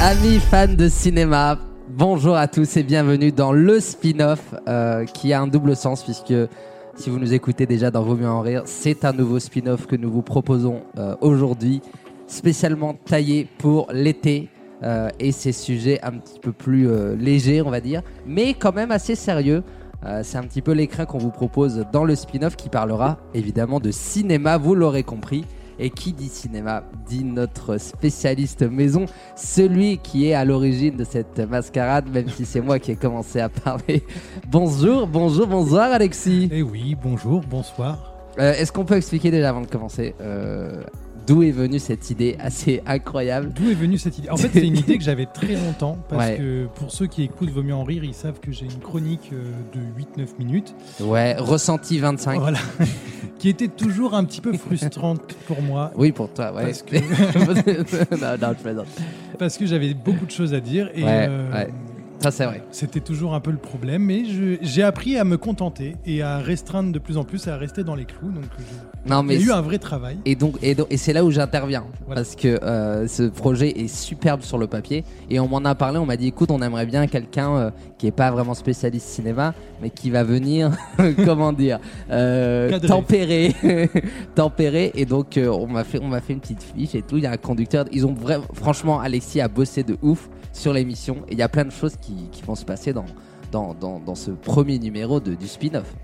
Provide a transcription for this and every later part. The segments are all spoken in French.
Amis fans de cinéma, bonjour à tous et bienvenue dans le spin-off euh, qui a un double sens puisque si vous nous écoutez déjà dans Vos Mieux en Rire, c'est un nouveau spin-off que nous vous proposons euh, aujourd'hui, spécialement taillé pour l'été euh, et ses sujets un petit peu plus euh, légers, on va dire, mais quand même assez sérieux. Euh, c'est un petit peu l'écrin qu'on vous propose dans le spin-off qui parlera évidemment de cinéma, vous l'aurez compris. Et qui dit cinéma dit notre spécialiste maison, celui qui est à l'origine de cette mascarade, même si c'est moi qui ai commencé à parler. Bonjour, bonjour, bonsoir Alexis. Eh oui, bonjour, bonsoir. Euh, Est-ce qu'on peut expliquer déjà avant de commencer euh, d'où est venue cette idée assez incroyable D'où est venue cette idée En fait, c'est une idée que j'avais très longtemps, parce Ouais. que pour ceux qui écoutent Vaut mieux en rire, ils savent que j'ai une chronique euh, de 8-9 minutes, Ouais, ressenti 25. voilà, qui était toujours un petit peu frustrante pour moi, Oui, pour toi, ouais. Parce que- non, non, je plaisante. parce que j'avais beaucoup de choses à dire, et Ouais, euh, ouais. Ça, c'est vrai. c'était toujours un peu le problème, mais je- j'ai appris à me contenter, et à restreindre de plus en plus, et à rester dans les clous, donc je- Non, mais. il y a eu un vrai travail. Et donc, et donc- et c'est là où j'interviens Voilà. parce que euh, ce projet est superbe sur le papier et on m'en a parlé. On m'a dit, écoute, on aimerait bien quelqu'un euh, qui est pas vraiment spécialiste cinéma, mais qui va venir, comment dire, euh, Cadrer. tempérer, tempérer. Et donc, euh, on m'a fait, on m'a fait une petite fiche et tout. Il y a un conducteur. Ils ont vraiment, franchement, Alexis a bossé de ouf sur l'émission et il y a plein de choses qui, qui vont se passer dans. Dans, dans, dans ce premier numéro de, du spin-off.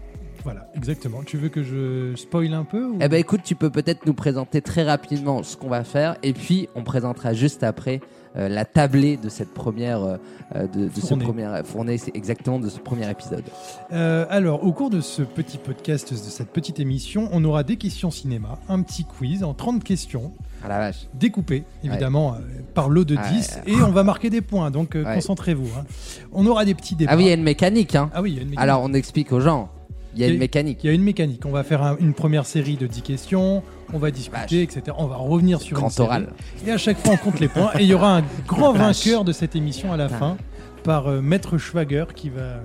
Voilà, exactement. Tu veux que je spoil un peu ou- Eh ben écoute, tu peux peut-être nous présenter très rapidement ce qu'on va faire et puis on présentera juste après euh, la tablée de cette première euh, euh, de, de ce Fournée. premier fournée, c'est exactement de ce premier épisode. Euh, alors, au cours de ce petit podcast, de cette petite émission, on aura des questions cinéma, un petit quiz en 30 questions, Ah la vache. découpées évidemment euh, par lot de Ah, 10, et on va marquer des points, donc euh, Ouais. concentrez-vous. hein. On aura des petits débats. Ah oui, il y a une mécanique hein. Ah oui, il y a une mécanique. Alors on explique aux gens. Il y a Il y une a- mécanique. Il y a une mécanique. On va faire un- une première série de 10 questions, on va discuter, etc. On va revenir sur une Grand série. oral. Et à chaque fois, on compte les points, et il y aura un grand Vache. vainqueur de cette émission à la fin, par euh, Maître Schwager, qui va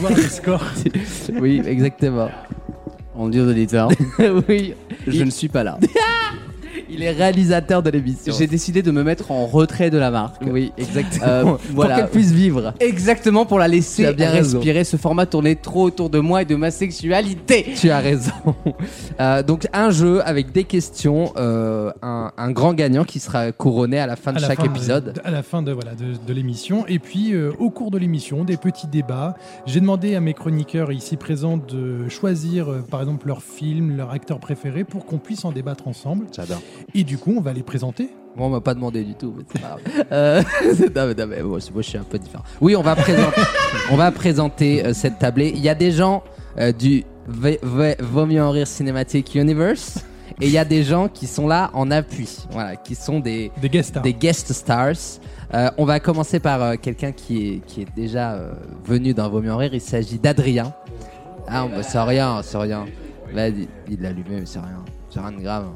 voir le score. oui, exactement. On dit aux auditeurs, oui, je ne suis pas là. il est réalisateur de l'émission. J'ai décidé de me mettre en retrait de la marque. Oui, exactement. Euh, Pour voilà. qu'elle puisse vivre. Exactement pour la Tu as laisser bien raison. respirer ce format tourné trop autour de moi et de ma sexualité. Tu as raison. Euh, donc un jeu avec des questions, euh, un, un grand gagnant qui sera couronné à la fin de à la chaque fin, épisode. euh, à la fin de voilà de, de l'émission. Et puis euh, au cours de l'émission, des petits débats. J'ai demandé à mes chroniqueurs ici présents de choisir euh, par exemple leur film, leur acteur préféré pour qu'on puisse en débattre ensemble. J'adore. Et du coup, on va les présenter. Bon, on m'a pas demandé du tout, mais c'est pas grave. Euh, c'est- non, mais, non, mais, bon, c'est- moi, je suis un peu différent. Oui, on va présenter, on va présenter euh, cette tablée. Il y a des gens euh, du V- V- Vaut mieux en rire Cinematic Universe et il y a des gens qui sont là en appui, voilà, qui sont des, Des guest stars. des guest stars. Euh, on va commencer par euh, quelqu'un qui est, qui est déjà euh, venu dans Vaut mieux en rire. Il s'agit d'Adrien. Ah, bah, c'est rien, c'est rien. Vas-y, il l'a allumé, mais c'est rien. C'est rien de grave.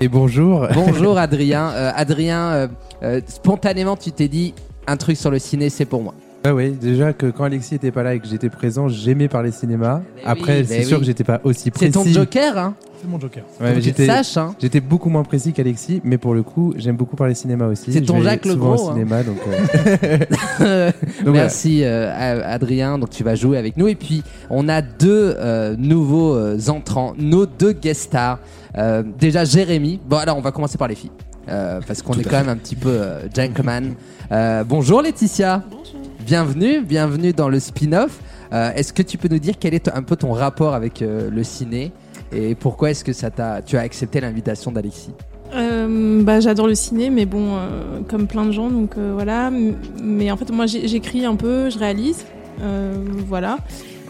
Et bonjour. Bonjour Adrien. Euh, Adrien, euh, euh, spontanément, tu t'es dit un truc sur le ciné, c'est pour moi. Bah oui, déjà que quand Alexis était pas là et que j'étais présent, j'aimais parler cinéma. Eh Mais Après, oui, c'est mais sûr oui. que j'étais pas aussi C'est précis. ton joker, hein C'est mon joker. Ouais, mais Faut que tu le j'étais, saches, hein j'étais beaucoup moins précis qu'Alexis, mais pour le coup, j'aime beaucoup parler cinéma aussi. C'est ton Je vais Jacques le souvent Gros, au hein. cinéma, donc. euh, donc voilà. Merci euh, à- Adrien, donc tu vas jouer avec nous. Et puis on a deux euh, nouveaux euh, entrants, nos deux guest stars. Euh, déjà Jérémy, bon alors on va commencer par les filles, euh, parce qu'on est quand même un petit peu euh, gentleman. Euh, bonjour Laetitia, bienvenue, bienvenue dans le spin-off. Euh, Est-ce que tu peux nous dire quel est un peu ton rapport avec euh, le ciné et pourquoi est-ce que ça t'a, tu as accepté l'invitation d'Alexis Euh, bah, J'adore le ciné, mais bon, euh, comme plein de gens, donc euh, voilà. M- Mais en fait, moi, j'ai- j'écris un peu, je réalise, euh, voilà.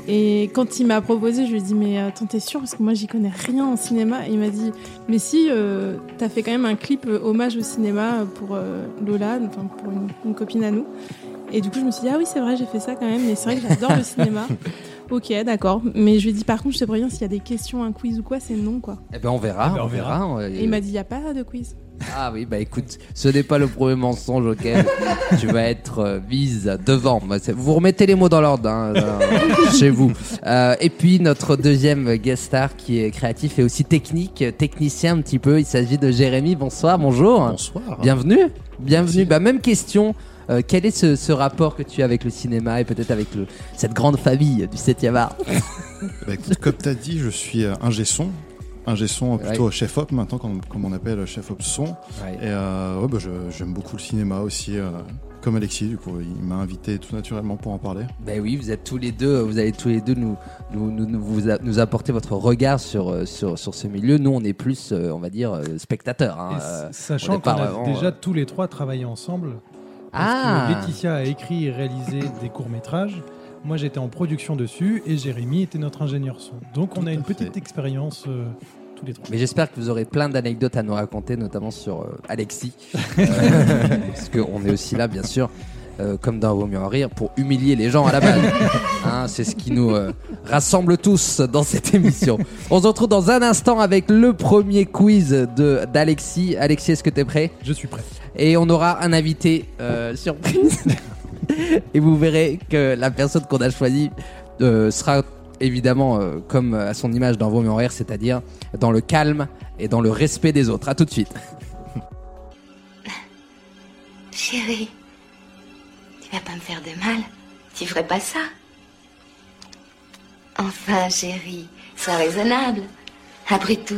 Et quand il m'a proposé, je lui ai dit, mais attends, t'es sûr Parce que moi, j'y connais rien en cinéma. Et il m'a dit, mais si, euh, t'as fait quand même un clip euh, hommage au cinéma pour euh, Lola, enfin, pour une, une copine à nous. Et du coup, je me suis dit, ah oui, c'est vrai, j'ai fait ça quand même, mais c'est vrai que j'adore le cinéma. Ok, d'accord. Mais je lui ai dit, par contre, je te préviens, s'il y a des questions, un quiz ou quoi, c'est non, quoi. Eh ben on verra, Eh ben, on on verra. Et il m'a dit, il n'y a pas de quiz. Ah oui, bah écoute, ce n'est pas le premier mensonge auquel tu vas être euh, mise devant. Bah, c'est- Vous remettez les mots dans l'ordre hein, euh, chez vous. Euh, et puis notre deuxième guest star qui est créatif et aussi technique, euh, technicien un petit peu. Il s'agit de Jérémy. Bonsoir, bonjour. Bonsoir. Bienvenue. Bienvenue. Merci. Bah même question. Euh, quel est ce, ce rapport que tu as avec le cinéma et peut-être avec le- cette grande famille du 7e art Bah, écoute, comme tu as dit, je suis euh, ingé son. Ingé son euh, plutôt chef op maintenant, comme, comme on appelle euh, chef op son. Et euh, ouais, bah, je- j'aime beaucoup le cinéma aussi, euh, comme Alexis, du coup, il m'a invité tout naturellement pour en parler. Ben oui, vous êtes tous les deux, vous allez tous les deux nous, nous, nous, nous- vous a- nous apporter votre regard sur, euh, sur, sur ce milieu. Nous, on est plus, euh, on va dire, euh, spectateurs. hein, Et euh. sachant on est pas qu'on a vraiment, déjà euh, tous les trois travaillé ensemble. Ah. Parce que Laetitia a écrit et réalisé des courts-métrages. Moi, j'étais en production dessus et Jérémy était notre ingénieur son. Donc, on Tout a à une fait. petite expérience euh, tous les trois. Mais j'espère que vous aurez plein d'anecdotes à nous raconter, notamment sur euh, Alexis. Euh, parce qu'on est aussi là, bien sûr, euh, comme dans Vaut mieux en rire, pour humilier les gens à la base. Hein, C'est ce qui nous euh, rassemble tous dans cette émission. On se retrouve dans un instant avec le premier quiz de- d'Alexis. Alexis, est-ce que t'es prêt Je suis prêt. et on aura un invité euh, surprise. et vous verrez que la personne qu'on a choisie euh, sera évidemment euh, comme à son image dans Vos Mieux en Rire, c'est-à-dire dans le calme et dans le respect des autres. À tout de suite. Chérie, tu vas pas me faire de mal. Tu ferais pas ça. Enfin, chérie, sois raisonnable. Après tout,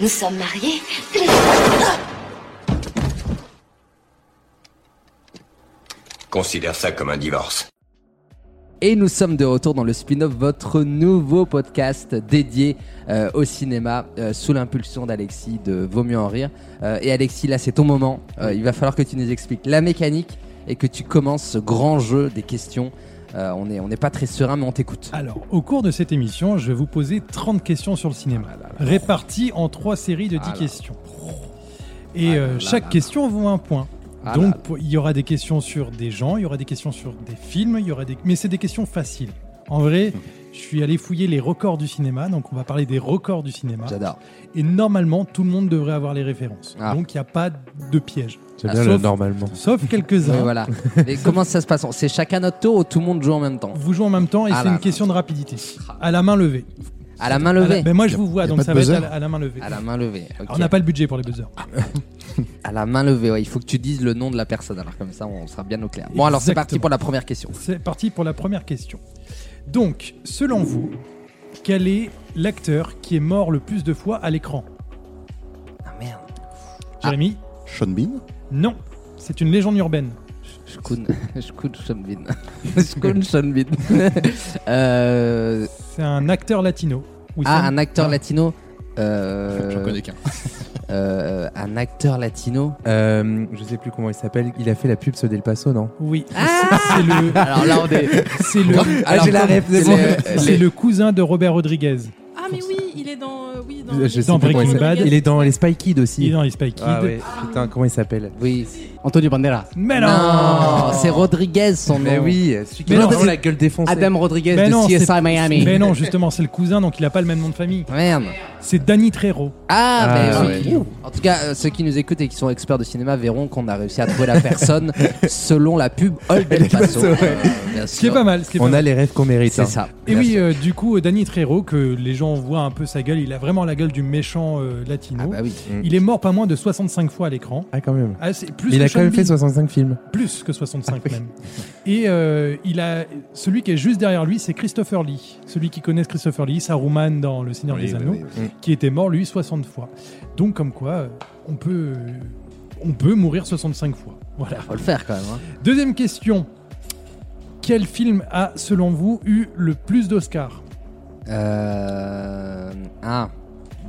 nous sommes mariés. Considère ça comme un divorce. Et nous sommes de retour dans le spin-off, votre nouveau podcast dédié euh, au cinéma euh, sous l'impulsion d'Alexis de Vaut mieux en rire. Euh, et Alexis, là c'est ton moment. Euh, il va falloir que tu nous expliques la mécanique et que tu commences ce grand jeu des questions. Euh, on n'est on n'est pas très serein mais on t'écoute. Alors, au cours de cette émission, je vais vous poser 30 questions sur le cinéma, réparties en trois séries de 10 Ah là. questions. Et Ah là euh, là chaque là question vaut un point. Ah là Donc, là. pour- il y aura des questions sur des gens, il y aura des questions sur des films, il y aura des... mais c'est des questions faciles. En vrai, je suis allé fouiller les records du cinéma, donc on va parler des records du cinéma. J'adore. Et normalement, tout le monde devrait avoir les références. Ah. Donc, il n'y a pas de piège. J'aime Ah, bien le sauf- normalement. Sauf Oui, quelques-uns. voilà. Mais comment ça se passe C'est chacun notre tour ou tout le monde joue en même temps Vous jouez en même temps et Ah c'est là une là. Ah. question de rapidité. À la main levée. À la main À la- levée ben moi, je Y a- vous vois, y a donc pas de ça va être à buzzer la, à la main levée. À la main levée. ok. Alors, On n'a pas le budget pour les buzzers. À la main levée, ouais. il faut que tu dises le nom de la personne. Alors comme ça, on sera bien au clair. Bon, alors c'est parti Exactement. pour la première question. C'est parti pour la première question. Donc, selon vous, quel est l'acteur qui est mort le plus de fois à l'écran Ah merde. Jérémy Sean Bean Non, c'est une légende urbaine. Je coune, je coune Sean Bean. Je coune Sean Bean. Euh, C'est un acteur latino. Ou Ah, c'est un acteur latino. Euh, J'en connais qu'un. euh, un acteur latino. Euh, je sais plus comment il s'appelle. Il a fait la pub sur Del Paso, non Oui, c'est le, Alors là, on est. c'est le, Alors, j'ai la comme- ref, c'est c'est les- c'est les- le cousin de Robert Rodriguez. Ah, mais oui, il est dans. euh, oui, dans, Je sais Dans plus comment il Breaking s'appelle. Bad. Il est dans les Spy Kids aussi. Il est dans les Spy Kids. Ah ouais, putain, comment il s'appelle Oui. Antonio Banderas. Mais non, Non, c'est Rodriguez son nom. celui Mais a non, vraiment c'est- la gueule Ah défoncée. bah, Adam Rodriguez Ben de non, CSI c'est- Miami. Mais non, justement, c'est le cousin, donc il n'a pas le même nom de famille. Merde. C'est Danny Trejo. Ah, Ah, mais ouais. oui. En tout cas, euh, ceux qui nous écoutent et qui sont experts de cinéma verront qu'on a réussi à trouver la personne selon la pub Old Del Paso. Euh, bien Ce qui est sûr. pas mal. Ce qui est pas On mal. a les rêves qu'on mérite. C'est hein. ça. Et Bien oui, sûr. euh, du coup, euh, Danny Trejo, que les gens voient un peu sa gueule, il a vraiment la gueule du méchant euh, latino. Ah bah oui. Il est mort pas moins de 65 fois à l'écran. Ah, quand même. Ah, c'est plus Mais il que a Sean quand même fait Ah Bean, 65 films. plus que 65 même. Et euh, il a celui qui est juste derrière lui, c'est Christopher Lee. Celui qui connaît Christopher Lee, Saruman dans Le Seigneur des Anneaux, qui était mort lui 60 fois. Donc comme quoi, euh, on peut euh, on peut mourir 65 fois. Ah, Voilà. Faut le faire quand même. hein. Deuxième question. Quel film a, selon vous, eu le plus d'Oscars Euh... Ah.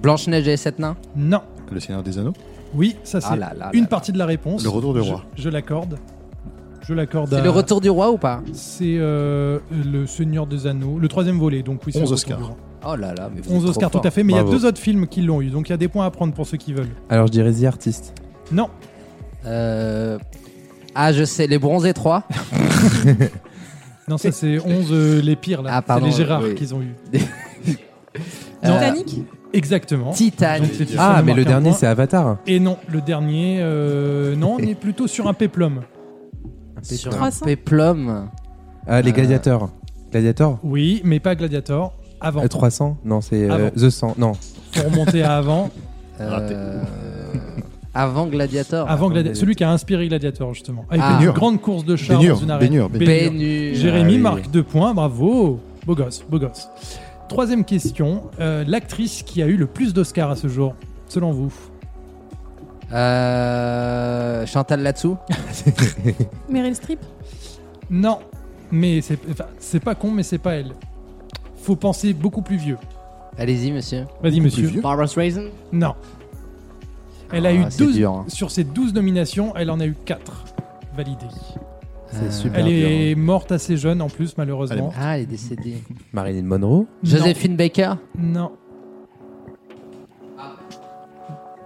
Blanche-Neige et les sept nains Non. Le Seigneur des Anneaux Oui, ça c'est Ah là là une là partie de la réponse. Le retour du roi. Je, je l'accorde. Je l'accorde. C'est à- le retour du roi ou pas C'est euh, le Seigneur des Anneaux, le troisième volet. Donc oui, c'est le 11 retour Oscars. du roi. Oh là là, mais vous 11 êtes Oscars, trop tout à fait. Mais il y a Bravo. deux autres films qui l'ont eu, donc il y a des points à prendre pour ceux qui veulent. Alors, je dirais The Artist. Non, fort. Euh... Ah, je sais, les bronzés 3. non, ça c'est 11 euh, les pires là. Ah, pardon, c'est les Gérard oui. qu'ils ont eu. Euh, Titanic Exactement. Titan. Donc, c'est- ça Ah, me mais marque le un dernier, point. c'est Avatar. Et non, le dernier, euh, non, on est plutôt sur un péplum. Sur un 300. péplum. Ah, les Euh, Gladiateurs. Gladiator Oui, mais pas Gladiator. Avant. Euh, 300 Non, c'est euh, Avant. The 100. Non. Pour remonter à avant. Ah, euh, avant Ah, Gladiator. avant Gladiator. Gladiator. Celui qui a inspiré Gladiator, justement. Avec Ah. une Bénure. grande course de chars Bénure, dans une arène. Ben Bénure, Bénure. Bénure. Bénu. Jérémy Ah oui. marque deux points, bravo. Beau gosse, beau gosse. Troisième question. euh, L'actrice qui a eu le plus d'Oscars à ce jour, selon vous Euh, Chantal là-dessous. Meryl Streep Non, mais c'est enfin, c'est pas con, mais c'est pas elle. Faut penser beaucoup plus vieux. Allez-y, monsieur. Vas-y, monsieur. vieux. Barbara Streisand Non. Elle a Ah, eu c'est 12. dur, hein. Sur ses 12 nominations, elle en a eu 4 validées. C'est Euh, super Elle dur. est morte assez jeune en plus, Elle est malheureusement. Ah, elle est décédée. Marilyn Monroe Joséphine Baker. Non.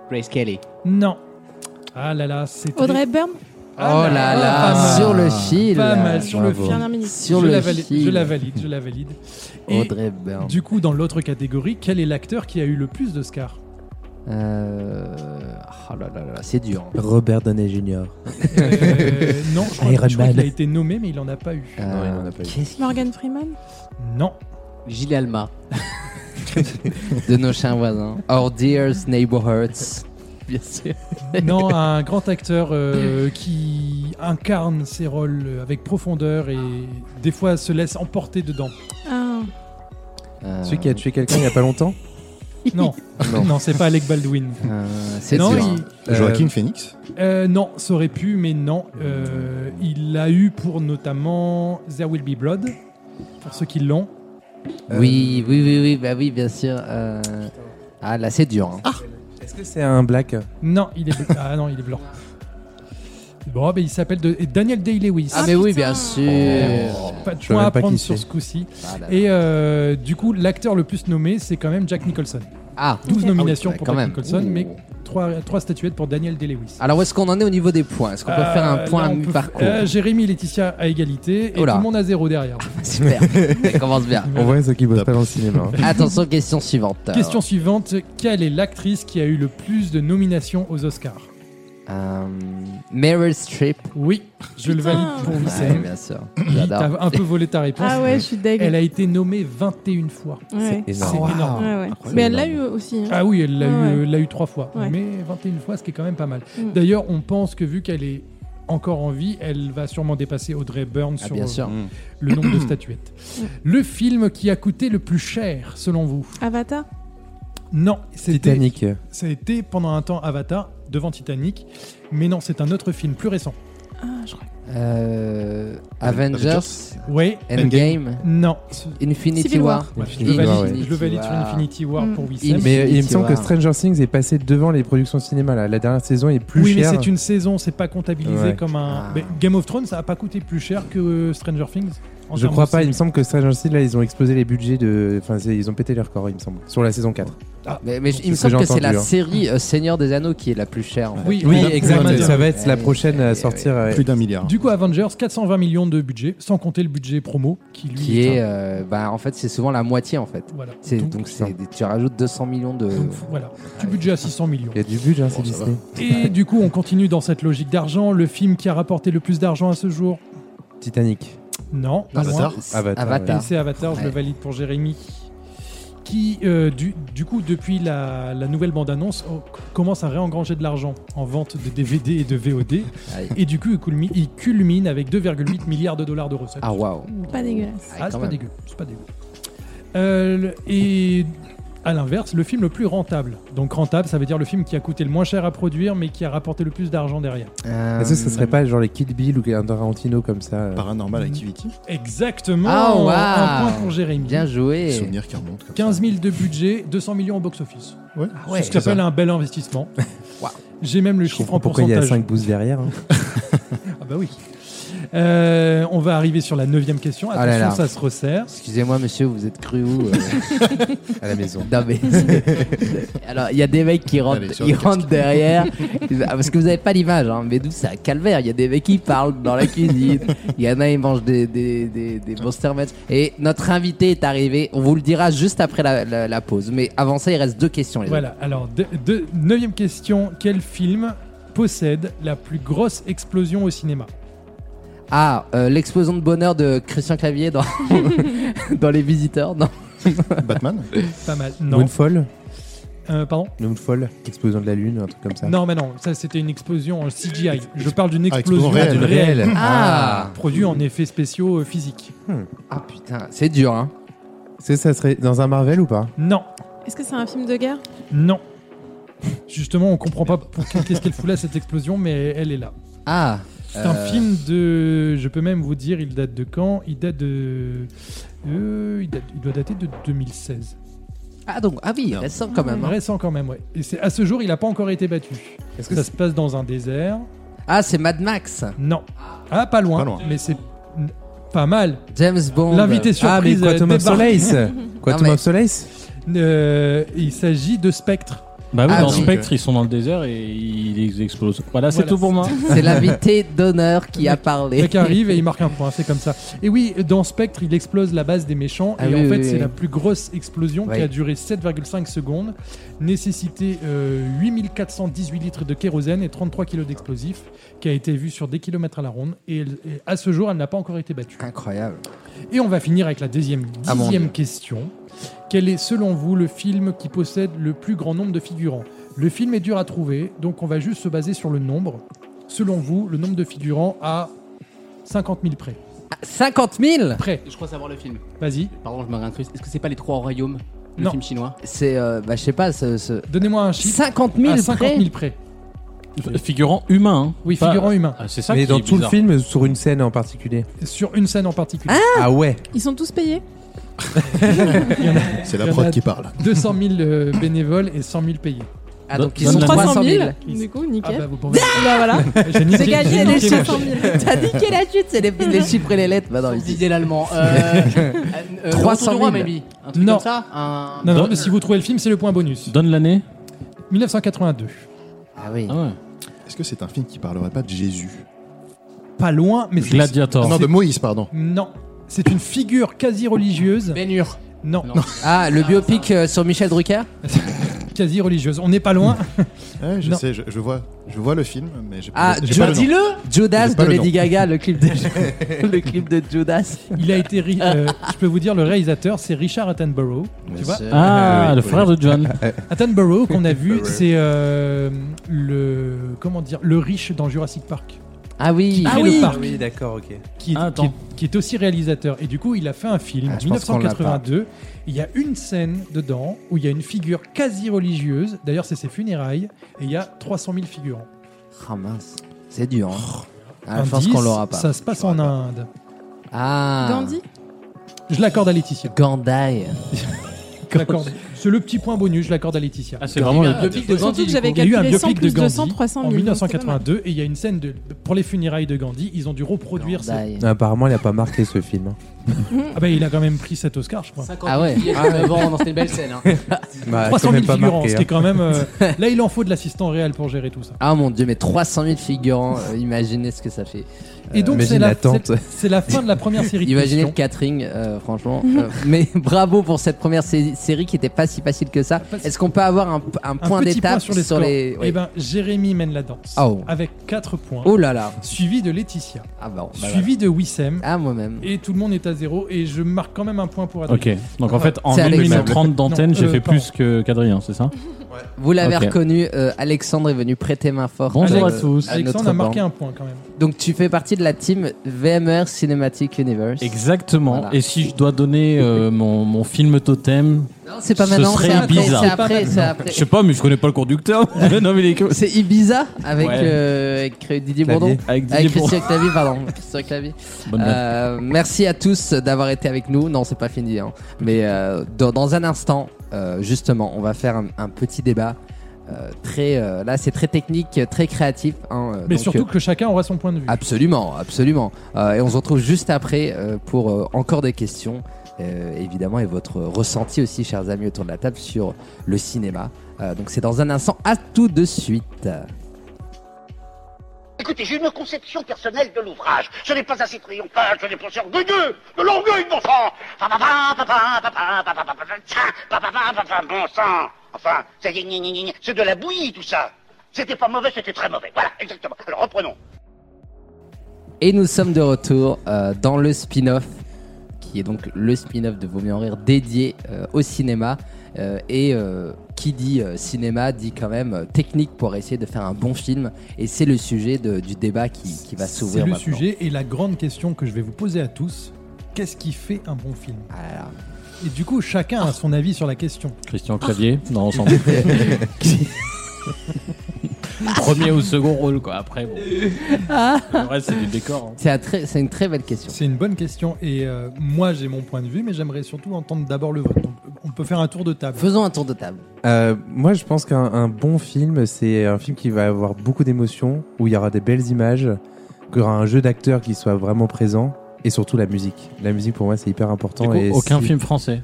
Grace Kelly. Non. Ah là là, c'était. Audrey Hepburn Ah oh là là, pas mal. sur le fil. Pas mal sur le Ah, Bravo. film. Dernière minute. Sur je, le la valide, fil. je la valide, je la valide. Et Audrey Hepburn. du coup, dans l'autre catégorie, quel est l'acteur qui a eu le plus d'Oscars Euh, Oh là là là, c'est dur. hein. Robert Downey Jr. Euh, Non, je crois, Iron je crois qu'il Man. a été nommé, mais il en a pas eu. Ah. Non, il en a pas eu. Euh, qu'est-ce Morgan Freeman Non. Gilles Alma. de nos chiens voisins. Our dearest neighborhoods. Bien sûr. Non, un grand acteur euh, qui incarne ses rôles avec profondeur et des fois se laisse emporter dedans. Ah, Ah. Euh, Celui qui a tué quelqu'un il n'y a pas longtemps Non, non, Non. c'est pas Alec Baldwin. Euh, c'est non, dur. il- Joaquin Phoenix euh, non, ça aurait pu, mais non. Euh, il l'a eu pour notamment There Will Be Blood, pour ceux qui l'ont. Euh, Oui, oui, oui, oui, bah oui, bien sûr. euh, Ah là, c'est dur. hein. Est-ce que c'est un black Non, il est blanc. ah non, il est blanc. Bon, ben, il s'appelle de- Daniel Day-Lewis. Ah, mais oui, putain. bien sûr. Euh, pas de Je vois point à même pas prendre qui sur c'est. ce coup-ci. Ah, là. Et euh, du coup, l'acteur le plus nommé, c'est quand même Jack Nicholson. Ah. 12 Ok. nominations Ah oui, pour quand Jack même. Nicholson, Ouh. mais 3, statuettes pour Daniel Day-Lewis. Alors, où est-ce qu'on en est au niveau des points Est-ce qu'on peut Euh, faire un point là, à on peut- mi-parcours euh, Jérémy et Laetitia à égalité et Oh là. tout le monde à zéro derrière. Super, ça commence bien. On voit ceux qui bossent Top. pas dans le cinéma. hein. Attention, question suivante. Question suivante quelle est l'actrice qui a eu le plus de nominations aux Oscars Euh, Meryl Streep. Oui, je le Putain. valide pour Ouais, Wissem. bien sûr. T'as J'adore. un peu volé ta réponse. ah ouais, je suis deg. Elle a été nommée 21 fois. Ouais. C'est Énorme. énorme. Ouais, ouais. Mais elle l'a eu aussi. hein. Ah oui, elle l'a Ah Ouais, eu, ouais. elle l'a eu trois fois. Ouais. Mais 21 fois, ce qui est quand même pas mal. Mm. D'ailleurs, on pense que vu qu'elle est encore en vie, elle va sûrement dépasser Audrey Burns Ah, sur euh, bien sûr. le nombre de statuettes. Mm. Le film qui a coûté le plus cher, selon vous Avatar Non, c'était Titanic. ça a été pendant un temps Avatar devant Titanic, mais non, c'est un autre film plus récent. Ah, je crois. Euh, Avengers, Ouais, Endgame, non. ce- Infinity Civil War. Ouais, je, Infinity le valide, War, ouais. je le valide sur War. Infinity War Mm. pour Wissem. Infinity Mais euh, il me tu semble que vois. Stranger Things est passé devant les productions de cinéma. Là. La dernière saison est plus oui, mais chère. c'est une saison, c'est pas comptabilisé Ouais. comme un. Ah. Mais Game of Thrones, ça a pas coûté plus cher que euh, Stranger Things en Je termes crois de pas. Il me saison. semble que Stranger Things, là, ils ont explosé les budgets de. Enfin, c'est- ils ont pété les records, il me semble. Sur la saison 4. Mais, mais il C'est me ce que semble que j'ai c'est la entendu, hein. série euh, Seigneur des Anneaux qui est la plus chère. En fait. Oui, Oui, on- exact. on va dire. Ça va être la prochaine Ouais, ouais, à sortir. euh, ouais. Plus d'un milliard. Du coup, Avengers, 420 millions de budget, sans compter le budget promo qui lui Qui est. est, un- euh, bah, en fait, c'est souvent la moitié en euh, fait. Voilà. C'est- hein. Donc, donc c'est des- tu rajoutes 200 millions de. donc, voilà, du budget à 600 millions. Il y a du budget, hein, c'est Bon, ça Disney. Et du coup, on continue dans cette logique d'argent. Le film qui a rapporté le plus d'argent à ce jour Titanic. Non. pas Avatar. loin. Avatar, Et Avatar. c'est Avatar, je le Ouais. valide pour Jérémy. Qui, euh, du, du coup, depuis la, la nouvelle bande-annonce, on c- commence à réengranger de l'argent en vente de DVD et de VOD. Aïe. Et du coup, il culmi- il culmine avec 2,8 milliards de dollars de recettes. Ah waouh. Pas dégueulasse. Ah, quand c'est pas même. dégueu, c'est pas dégueu. Euh, le- et à l'inverse, le film le plus rentable. Donc rentable, ça veut dire le film qui a coûté le moins cher à produire, mais qui a rapporté le plus d'argent derrière. Euh, Est-ce que ce Ah, serait pas genre les Kill Bill ou un Tarantino comme ça euh, Paranormal Activity. Exactement. Ah, waouh. Un point pour Jérémy. Bien joué. Souvenir qui remonte. comme 15 ça. 000 de budget, 200 millions au box-office. Ah Ouais. ouais. Ce qui s'appelle un bel investissement. J'ai même le Je chiffre comprends en pourquoi il y a pourcentage. 5 boosts derrière. hein. Ah bah oui. Euh, on va arriver sur la neuvième question. Ah Attention, là là. ça se resserre. Excusez-moi, monsieur, vous êtes cru où euh à la maison. Non, mais- Alors, il y a des mecs qui rentrent, Allez, sur le ils casque. rentrent derrière. Ils- ah, Parce que vous n'avez pas l'image, hein, mais d'où c'est un calvaire. Il y a des mecs qui parlent dans la cuisine. Il y en a, ils mangent des, des, des, des Monster Mash. Et notre invité est arrivé. On vous le dira juste après la, la- la pause. Mais avant ça, il reste deux questions, les Voilà, alors, de, de- neuvième question. Quel film possède la plus grosse explosion au cinéma amis. Ah, euh, l'explosion de bonheur de Christian Clavier dans, dans Les Visiteurs. Non, Batman Pas mal. Non. Moonfall Euh, pardon Moonfall Explosion de la Lune, un truc comme ça. Non, mais non, ça c'était une explosion en CGI. Je parle d'une Ah, explosion explosion réelle. d'une réelle. Ah. Produit en effets spéciaux euh, physiques. Ah putain, c'est dur, hein. C'est ça serait dans un Marvel ou pas Non, Est-ce que c'est un film de guerre non. Justement, on comprend pas pour- qu'est-ce qu'elle fout là cette explosion, mais elle est là. Ah, C'est un Euh. film de, je peux même vous dire, il date de quand Il date de, euh, il, date- il doit dater de 2016. ah donc, ah oui, récent quand même. hein. Récent quand même, ouais. Et c'est à ce jour, il n'a pas encore été battu. Est-ce que Ça se passe dans un désert. Ah, c'est Mad Max. Non. Ah, pas loin. Pas loin. Mais c'est n- pas mal. James Bond. L'invité Ah mais surprise. euh, Quantum of débarque. Solace Quantum Non, mais- of Solace Euh, il s'agit de euh, Spectre. Bah oui, Ah, dans donc, Spectre, ils sont dans le désert et ils ils explosent. Voilà, c'est Voilà. tout pour moi. C'est l'invité d'honneur qui a parlé. Le mec arrive et il marque un point, c'est comme ça. Et oui, dans Spectre, il explose la base des méchants. Ah et oui, en oui, fait, oui, c'est oui. la plus grosse explosion Oui. qui a duré 7,5 secondes, nécessité euh, 8418 litres de kérosène et 33 kilos d'explosifs, qui a été vue sur des kilomètres à la ronde. Et, elle- et à ce jour, elle n'a pas encore été battue. Incroyable. Et on va finir avec la deuxième, Ah, mon dixième Dieu. question. Quel est, selon vous, le film qui possède le plus grand nombre de figurants Le film est dur à trouver, donc on va juste se baser sur le nombre. Selon vous, le nombre de figurants à 50 000 près. 50 000 Près, Je crois savoir le film. vas-y. Pardon, je me réintruse. Est-ce que c'est pas Les Trois Royaumes Le Non. film chinois C'est, euh, bah, je sais pas, ce, ce- Donnez-moi un chiffre. 50 000 à 50 près 000 près. F- Figurant humain. Euh, hein. Oui, Pas- figurant humain. Ah, c'est ça Mais qui dans est tout le bizarre. film, sur une scène en particulier. Sur une scène en particulier. Ah ouais Ils sont tous payés Il y en a euh, Il C'est y la en a- prod qui parle. 200 000 euh, bénévoles et 100 000 payés. Ah, donc ils Donne sont la- 300 000. Du coup, Ah bah nickel. vous pouvez... bah voilà, J'ai niqué- c'est gagné j'ai les niqué ma- 500 000. T'as niqué la chute, c'est les, les chiffres et les lettres. Bah, non, Vous ils- disiez l'allemand. Euh, euh, 300 000. Retour du roi, maybe. Un truc Non. comme ça un... Non, non, mais si vous trouvez le film, c'est le point bonus. Donne l'année. 1982. Ah oui. Ah ouais. Est-ce que c'est un film qui parlerait pas de Jésus Ah Pas loin, mais c'est Gladiator. Non, de Moïse, pardon. Non. C'est une figure quasi religieuse. Ben Hur. Non, Non. Ah, le biopic euh, sur Michel Drucker quasi religieuse. On n'est pas loin. Ouais, je Non. sais, je, je vois, je vois le film, mais j'ai Ah, pas, j'ai pas Joe, le nom. Judas J'ai pas de le Lady nom. Gaga, le clip de, le clip de Judas. Il a été. ri- euh, je peux vous dire, le réalisateur, c'est Richard Attenborough. Tu vois Ah, Ah oui, le oui. frère de John. Attenborough, qu'on a vu, Ouais. c'est euh, le. Comment dire Le riche dans Jurassic Park. Ah oui. Ah oui. Ah oui, d'accord, ok. Qui est, Ah, qui, est, attends. qui est aussi réalisateur. Et du coup, il a fait un film Ah, en je pense qu'on l'a 1982. Il y a une scène dedans où il y a une figure quasi religieuse. D'ailleurs, c'est ses funérailles. Et il y a 300 000 figurants. Ah mince. C'est dur. Hein. Oh. Ah, je pense Indice, qu'on l'aura pas. Ça se passe en Inde. Ah. Gandhi Je l'accorde à Laetitia. Gandhi. Je l'accorde. C'est le petit point bonus, je l'accorde à Laetitia. Ah, c'est vraiment le. Le pic de Surtout Gandhi. du que coup. j'avais Il y a eu un calculé 100 biopic de plus Gandhi 200, en 300 000. c'est pas mal. 1982 et il y a une scène de, pour les funérailles de Gandhi, ils ont dû reproduire ça. Gandhi. Apparemment, il a pas marqué ce film. hein. Ah bah il a quand même pris cet Oscar, je crois. 50 Ah ouais. filles à 19 ans, non, c'était une belle scène. hein. Bah, 300 quand 000 même pas figurants, ce marqué, qui est hein. quand même. euh, là, il en faut de l'assistant réel pour gérer tout ça. Ah mon dieu, mais 300 000 figurants, euh, imaginez ce que ça fait. Et donc, imagine c'est la, la tente. c'est- c'est la fin de la première série de Imaginez le questions. catering, euh, franchement. Euh, mais bravo pour cette première sé- série qui n'était pas si facile que ça. Pas si- Est-ce qu'on peut avoir un, un Un point petit d'étape sur les. sur scores. les. oui. Eh ben, Jérémy mène la danse Ah, oh. avec 4 points, Oh là là suivi de Laetitia, Ah bah, bah, voilà. suivi de Wissem, Ah moi-même. et tout le monde est à zéro. Et je marque quand même un point pour Adrien. Ok, donc en fait, en C'est 1 Alex. minute 30 d'antenne, Non, j'ai euh, fait pardon. plus que- qu'Adrien, c'est ça Vous l'avez Ok. reconnu, euh, Alexandre est venu prêter main forte. Bonjour euh, à tous. Alexandre notre a marqué banc. un point quand même. Donc tu fais partie de la team VMR Cinematic Universe. Exactement. Voilà. Et si je dois donner euh, mon, mon film totem, Non, c'est pas Ce maintenant, serait c'est après. bizarre. C'est C'est pas après, c'est maintenant. après. je sais pas, mais je connais pas le conducteur. non, mais il est que- C'est Ibiza avec, Ouais. euh, avec Didier Clavier. Bourdon. Ah, Avec Didier Avec Bourdon. Christian Clavier, pardon. Christian Clavier. Bonne blague. Euh, merci à tous d'avoir été avec nous. Non, c'est pas fini. hein. Mais euh, dans, dans un instant, euh, justement, on va faire un, un petit débat euh, très. euh, là, c'est très technique, très créatif. hein, euh, Mais donc, surtout que chacun aura son point de vue. Absolument, absolument. Euh, et on se retrouve juste après euh, pour euh, encore des questions, euh, évidemment, et votre ressenti aussi, chers amis autour de la table, sur le cinéma. Euh, donc c'est dans un instant, à tout de suite. Écoutez, j'ai une conception personnelle de l'ouvrage. Ce n'est pas un citoyen page, je n'ai pas sur dégueu, de l'orgueil, bon sang Pa, pa, pa, pa, pa, pa, pa, pa, pa, pa, pa, pa, tcha, pa, pa, pa, pa, pa, Bon sang Enfin, c'est gna, gna, gna, gna, c'est de la bouillie, tout ça C'était pas mauvais, c'était très mauvais. Voilà, exactement. Alors, reprenons. Et nous sommes de retour euh, dans le spin-off, qui est donc le spin-off de Vaut mieux en rire dédié euh, au cinéma. Euh, et euh, qui dit euh, cinéma dit quand même euh, technique pour essayer de faire un bon film. Et c'est le sujet de- du débat qui, qui va C'est s'ouvrir le maintenant. sujet et la grande question que je vais vous poser à tous qu'est-ce qui fait un bon film Ah là là. Et du coup, chacun a son avis sur la question. Christian Clavier, non, ensemble. Premier ou second rôle, quoi. Après, bon. Le reste, c'est du décor. hein. C'est un très- c'est une très belle question. C'est une bonne question et euh, moi j'ai mon point de vue, mais j'aimerais surtout entendre d'abord le vôtre. Donc, on peut faire un tour de table. Faisons un tour de table. Euh, moi, je pense qu'un un bon film, c'est un film qui va avoir beaucoup d'émotions, où il y aura des belles images, qu'il y aura un jeu d'acteurs qui soit vraiment présent, et surtout la musique. La musique, pour moi, c'est hyper Du important. coup, et aucun si- film français.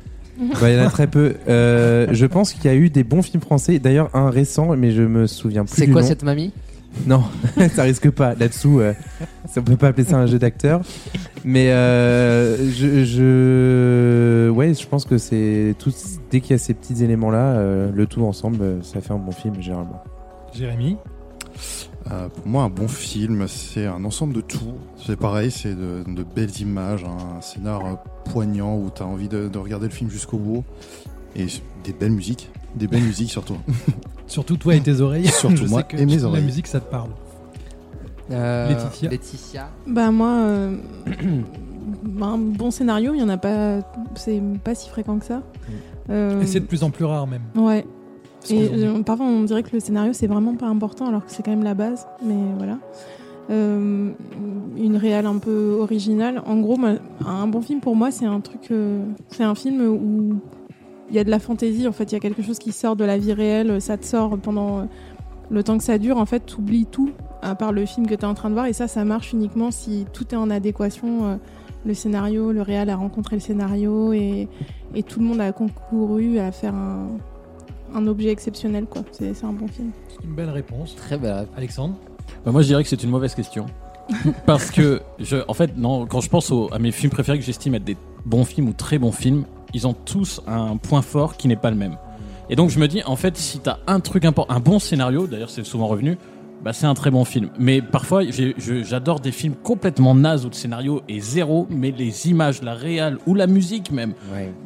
Bah, il y en a très peu. Euh, je pense qu'il y a eu des bons films français. D'ailleurs, un récent, mais je me souviens plus. C'est du quoi nom. cette mamie Non, ça risque pas. Là-dessous, euh, ça, on peut pas appeler ça un jeu d'acteur. Mais euh, je, je, ouais, je pense que c'est tout. Dès qu'il y a ces petits éléments-là, euh, le tout ensemble, euh, ça fait un bon film généralement. Jérémy Euh, pour moi, un bon film, c'est un ensemble de tout. C'est pareil, c'est de, de belles images, un scénar euh, poignant où tu as envie de, de regarder le film jusqu'au bout. Et des belles musiques. Des belles musiques surtout. Surtout toi et tes oreilles. Surtout Je sais moi que et mes La oreilles. musique, ça te parle. Euh, Laetitia. Laetitia. Bah moi, euh, bah, un bon scénario, il y en a pas, c'est pas si fréquent que ça. Euh, Et c'est de plus en plus rare même. ouais. Parce Et qu'aujourd'hui- euh, parfois on dirait que le scénario c'est vraiment pas important alors que c'est quand même la base, mais voilà. Euh, une réale un peu originale. En gros, moi, un bon film pour moi c'est un truc, euh, c'est un film où il y a de la fantaisie en fait, il y a quelque chose qui sort de la vie réelle, ça te sort pendant euh, le temps que ça dure en fait, t'oublies tout à part le film que tu es en train de voir et ça ça marche uniquement si tout est en adéquation. euh, le scénario, le réal a rencontré le scénario et, et tout le monde a concouru à faire un, un objet exceptionnel quoi. C'est c'est un bon film. C'est une belle réponse. Très belle réponse. Alexandre Bah, moi, je dirais que c'est une mauvaise question. Parce que, je, en fait, non, quand je pense au- à Ah, mes films préférés que j'estime être des bons films ou très bons films, ils ont tous un point fort qui n'est pas le même. Et donc, je me dis, en fait, si t'as un truc important, un bon scénario, d'ailleurs, c'est souvent revenu, bah, c'est un très bon film. Mais parfois, j'ai- je- j'adore des films complètement nazes où le scénario est zéro, mais les images, la réal ou la musique même,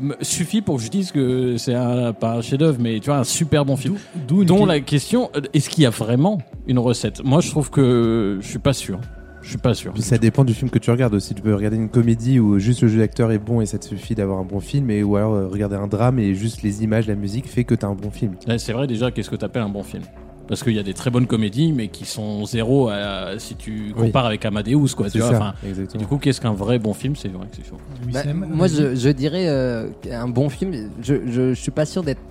me- suffit pour que je dise que c'est un, pas un chef-d'œuvre, mais tu vois, un super bon film. D'où une Dont la question, euh, est-ce qu'il y a vraiment une recette Moi, je trouve que je suis pas sûr. Je suis pas sûr. Puis ça dépend du film que tu regardes aussi. Tu peux regarder une comédie où juste le jeu d'acteur est bon et ça te suffit d'avoir un bon film, et ou alors euh, regarder un drame et juste les images, la musique fait que t'as un bon film. Ouais, C'est vrai déjà, qu'est-ce que tu appelles un bon film Parce qu'il y a des très bonnes comédies, mais qui sont zéro à- si tu Oui. compares avec Amadeus, quoi. Tu C'est vois, enfin, ça. et Exactement. du coup, qu'est-ce qu'un vrai bon film C'est vrai que c'est chaud. Bah, Wissem, moi, vas-y. je, je dirais euh, un bon film. Je, je, je suis pas sûr d'être.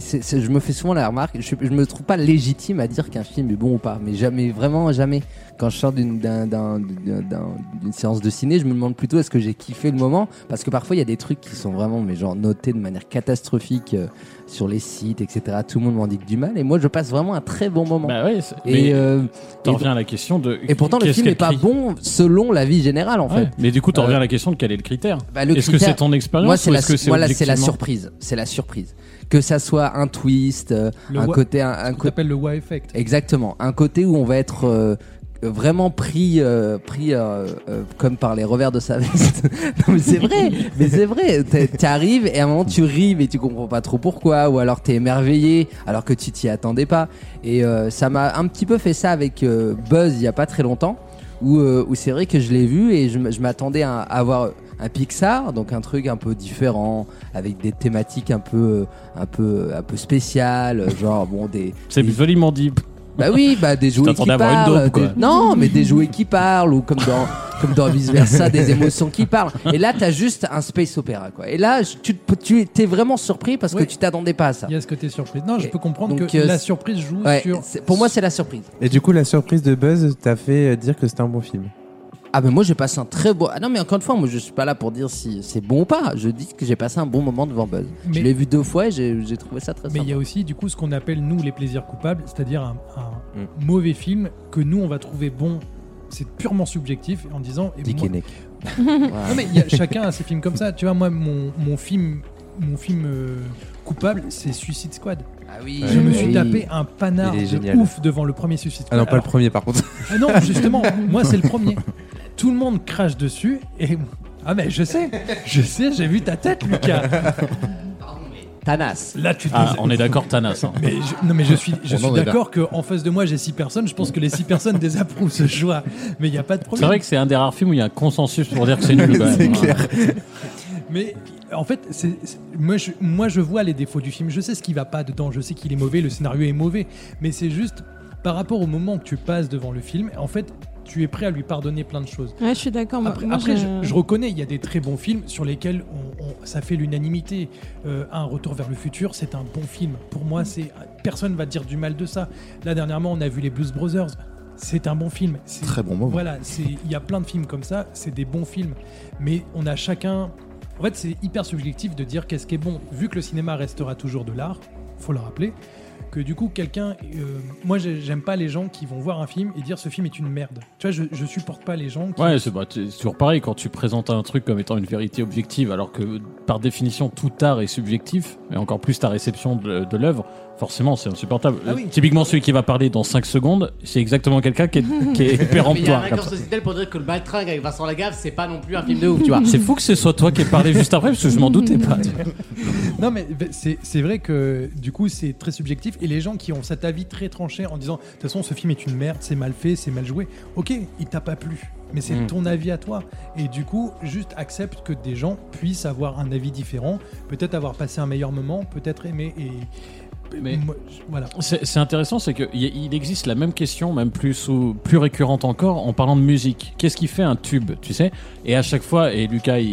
c'est- c'est- je me fais souvent la remarque. Je, suis- je me trouve pas légitime à dire qu'un film est bon ou pas. Mais jamais, vraiment jamais. Quand je sors d'une d'un- d'un- d'un- d'un- d'une séance de ciné, je me demande plutôt est-ce que j'ai kiffé le moment. Parce que parfois, il y a des trucs qui sont vraiment, mais genre notés de manière catastrophique euh, sur les sites, etc. Tout le monde m'en dit que du mal. Et moi, je passe vraiment un très bon moment. Bah ouais, c'est- et, mais euh, t'en et- reviens à la question de. et pourtant, le qu'est-ce film est qu'elle pas crie bon selon la vie générale, en Ouais, fait. Mais du coup, t'en Euh, reviens à la question de quel est le critère Bah, le Est-ce que critère- c'est ton expérience Moi, c'est ou la, est-ce que c'est voilà, c'est la objectivement surprise. C'est la surprise. Que ça soit un twist, euh, Le un wa- côté, un, un qu'on co- appelle le wa effect. exactement, un côté où on va être euh, vraiment pris, euh, pris euh, euh, comme par les revers de sa veste. non, mais c'est vrai, mais c'est vrai. T'es- T'arrives et à un moment tu ris, mais tu comprends pas trop pourquoi, ou alors t'es émerveillé alors que tu t'y attendais pas. Et euh, ça m'a un petit peu fait ça avec euh, Buzz il y a pas très longtemps, où, euh, où c'est vrai que je l'ai vu et je, m- je m'attendais à, à avoir un Pixar, donc un truc un peu différent, avec des thématiques un peu, euh, un peu, un peu spéciales, euh, genre bon des, C'est des- joliment dit. bah oui, bah des jouets qui t'attendais à avoir une parlent. daube, des- quoi. Non, mais des jouets qui parlent ou comme dans comme dans vice versa, des émotions qui parlent. Et là, t'as juste un space opéra, quoi. Et là, je- tu, te- tu t'es vraiment surpris parce que Oui. tu t'attendais pas à ça. Il y a ce côté surprise. Non, je Et peux comprendre donc, que euh, la surprise joue Ouais, sur. c'est- pour moi, c'est la surprise. Et du coup, la surprise de Buzz t'a fait euh, dire que c'était un bon film. Ah mais moi j'ai passé un très beau. Ah non mais encore une fois, moi je suis pas là pour dire si c'est bon ou pas. Je dis que j'ai passé un bon moment devant Buzz. Je Mais- l'ai vu deux fois et j'ai j'ai trouvé ça très Mais il y sympa. a aussi, du coup, ce qu'on appelle, nous, les plaisirs coupables, c'est-à-dire un, un Mm. mauvais film que nous, on va trouver bon. C'est purement subjectif en disant. et Dick moi- et Nick. Non, mais il y a- chacun a ses films comme ça. Tu vois, moi, mon, mon film, mon film euh, coupable, c'est Suicide Squad. Ah oui. Je me oui. suis tapé un panard Il est de génial. ouf devant le premier Suicide Ah Squad. non, pas le premier par contre. Ah non, justement, moi c'est le premier. Tout le monde crache dessus et ah mais je sais, je sais, j'ai vu ta tête, Lucas. Tanas. Là tu te Ah, dis- on est d'accord, Tanas. hein. Mais je, non mais je suis, je On suis en est là. d'accord que en face de moi j'ai six personnes. Je pense que les six personnes désapprouvent ce choix, mais il n'y a pas de C'est problème. vrai que c'est un des rares films où il y a un consensus pour dire que c'est nul. quand même, C'est hein. clair. Mais en fait, c'est- c'est- moi, je, moi je vois les défauts du film. Je sais ce qui va pas dedans. Je sais qu'il est mauvais, le scénario est mauvais. Mais c'est juste par rapport au moment que tu passes devant le film. En fait, tu es prêt à lui pardonner plein de choses. Ouais, je suis d'accord. mais Après, Ah, moi, après, je... je reconnais, il y a des très bons films sur lesquels on- on- ça fait l'unanimité. Euh, un retour vers le futur, c'est un bon film. Pour moi, c'est personne va dire du mal de ça. Là dernièrement, on a vu les Blues Brothers. C'est un bon film. C'est- Très bon moment. Voilà, c'est- il y a plein de films comme ça. C'est des bons films, mais on a chacun. En fait, c'est hyper subjectif de dire qu'est-ce qui est bon. Vu que le cinéma restera toujours de l'art, faut le rappeler. Que du coup, quelqu'un. euh, moi, j'ai- j'aime pas les gens qui vont voir un film et dire ce film est une merde. Tu vois, je, je supporte pas les gens qui. Ouais, c'est bah, c'est toujours pareil quand tu présentes un truc comme étant une vérité objective, alors que par définition tout art est subjectif, et encore plus ta réception de, de l'œuvre, forcément c'est insupportable. Ah oui. Euh, Typiquement celui qui va parler dans 5 secondes, c'est exactement quelqu'un qui est, qui Mais est il y a un péremptoire. comme accord ça. sociétal pour dire que le baltringue avec Vincent Lagaffe, c'est pas non plus un film de ouf, tu vois. C'est fou que ce soit toi qui aies parlé juste après, parce que je m'en doutais pas. Non, mais c'est c'est vrai que du coup, c'est très subjectif. Et les gens qui ont cet avis très tranché en disant De toute façon, ce film est une merde, c'est mal fait, c'est mal joué. Ok, il t'a pas plu. Mais c'est Mm. ton avis à toi. Et du coup, juste accepte que des gens puissent avoir un avis différent, peut-être avoir passé un meilleur moment, peut-être aimer. Et Mais- moi, je- voilà. C'est c'est intéressant, c'est qu'il existe la même question, même plus, ou plus récurrente encore, en parlant de musique. Qu'est-ce qui fait un tube, tu sais Et à chaque fois, et Lucas, il,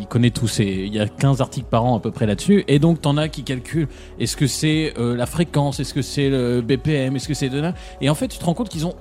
il connaît tous ces... Il y a 15 articles par an à peu près là-dessus, et donc t'en as qui calculent, est-ce que c'est euh, la fréquence, est-ce que c'est le BPM, est-ce que c'est... de là Et en fait, tu te rends compte qu'ils ont...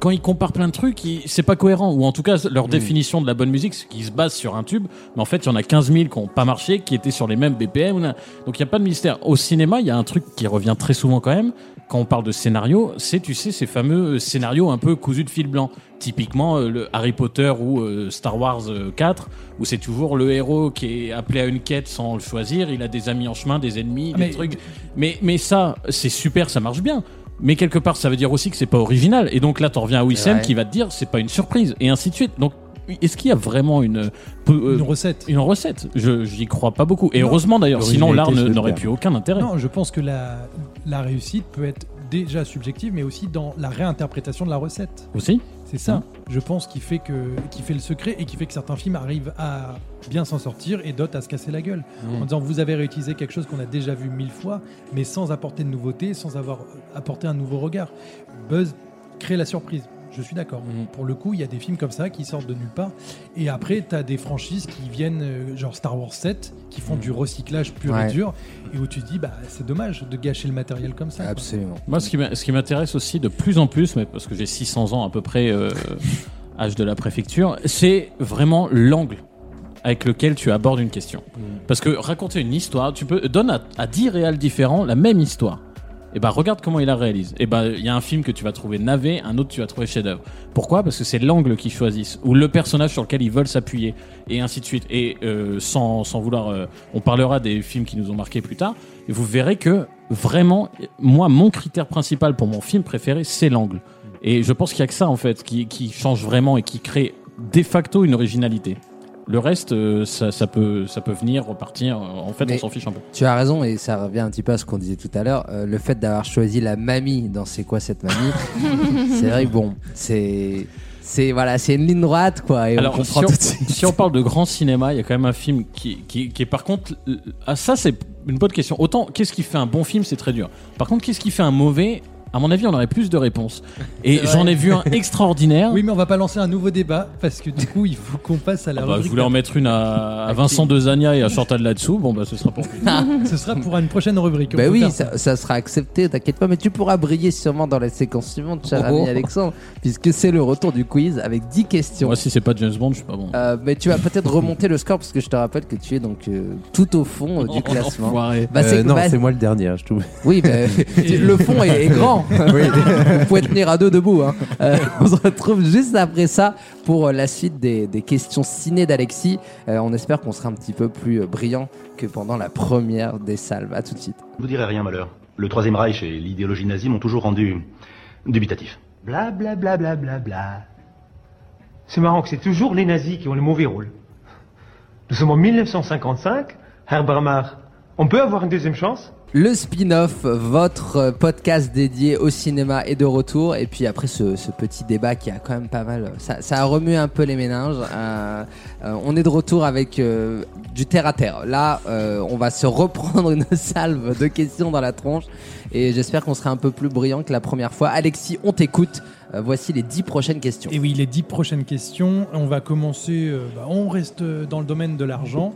Quand ils comparent plein de trucs, ils- c'est pas cohérent. Ou en tout cas, leur définition de la bonne musique, c'est qu'ils se basent sur un tube. Mais en fait, il y en a 15 000 qui ont pas marché, qui étaient sur les mêmes BPM. ou là. Donc il n'y a pas de mystère. Au cinéma, il y a un truc qui revient très souvent quand même, quand on parle de scénario, c'est, tu sais, ces fameux euh, scénarios un peu cousus de fil blanc. Typiquement, euh, le Harry Potter ou euh, Star Wars euh, 4, où c'est toujours le héros qui est appelé à une quête sans le choisir, il a des amis en chemin, des ennemis, Mais- des trucs. Mais, mais ça, c'est super, ça marche bien. Mais quelque part, ça veut dire aussi que c'est pas original. Et donc là, t'en reviens à Wissem Ouais. qui va te dire, c'est pas une surprise, et ainsi de suite. Donc, est-ce qu'il y a vraiment une, peu- euh, Une recette. une recette Je J'y crois pas beaucoup. Et Non. heureusement d'ailleurs, sinon l'art L'originalité, ne- c'est le n'aurait terme. plus aucun intérêt. Non, je pense que la, la réussite peut être déjà subjective, mais aussi dans la réinterprétation de la recette. Aussi C'est ça, Hein je pense, qui fait, que, qui fait le secret et qui fait que certains films arrivent à bien s'en sortir et d'autres à se casser la gueule. En disant, vous avez réutilisé quelque chose qu'on a déjà vu mille fois, mais sans apporter de nouveauté, sans avoir apporté un nouveau regard. Buzz crée la surprise. Je suis d'accord. Pour le coup, il y a des films comme ça qui sortent de nulle part. Et après, tu as des franchises qui viennent, euh, genre Star Wars 7, qui font du recyclage pur Ouais. et dur. Et où tu te dis, bah, c'est dommage de gâcher le matériel comme ça. quoi. Absolument. Moi, ce qui m'a- ce qui m'intéresse aussi de plus en plus, mais parce que j'ai 600 ans à peu près, euh, âge de la préfecture, c'est vraiment l'angle avec lequel tu abordes une question. Parce que raconter une histoire, tu peux donne à, à 10 réals différents la même histoire. Et bah regarde comment il la réalise. Et bah il y a un film que tu vas trouver navet, un autre tu vas trouver chef-d'œuvre. Pourquoi Parce que c'est l'angle qu'ils choisissent ou le personnage sur lequel ils veulent s'appuyer et ainsi de suite. Et euh, sans, sans vouloir, euh, on parlera des films qui nous ont marqués plus tard. Et vous verrez que vraiment, moi mon critère principal pour mon film préféré c'est l'angle. Et je pense qu'il y a que ça en fait qui, qui change vraiment et qui crée de facto une originalité. Le reste, euh, ça, ça peut, ça peut venir, repartir. euh, En fait, Mais- on s'en fiche un peu. Tu as raison et ça revient un petit peu à ce qu'on disait tout à l'heure. euh, le fait d'avoir choisi la mamie dans c'est quoi cette mamie, c'est vrai que bon, c'est c'est voilà, c'est une ligne droite quoi et on comprend si on, tout de suite. si on parle de grand cinéma, il y a quand même un film qui, qui, qui est par contre. euh, Ah, ça, c'est une bonne question. Autant, qu'est-ce qui fait un bon film, c'est très dur. Par contre, qu'est-ce qui fait un mauvais à mon avis, on aurait plus de réponses. Et j'en ai vu un extraordinaire. Oui, mais on va pas lancer un nouveau débat parce que du coup, il faut qu'on passe à la Ah bah, je rubrique voulais en mettre une à, à Vincent Dezania et à Chantal là-dessous. Bon, bah, ce sera pour plus. tard. Ce sera pour une prochaine rubrique. Bah Ben On peut oui, faire ça, ça sera accepté, t'inquiète pas, mais tu pourras briller sûrement dans la séquence suivante, cher Oh. ami Alexandre, puisque c'est le retour du quiz avec 10 questions. Moi, si c'est pas James Bond, je suis pas bon. Euh, mais tu vas peut-être remonter le score parce que je te rappelle que tu es donc euh, tout au fond euh, du Oh, classement. l'enfoiré. Bah, c'est- Euh, non, bah, c'est moi le dernier, je trouve. Oui, bah, le fond est, est grand. Vous pouvez tenir à deux debout. hein. Euh, on se retrouve juste après ça pour euh, la suite des, des questions ciné d'Alexis. Euh, on espère qu'on sera un petit peu plus euh, brillant que pendant la première des salves. À tout de suite. Je vous dirai rien, malheur. Le Troisième Reich et l'idéologie nazie m'ont toujours rendu dubitatif. Bla bla bla bla bla bla. C'est marrant que c'est toujours les nazis qui ont le mauvais rôle. Nous sommes en 1955, Herr Bramar. On peut avoir une deuxième chance Le spin-off, votre euh, podcast dédié au cinéma est de retour. Et puis après ce, ce petit débat qui a quand même pas mal. Ça, ça a remué un peu les méninges. Euh, euh, on est de retour avec euh, du terre à terre. Là, euh, on va se reprendre une salve de questions dans la tronche. Et j'espère qu'on sera un peu plus brillant que la première fois. Alexis, on t'écoute. Euh, voici les 10 prochaines questions. Et oui, les dix prochaines questions. On va commencer. euh, bah, on reste euh, dans le domaine de l'argent.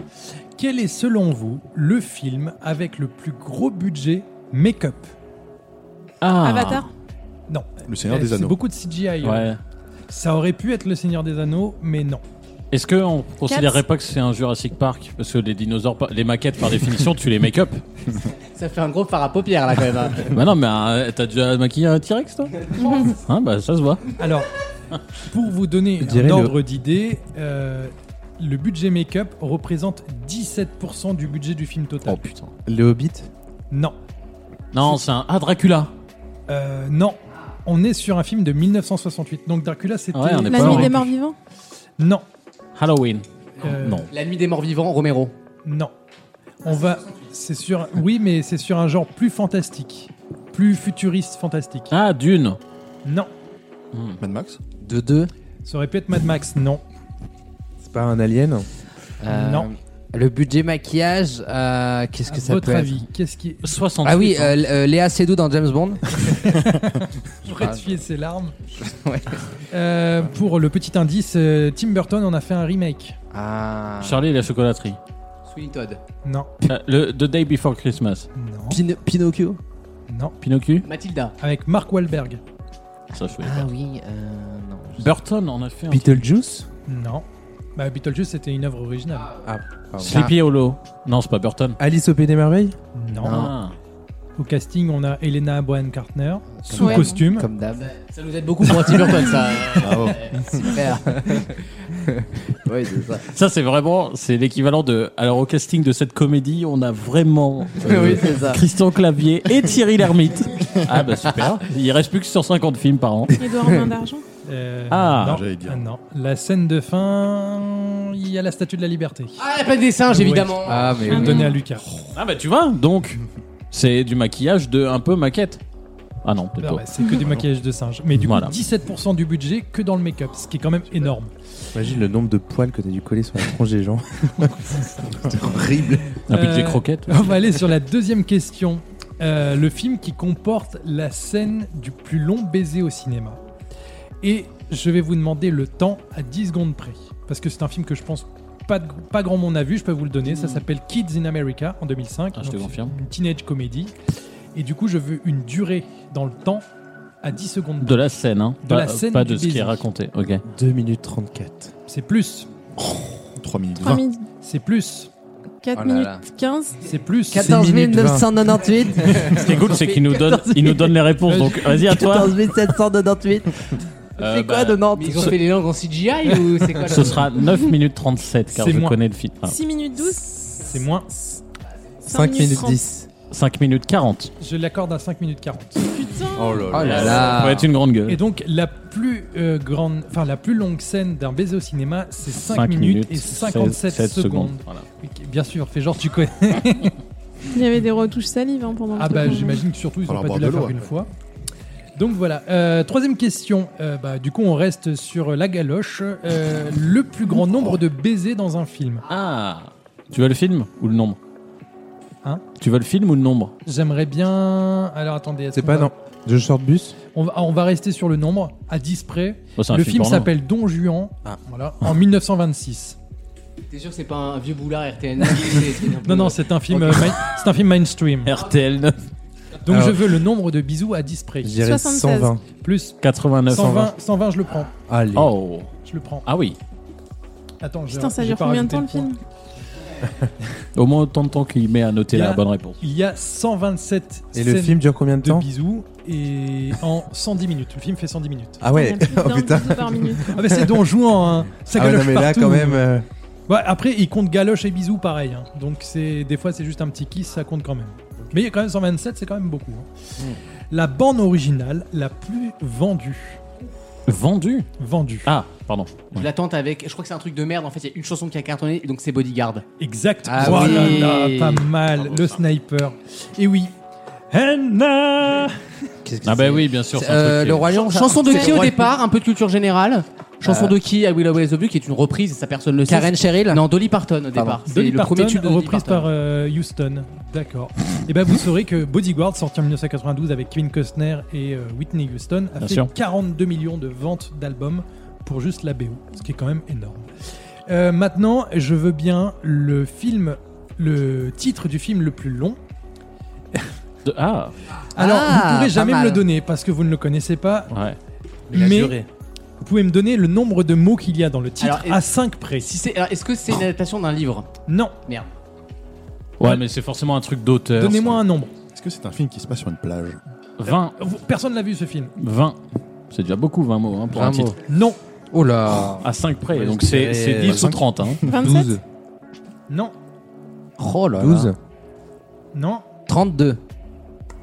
Quel est, selon vous, le film avec le plus gros budget make-up Ah. Avatar Non. Le Seigneur Eh, des c'est Anneaux. beaucoup de CGI. hein. Ça aurait pu être Le Seigneur des Anneaux, mais non. Est-ce qu'on considérerait pas que c'est un Jurassic Park Parce que les dinosaures, pa- les maquettes, par définition, tu les make-up. Ça fait un gros fard à paupières là quand même. hein. bah non, mais euh, t'as déjà maquillé un T-Rex, toi Hein, Bah, ça se voit. Alors, pour vous donner Je dirais un le- ordre d'idée, euh, le budget make-up représente 17% du budget du film Oh, total. Le Hobbit Non. Non, c'est un. Ah, Dracula Euh, non. On est sur un film de 1968. Donc Dracula, c'était Ouais, on est La pas nuit loin. des morts vivants Non. Halloween. Euh, Non. La nuit des morts vivants, Romero. Non. On va. C'est sur. Oui, mais c'est sur un genre plus fantastique, plus futuriste fantastique. Ah, Dune Non. Mad Max De deux. Ça aurait pu être Mad Max. Non. C'est pas un alien Euh, Non. Le budget maquillage, euh, qu'est-ce que À ça votre peut avis, être qu'est-ce qui. est- 68. Ah oui, hein. euh, euh, Léa Seydoux dans James Bond. J'aurais tué ses larmes. Ouais. Euh, pour le petit indice, euh, Tim Burton en a fait un remake. Ah. Charlie et la chocolaterie. Sweeney Todd. Non. Euh, le The Day Before Christmas. Non. Pinocchio Non. Pinocchio Mathilda. Avec Mark Wahlberg. Ça, je voulais Ah pas. oui, euh, non. Burton, on a fait un. Beetlejuice Non. Bah, Beetlejuice, c'était une œuvre originale. Ah, pardon. Sleepy Hollow. Non, c'est pas Burton. Alice au Pays des Merveilles Non. Ah. Au casting, on a Elena Bohan Carter. Sous Ouais. costume. Comme d'hab. Ça nous aide beaucoup pour un Tim Burton ça. Bravo. Super. oui, c'est ça. Ça, c'est vraiment. C'est l'équivalent de. Alors, au casting de cette comédie, on a vraiment. euh, oui, c'est ça. Christian Clavier et Thierry Lhermitte. Ah, bah super. Il reste plus que 150 films par an. Edouard Main d'argent Euh, Ah. non. J'allais dire. Ah, non. La scène de fin, il y a la Statue de la Liberté. Ah, la planète des singes Oui. évidemment. Ah, mais Je vais le oui. donner à Lucas. Ah, bah tu vois, donc. C'est du maquillage de un peu maquette. Ah non, peut-être Non, pas. bah, c'est que du maquillage de singe. Mais du Voilà. coup, 17% du budget que dans le make-up, ce qui est quand même énorme. Imagine le nombre de poils que t'as dû coller sur la tronche des gens. Un Euh, budget croquette. On va aller sur la deuxième question. Euh, le film qui comporte la scène du plus long baiser au cinéma. Et je vais vous demander le temps à 10 secondes près. Parce que c'est un film que je pense pas, de- pas grand monde a vu, je peux vous le donner. Ça s'appelle Kids in America en 2005. Ah, je te Donc, confirme. Une teenage comédie. Et du coup, je veux une durée dans le temps à 10 secondes. De la scène, hein. De pas, la scène pas du de ce qui baiser. est raconté. Ok. 2 minutes 34. C'est plus. 3 minutes 3 20. minutes, C'est plus. 4 Oh là minutes là. 15 C'est plus. 14 998. Ce qui est cool, c'est qu'il nous donne, il nous donne les réponses. Donc, vas-y à toi. 14 798. Euh, c'est quoi bah, de Nantes Mais ils ont fait les langues en CGI ou c'est quoi Ce sera 9 minutes 37, car C'est je moins. connais le film. Ah, 6 minutes 12 C'est moins. 5 minutes minutes 30. 10. 5 minutes 40. Je l'accorde à 5 minutes 40. Oh là Oh là Ça va là. être une grande Et gueule. donc la plus euh, grande, enfin la plus longue scène d'un baiser au cinéma, c'est 5, Cinq minutes, et 16, 57 7 secondes. Voilà. Ok, Bien sûr, fais genre tu connais. Il y avait des retouches salives hein, pendant Ah le bah tournage. j'imagine que surtout ils Faut ont leur pas dû boire la de l'eau, faire une après. fois. Donc voilà, Euh, troisième question. Euh, bah, du coup, on reste sur la galoche. Euh, le plus grand nombre de baisers dans un film. Ah Tu veux le film ou le nombre Hein Tu veux le film ou le nombre J'aimerais bien. Alors attendez. est-ce C'est qu'on pas va- dans De short bus on va, ah, on va rester sur le nombre, à 10 près. Oh, c'est un le film film porno. s'appelle Don Juan, voilà, en 1926. T'es sûr que c'est pas un vieux boulard RTN C'est- un peu- Non, non, c'est un film, Ok. euh, main- c'est un film mainstream. RTL. Donc Alors- je veux le nombre de bisous à 10 près. Je dirais 76. 120. Plus 89. 120, 120, je le prends. Allez. Oh. Je le prends. Ah oui. Attends, j'ai- Putain, ça j'ai dure pas combien de temps le rajouté film Au moins autant de temps qu'il met à noter Il y a- la bonne réponse. Il y a 127 Et le scènes film dure combien de temps bisous et en 110 minutes. Le film fait 110 minutes. Ah ouais. Putain, il y a plus Oh, d'un putain. bisou par minute. Ah bah c'est Don Juan, hein. ça Ah ouais, galoche non, mais là, partout. quand même, euh. Ouais, après il compte galoche et bisous pareil. hein. Donc c'est des fois c'est juste un petit kiss, ça compte quand même. Mais quand même 127, c'est quand même beaucoup. hein. Hmm. La bande originale la plus vendue. Vendue Vendue. Ah, pardon. Je l'attente avec. Je crois que c'est un truc de merde. En fait, il y a une chanson qui a cartonné, donc c'est Bodyguard. Exact. Ah oh là oui. là, pas mal. le sniper. Et oui. Henna. Ah bah oui, bien sûr. c'est un truc qui est- Chanson de c'est qui le au Euh, Roi- départ Un peu de culture générale. Chanson Euh, de qui I Will Always Love You, qui est une reprise, ça personne le sait. Karen Sherrill Non, Dolly Parton au départ. C'est Dolly le Parton, premier tube de Dolly reprise Parton. par euh, Houston. D'accord. et ben vous saurez que Bodyguard, sorti en 1992 avec Kevin Costner et euh, Whitney Houston, a Bien fait sûr. 42 millions de ventes d'albums pour juste la BO, ce qui est quand même énorme. Euh, maintenant, je veux bien le film, le titre du film le plus long. de- Ah. Alors, vous Ah, ne pourrez jamais pas me mal. le donner parce que vous ne le connaissez pas. Ouais. Mais, vous pouvez me donner le nombre de mots qu'il y a dans le titre Alors, et- à 5 près. Si c'est- alors, Est-ce que c'est une adaptation d'un livre Non. Merde. Ouais, mais c'est forcément un truc d'auteur. Donnez-moi un nombre. Est-ce que c'est un film qui se passe sur une plage 20. Euh, vous- Personne l'a vu ce film. 20. C'est déjà beaucoup, 20 mots hein, pour 20 un titre. mots. Non. Oh là À 5 près, Ouais, donc je c'est dirais, c'est euh, 10 ou 25. 30. Hein. 27. Non. Oh là là. 12. Non. 32.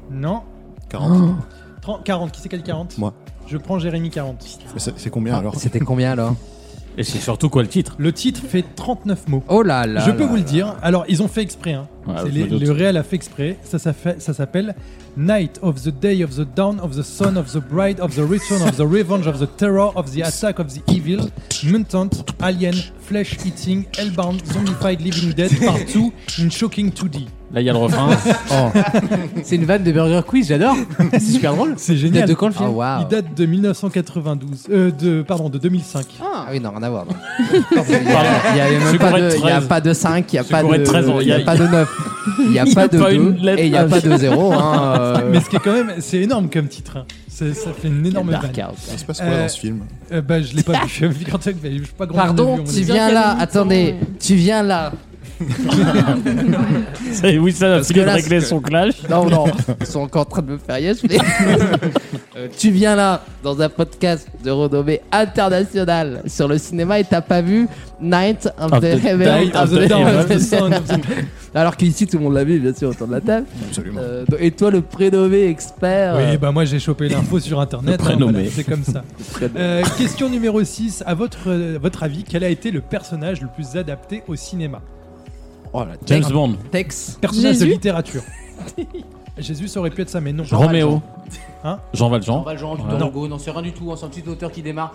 Non. 40. 30, 40. Qui c'est quel 40 Moi. Je prends Jérémy 40. Mais c'est c'est combien alors C'était combien alors Et c'est surtout quoi le titre Le titre fait 39 mots. Oh là là. je peux là vous le là. dire. Alors, ils ont fait exprès. hein. Ouais, C'est je me les- doute. le réel a fait exprès. Ça, ça fait- ça s'appelle Night of the Day of the Dawn of the Son of the Bride of the Return of the Revenge of the Terror of the Attack of the Evil, Mutant, Alien, Flesh Eating, Hellbound, Zombified Living Dead, Part 2, in Shocking 2D. Là, il y a le refrain. C'est une vanne de Burger Quiz, j'adore. C'est super drôle. C'est Il génial. date de quand le Ah, film Il date de 1992. euh, de, pardon, de 2005. Ah oui, non, rien à voir. non. Il y a- il y a même Ce pas pourrait de- être il y a 13. pas de 5, il n'y a Ce pas pourrait de être 13, il y a il y a- pas de 9, il n'y a pas de une 2 lettre. et il n'y a pas de hein, euh, 0. Mais ce qui est quand même, c'est énorme comme titre. hein. C'est- Ça fait une énorme Dark vanne. Out. Il se passe quoi dans ce film euh, Bah, je l'ai pas vu. Je suis je suis pas grand Pardon, tu viens là, attendez, tu viens là. C'est- oui, ça, Parce il que vient de là, régler c'est- son clash. Non, non, ils sont encore en train de me faire yes, mais- Euh, tu viens là, dans un podcast de renommée internationale sur le cinéma et t'as pas vu Night of, Of the, the Heaven Ah, Night of the Heaven. Alors qu'ici, tout le monde l'a vu, bien sûr, autour de la table. Euh, et toi, le prénommé expert. euh, Oui, bah moi j'ai chopé l'info sur internet. hein, Le prénommé. c'est comme ça. Euh, question numéro 6. À votre, euh, votre avis, quel a été le personnage le plus adapté au cinéma Oh, la James Bond. Tex. Personnage de Jésus littérature. Jésus, ça aurait pu être ça, mais non. Roméo. Hein Jean Valjean. Jean Valjean, Ouais. Victor Non. Hugo, non, c'est rien du tout. hein, C'est un petit auteur qui démarre.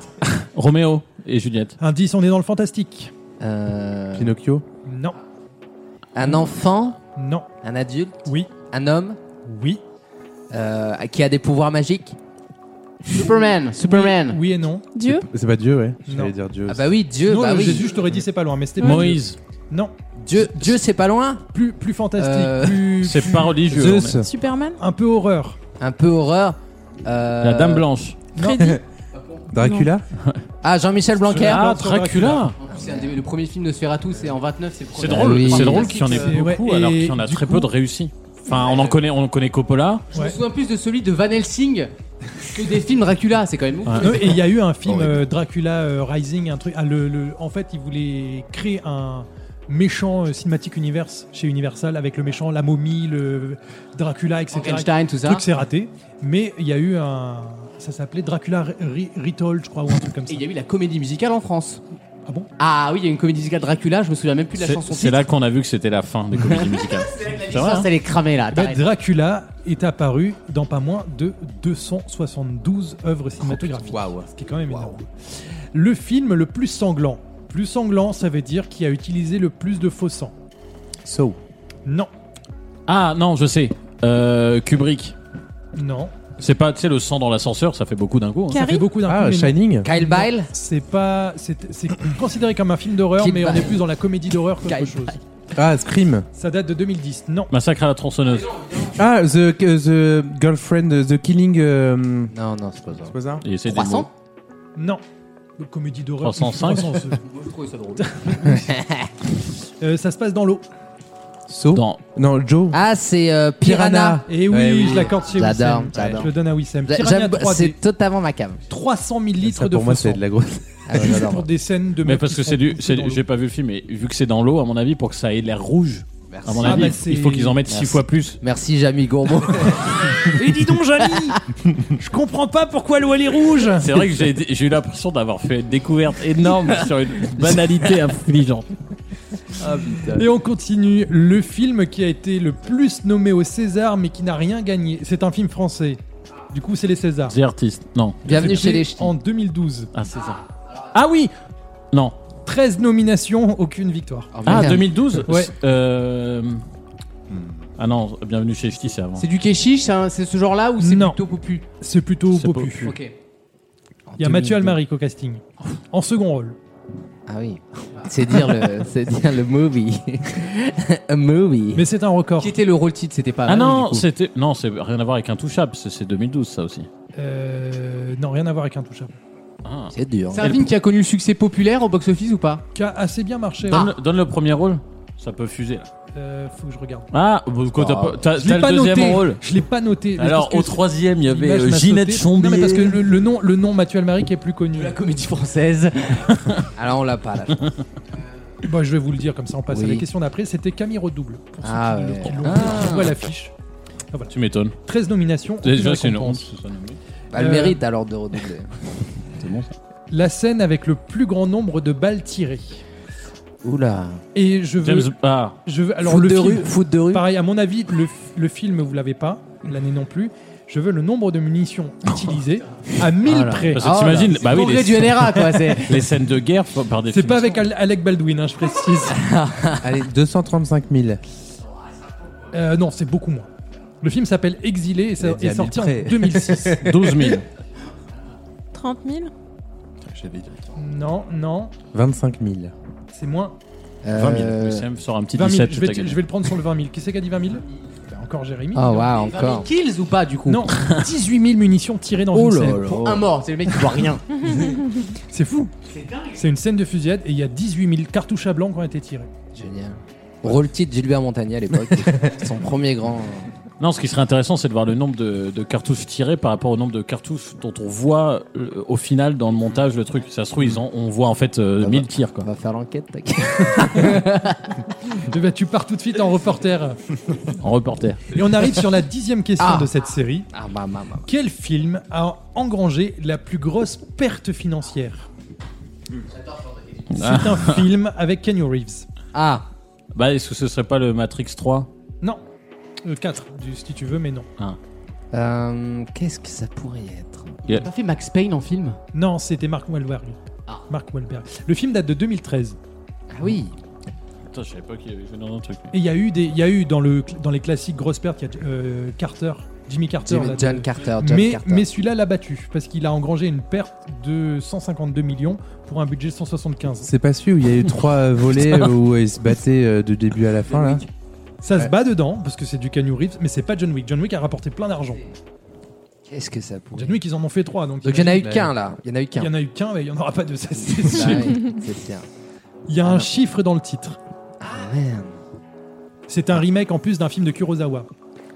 Roméo et Juliette. Indice, on est dans le fantastique. Pinocchio. Non. Euh, Un enfant Non. Un adulte Oui. Un homme euh, Oui. qui a des pouvoirs magiques Superman, Superman. Oui et non. Dieu C'est pas Dieu, ouais. Non. J'allais dire Dieu. Ah bah oui, Dieu, non, bah euh, oui. Jésus, je t'aurais dit c'est pas loin, mais c'était pas Moïse. Dieu. Non. Dieu, Dieu c'est pas loin Plus, plus fantastique. Euh, Plus, C'est plus- pas religieux. bah, Zeus. on est- Superman Un peu horreur. Un peu horreur. Euh, La Dame Blanche. Non. Dracula Ah, Jean-Michel Blanquer Ah, Dracula. Dracula. En plus, c'est un des- le premier film de Sferatu, c'est en 29, c'est le premier. C'est drôle, oui. c'est drôle qu'il y en ait Euh, ouais, beaucoup alors et qu'il y en a du très coup- peu de réussis. Enfin, on en connaît, on en connaît Coppola. Je me Ouais. souviens plus de celui de Van Helsing que des films Dracula, c'est quand même ouf. Ouais. Non, Et il y a eu un film Horrible. euh, Dracula euh, Rising, un truc. ah, le, le- en fait, ils voulaient créer un méchant euh, cinématique universe chez Universal avec le méchant, la momie, le Dracula, etc. Frankenstein, tout Le ça. truc c'est raté. Mais il y a eu un. Ça s'appelait Dracula Re- Re- Retold, je crois, ou un truc comme Et ça. il y a eu la comédie musicale en France. Ah bon Ah oui, il y a eu une comédie musicale Dracula, je me souviens même plus de la C'est chanson. c'est là qu'on a vu que c'était la fin des comédies musicales. C'est vrai. hein ça les cramée là. Eh ben, t'arrêtes. Dracula est apparu dans pas moins de 272 œuvres cinématographiques. Ce qui est quand même énorme. Le film le plus sanglant. Plus sanglant, ça veut dire qui a utilisé le plus de faux sang. So. Non, hein Ah non, je sais. Euh, Kubrick. non, C'est pas, tu sais, le sang dans l'ascenseur, ça fait beaucoup d'un coup. hein. Ça fait beaucoup d'un Ah, coup, mais non. Kyle Bile C'est pas. C'est c'est considéré comme un film d'horreur, Kyle mais on Bile. est plus dans la comédie d'horreur qu'autre chose. Ah, Scream. Ça date de 2010. Non. Massacre à la tronçonneuse. Ah, The, the Girlfriend, The Killing. euh, Non, non, c'est pas ça. C'est pas ça Et c'est des 300? mots. Non. Le comédie d'horreur. 305. c'est- Euh, ça se passe dans l'eau. So Dans- Non, Joe. Ah, c'est euh, Piranha. Et Eh oui, je l'accorde chez J'adore, Wissem. j'adore. Je le donne à Wissem. J'a- Piranha j'aime- 3D. C'est totalement ma cave. 300 000 litres Ça, de pour moi, feu c'est sang. de la grosse. Ah ouais, Juste j'adore. pour des scènes de Mais mecs parce qui que sont c'est du. poussés c'est- dans l'eau. J'ai pas vu le film, mais vu que c'est dans l'eau, à mon avis, pour que ça ait l'air rouge, à mon Ah, avis, bah, il c'est- faut qu'ils en mettent Merci. 6 fois plus. Merci, Jamie Gourmand. Et dis donc, Johnny Je comprends pas pourquoi l'eau elle est rouge C'est vrai que j'ai été- j'ai eu l'impression d'avoir fait une découverte énorme sur une banalité affligeante. Et on continue. Le film qui a été le plus nommé au César mais qui n'a rien gagné. C'est un film français. Du coup, c'est les Césars. The Artist, non. Bienvenue chez C'était les ch'tis. En 2012. Ah, c'est ça. Ah oui Non. 13 nominations, aucune victoire. Oh, Ah, merde. 2012 Ouais. Euh, Ah non, Bienvenue chez les Ch'tis, c'est avant. C'est du kéchiche, hein, c'est ce genre-là ou c'est Non. plutôt popu C'est plutôt C'est popu. popu. Ok. Il y a Mathieu Almaric au casting. En second rôle. Ah oui. C'est dire le, c'est dire le movie. A movie. Mais c'est un record. Qui était le rôle titre C'était pas. Ah non, c'est. c'était non, c'est rien à voir avec Intouchable, c'est c'est 2012 ça aussi. Euh, non, rien à voir avec un touchable. Ah. C'est dur. C'est un film qui a connu le succès populaire au box-office ou pas Qui a assez bien marché. ouais. Donne, donne le premier rôle, ça peut fuser. Là. Euh, faut que je regarde. Ah, bon, quand t'as Ah. pas- t'as Je l'ai t'as pas le deuxième noté. rôle. Je l'ai pas noté. Alors Parce au que troisième, il y avait l'image euh, m'a Ginette sauté. Non, Chombier. mais parce que le, le nom, le nom Mathieu Almaric est plus connu. La comédie française. Alors, on l'a pas, Ah, là. je pense. Bah, je vais vous le dire comme ça, on passe à Oui. la question d'après. C'était Camille Redouble. Pour ceux Ah qui, ouais. qui l'ont Ah. qui voient l'affiche. Tu m'étonnes. 13 nominations. aucune Déjà, c'est une honte. récompense. ce soit nommé. Bah, le Euh, mérite, alors, de redoubler. C'est bon ça. La scène avec le plus grand nombre de balles tirées. Oula. Et je veux. James ah, Barr. Je veux alors foot le de film. Ah, rue, foot de rue. Pareil, à mon avis, le, le film, vous l'avez pas, l'année non plus. Je veux le nombre de munitions Oh. utilisées à 1000 Ah là. près. Parce Ah, que t'imagines, bah oui, Congrès les, du NRA, quoi. c'est- les scènes de guerre faut- par des. C'est pas avec Al- Alec Baldwin, hein, je précise. Allez, 235 000. Euh, non, c'est beaucoup moins. Le film s'appelle Exilé et ça- Il a dit est à mille sorti en près. 2006. 12 000. 30 000 J'avais dit. non, non, 25 000. c'est moins. 20 000. Euh, Sam sort un petit 20 000. 17. Je t'as vais, gagné. je vais le prendre sur le 20 000. Qui c'est qui a dit 20 000 Ben, Encore Jérémy. Oh, waouh, Il y avait encore. Kills ou pas du coup Non, 18 000 munitions tirées dans Oh une là scène. là. Pour un mort, c'est le mec qui voit rien. C'est fou. C'est une scène de fusillade et il y a 18 000 cartouches à blanc qui ont été tirées. Génial. Rôle titre Gilbert Montagnier à l'époque. Son premier grand. Non, ce qui serait intéressant, c'est de voir le nombre de, de cartouches tirées par rapport au nombre de cartouches dont on voit euh, au final dans le montage le truc. Ça se trouve, ils ont- on voit en fait euh, Ah bah. 1000 tirs quoi. On va faire l'enquête, tac. Eh ben, tu pars tout de suite en reporter. En reporter. Et on arrive sur la dixième question Ah. de cette série. Ah, bah, bah, bah. Quel film a engrangé la plus grosse perte financière C'est un film avec Kenny Reeves. Ah, Bah, est-ce que ce serait pas le Matrix 3 Non. 4, si tu veux, mais non. euh, qu'est-ce que ça pourrait être Il y a- T'as fait Max Payne en film Non, c'était Mark Wahlberg. Ah. Mark Wahlberg. Le film date de 2013. Ah oui. Putain, je savais pas qu'il avait joué dans un truc. Et il y a eu, des, il y a eu dans, le, dans les classiques grosses pertes, il y a euh, Carter, Jimmy Carter. Jimmy- là, de- John Carter. John mais Carter. mais celui-là l'a battu parce qu'il a engrangé une perte de 152 millions pour un budget de 175. C'est pas celui où il y a eu trois euh, volets euh, où ils se battaient euh, de début à la fin là. Ça se bat dedans parce que c'est du Keanu Reeves, mais c'est pas John Wick. John Wick a rapporté plein d'argent. Qu'est-ce que ça pourrait John Wick, ils en ont fait trois. Donc, Donc il y en a eu imagine- qu'un là. Il y en a eu Il y qu'un. en a eu qu'un, mais il y en aura pas deux. ça, c'est sûr. Bah oui, c'est sûr. Il y a Ah, non. un chiffre dans le titre. Ah, merde. C'est un remake en plus d'un film de Kurosawa.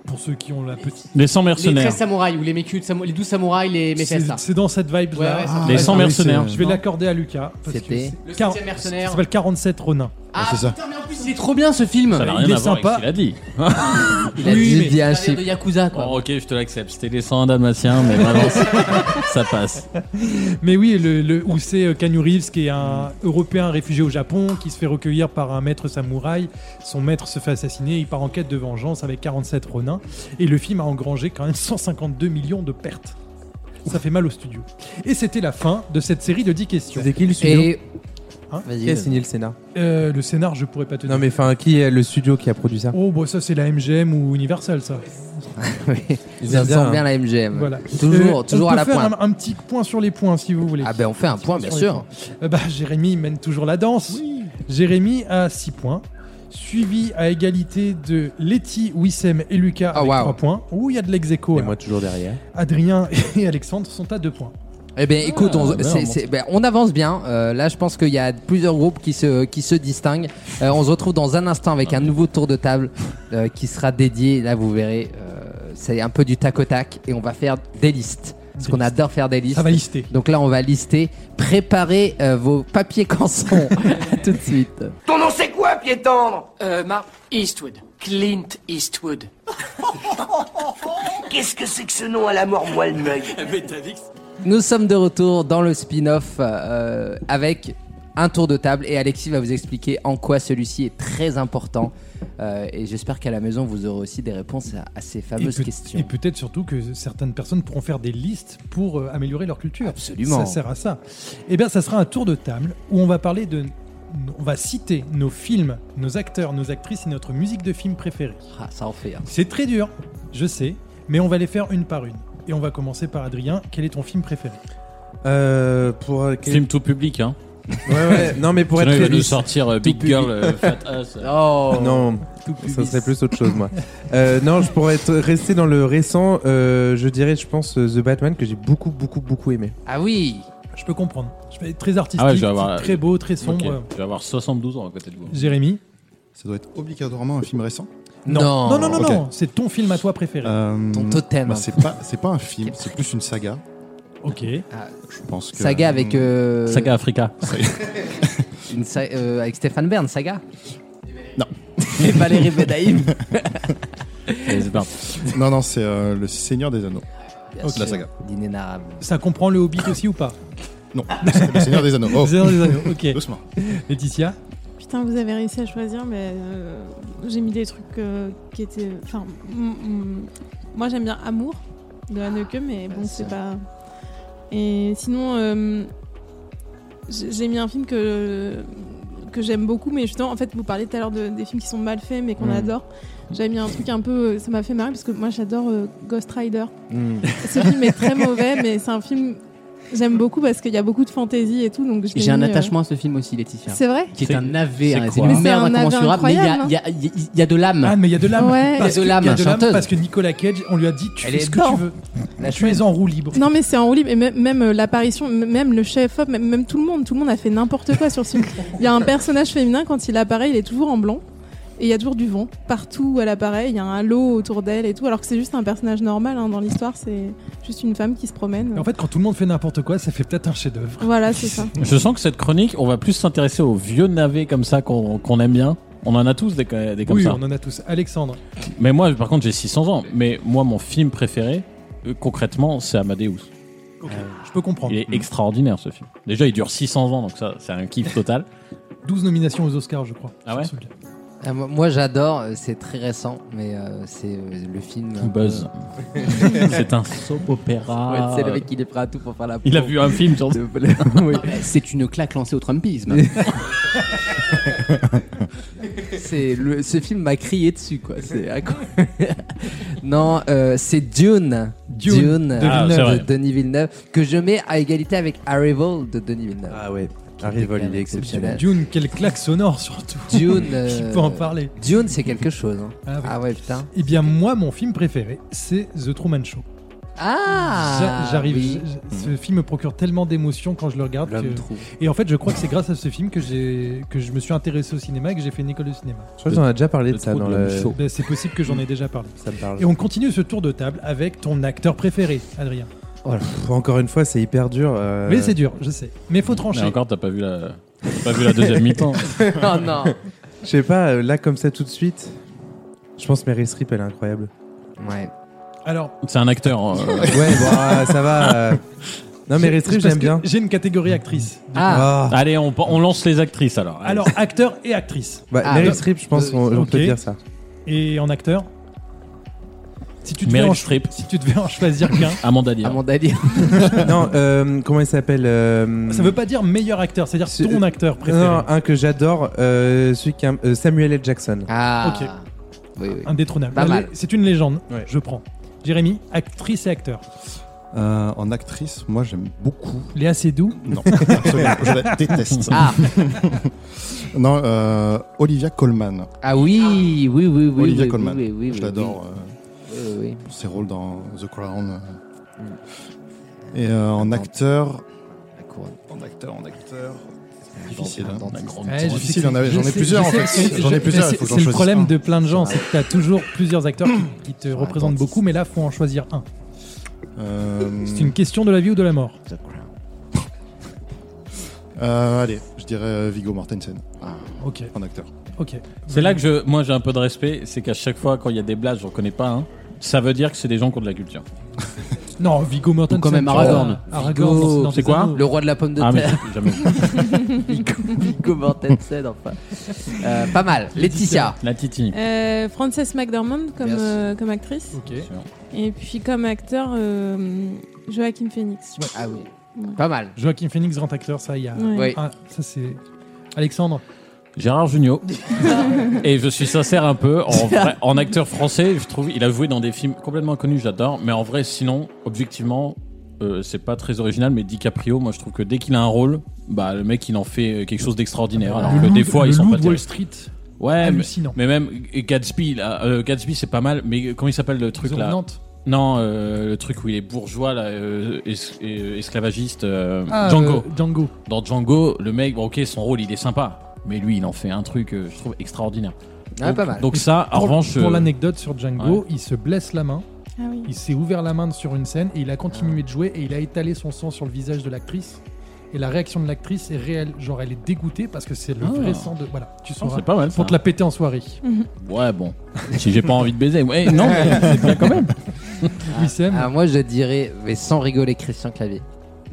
Pour ceux qui ont la petite. Les 100 Les 13 mercenaires. samouraïs ou les mécus, de samo- les 12 samouraïs, les C'est méfaits, ça. c'est dans cette Ah, vibe Ouais, là. ouais, ça Les Ouais, 100 oui, mercenaires. c'est- Je vais l'accorder à Lucas. parce que C'était c'est Le quar- septième mercenaire. Ça s'appelle 47 Ronin. Ah c'est ça. putain, mais en plus, il est trop bien ce film Ça n'a il rien est à voir avec sympa. ce qu'il a dit. Il a Oui, juste mais- dit un Ça a l'air chiffre. de Yakuza, quoi. Bon, ok, je te l'accepte. C'était les 100 dalmatiens, mais vraiment, ça passe. Mais oui, le, le- où c'est euh, Keanu Reeves qui est un Européen réfugié au Japon qui se fait recueillir par un maître samouraï. Son maître se fait assassiner. Il part en quête de vengeance avec 47 Ronin. Et le film a engrangé quand même 152 millions de pertes. Ça fait mal au studio. Et c'était la fin de cette série de 10 questions. C'était qui le studio Et. Hein Vas-y, Qui a vas-y. signé le Sénat Euh, le scénar, je pourrais pas te dire. Non mais enfin, qui est le studio qui a produit ça Oh, bah ça, c'est la MGM ou Universal, ça. Oui, Ils ça aiment bien, sent bien hein. la MGM. Voilà. Toujours, Euh, toujours à on peut la faire pointe. Un, un petit point sur les points, si vous voulez. Ah ben on fait un Petit point, bien sur les sûr. points. Euh, bah, Jérémy mène toujours la danse. Jérémy a 6 points. Suivi à égalité de Letty, Wissem et Lucas avec 3 points. Ouh, il y a de lex aequo, Et là. moi toujours derrière. Adrien et Alexandre sont à 2 points. Eh bien, écoute, on, ben, c'est- on c'est- ben, on avance bien. Euh, là, je pense qu'il y a plusieurs groupes qui se, qui se distinguent. Euh, on se retrouve dans un instant avec un nouveau tour de table euh, qui sera dédié. Là, vous verrez, euh, c'est un peu du tac au tac et on va faire des listes. Parce qu'on adore faire des listes. Ça va lister. Donc là, on va lister. Préparez euh, vos papiers cançons. à tout de suite. Ton nom c'est quoi, pied tendre Euh, Mark Eastwood. Clint Eastwood. Qu'est-ce que c'est que ce nom à la mort, moi le mec Nous sommes de retour dans le spin-off euh, avec un tour de table et Alexis va vous expliquer en quoi celui-ci est très important. Euh, et j'espère qu'à la maison, vous aurez aussi des réponses à, à ces Et, fameuses peut- questions. et peut-être surtout que certaines personnes pourront faire des listes pour euh, améliorer leur culture. Absolument. Ça sert à ça. Eh bien, ça sera un tour de table où on va parler de. On va citer nos films, nos acteurs, nos actrices et notre musique de film préférée. Ah, ça en fait. hein. C'est très dur, je sais, mais on va les faire une par une. Et on va commencer par Adrien. Quel est ton film préféré Euh, pour euh, quel- Film tout public, hein. Ouais, ouais. Non, mais pour Sinon, être il va réaliste. nous sortir euh, Tout Big public. Girl euh, Fat Ass. Oh. non, ça serait plus autre chose, moi. Euh, non, je pourrais être resté dans le récent. euh, je dirais, je pense, euh, The Batman que j'ai beaucoup, beaucoup, beaucoup aimé. Ah oui Je peux comprendre. Je vais être très artistique, Ah ouais, je vais avoir- très beau, très Ok, sombre. Euh, Je vais avoir 72 ans à côté de vous. Jérémy Ça doit être obligatoirement un film récent Non, non, non, non, Ok. non, c'est ton film à toi préféré. Euh, totem. bah, c'est pas, c'est pas un film, c'est plus une saga. Ok. Je pense que. Saga avec. euh, Saga Africa. une sa- euh, avec Stéphane Bern, Saga Non. Et Valérie Bedaïm non, non, c'est euh, Le Seigneur des Anneaux. Ok. La saga. L'inénarrable. Ça comprend le Hobbit aussi ou pas Non, Le Seigneur des Anneaux. Oh. Le Seigneur des Anneaux, ok. Doucement. Laetitia Putain, vous avez réussi à choisir, mais euh, j'ai mis des trucs euh, qui étaient. Enfin, mm, mm, moi j'aime bien Amour de Haneke, mais bon, c'est pas. Et sinon, euh, j'ai j'ai mis un film que, que j'aime beaucoup, mais justement, en fait, vous parlez tout à l'heure de- des films qui sont mal faits, mais qu'on Mm. adore. J'avais mis un truc un peu. Ça m'a fait marrer, parce que moi j'adore euh, Ghost Rider. Hmm. Mm. Ce film est très mauvais, mais c'est un film. J'aime beaucoup parce qu'il y a beaucoup de fantaisie et tout, donc je l'ai J'ai un mis, euh, attachement à ce film aussi, Laetitia. C'est vrai Qui est un navet, hein, c'est quoi une Mais c'est merde un navet incommensurable, mais il y a- incroyable, il y a- il y a- il y a de l'âme. Ah, mais il y a de l'âme. Ouais. Parce Il y a de que- l'âme, il y a de l'âme chanteuse. Parce que Nicolas Cage, on lui a dit, tu Elle fais est ce que dedans. tu veux. tu es en roue libre. Non mais c'est en roue libre et même, même, euh, l'apparition, m- même le chef op, même, même tout le monde, tout le monde a fait n'importe quoi sur ce film. Il y a un personnage féminin quand il apparaît, il est toujours en blanc et il y a toujours du vent partout où elle apparaît. Il y a un halo autour d'elle et tout, alors que c'est juste un personnage normal hein, dans l'histoire, c'est juste une femme qui se promène. En fait, quand tout le monde fait n'importe quoi, ça fait peut-être un chef-d'œuvre. Voilà, c'est ça. Je sens que cette chronique, on va plus s'intéresser aux vieux navets comme ça qu'on qu'on aime bien. On en a tous des, ca- des comme Oui, ça. on en a tous. Alexandre, Mais moi, par contre, j'ai 600 ans. Mais moi, mon film préféré, euh, concrètement, c'est Amadeus. je peux comprendre. Il est extraordinaire ce film. Déjà, il dure 600 ans, donc ça, c'est un kiff total. 12 nominations aux Oscars, je crois. Ah ouais Ah, moi- Moi j'adore, euh, c'est très récent, mais euh, c'est euh, le film. euh, un Buzz. peu- c'est un soap opéra. Ouais, c'est le mec qui est prêt à tout pour faire la Il a peau. vu un film sur Le- le- oui. C'est une claque lancée au Trumpisme. C'est le- ce film m'a crié dessus quoi. C'est incroyable. non, euh, c'est Dune. Dune, de euh, Villeneuve. de, Ah, c'est vrai. Denis Villeneuve que je mets à égalité avec Arrival de Denis Villeneuve. Ah ouais. Arrival, il est exceptionnel. Dune, quel claque sonore surtout. Dune. Qui euh, peut en parler Dune, c'est quelque chose. hein. Ah Ah, ouais. ouais. putain. Eh bien, moi, mon film préféré, c'est The Truman Show. Ah J'a- J'arrive. oui. je- je- Ce film me procure tellement d'émotions quand je le regarde. L'homme que- trou. Et en fait, je crois que c'est grâce à ce film que j'ai que je me suis intéressé au cinéma et que j'ai fait une école de cinéma. Je crois que j'en ai déjà parlé de ça dans le. Ben, c'est possible que j'en ai déjà parlé. Ça me parle. Et on continue ce tour de table avec ton acteur préféré, Adrien. Oh là, pff, encore une fois, c'est hyper dur. euh. Mais c'est dur, je sais. Mais faut trancher. Mais encore, t'as pas vu la, t'as pas vu la deuxième mi-temps. Oh non. Je sais pas, euh, là comme ça tout de suite. Je pense Meryl Streep, elle est incroyable. Ouais. Alors. C'est un acteur. euh, Ouais, bon, ah, ça va. euh. Non, j'ai- Meryl Streep, parce j'aime que bien. J'ai une catégorie actrice. du Ah. Allez, on, on lance les actrices alors. coup. Alors, acteur et actrice. Bah, Ah, Meryl bah, Streep, je pense euh, qu'on on peut ok. dire ça. Et en acteur Si tu devais Meryl en, Streep. si tu devais en choisir qu'un. Amanda Lear. Amanda Lear. non, euh, comment il s'appelle euh, Ça veut pas dire meilleur acteur, c'est-à-dire C'est- ton acteur préféré. Non, un que j'adore, euh, celui qui a- euh, Samuel L. Jackson. Ah. Ok. Oui, oui. Indétrônable. Pas La- mal. C'est une légende. Ouais. Je prends. Jérémy, actrice et acteur. Euh, en actrice, moi j'aime beaucoup. Léa Seydoux Non, absolument, je la déteste. Ah. non, euh, Olivia Colman. Ah oui, oui, oui, oui. Olivia oui, Colman. oui, oui, oui, je l'adore. oui. Oui, oui. Pour ses rôles dans The Crown. Et euh, en acteur. En acteur, en acteur. Difficile. hein. Ouais, je sais difficile, que- j'en ai, j'en ai je sais- plusieurs je en sais que fait. c'est- J'en ai je- plusieurs, mais il faut C'est que j'en c'est le choisisse problème un. de plein de gens, c'est que tu as toujours plusieurs acteurs qui, qui te représentent beaucoup, mais là, faut en choisir un. Euh, C'est une question de la vie ou de la mort. euh, allez, je dirais euh, Viggo Mortensen. ok. En acteur. Ok. C'est là que je, moi j'ai un peu de respect, c'est qu'à chaque fois quand il y a des blagues, je reconnais pas un. Ça veut dire que c'est des gens qui ont de la culture. Non, Viggo Mortensen. Ou quand même tu Aragorn. vois, Aragorn, Viggo, dans- dans c'est tes quoi anneaux. Le roi de la pomme de Ah, mais terre. jamais. Viggo Viggo Mortensen, enfin. Euh, pas mal. Laetitia. La Titi. Euh, Frances McDormand comme, euh, comme actrice. Et puis comme acteur, euh, Joaquin Phoenix. Ah oui. Ouais. Pas mal. Joaquin Phoenix, grand acteur, ça, il y a. Ouais. Ouais. Ah, ça, c'est. Alexandre. Gérard Jugnot. Et je suis sincère un peu, en, vrai- en acteur français, je trouve il a joué dans des films complètement inconnus, j'adore. Mais en vrai, sinon, objectivement, euh, c'est pas très original. Mais DiCaprio, moi je trouve que dès qu'il a un rôle, bah le mec il en fait euh, quelque chose d'extraordinaire. Ah bah, Alors le que loup des de- fois le ils sont loup pas de Wall terribles. Street. Ah, Ouais, Ah, mais, Hallucinant. mais même et Gatsby, là, euh, Gatsby c'est pas mal. Mais comment il s'appelle le truc Ils ont là Nantes. Non, euh, le truc où il est bourgeois là, euh, es- et- esclavagiste. euh, Ah, Django. euh, Django. Dans Django, le mec, bon, ok, son rôle il est sympa, mais lui il en fait un truc, euh, je trouve extraordinaire. Ah, donc, pas mal. donc ça, en Pour- revanche, Pour euh, l'anecdote sur Django, ouais. il se blesse la main. Ah oui. Il s'est ouvert la main sur une scène et il a continué de jouer et il a étalé son sang sur le visage de l'actrice. Et la réaction de l'actrice est réelle. Genre, elle est dégoûtée parce que c'est le Ah. vrai sang de. Voilà, tu Oh, sauras. c'est pas mal, Pour ça. te la péter en soirée. ouais bon, si j'ai pas envie de baiser, ouais non, mais c'est bien quand même. Ah, moi, je dirais, mais sans rigoler, Christian Clavier.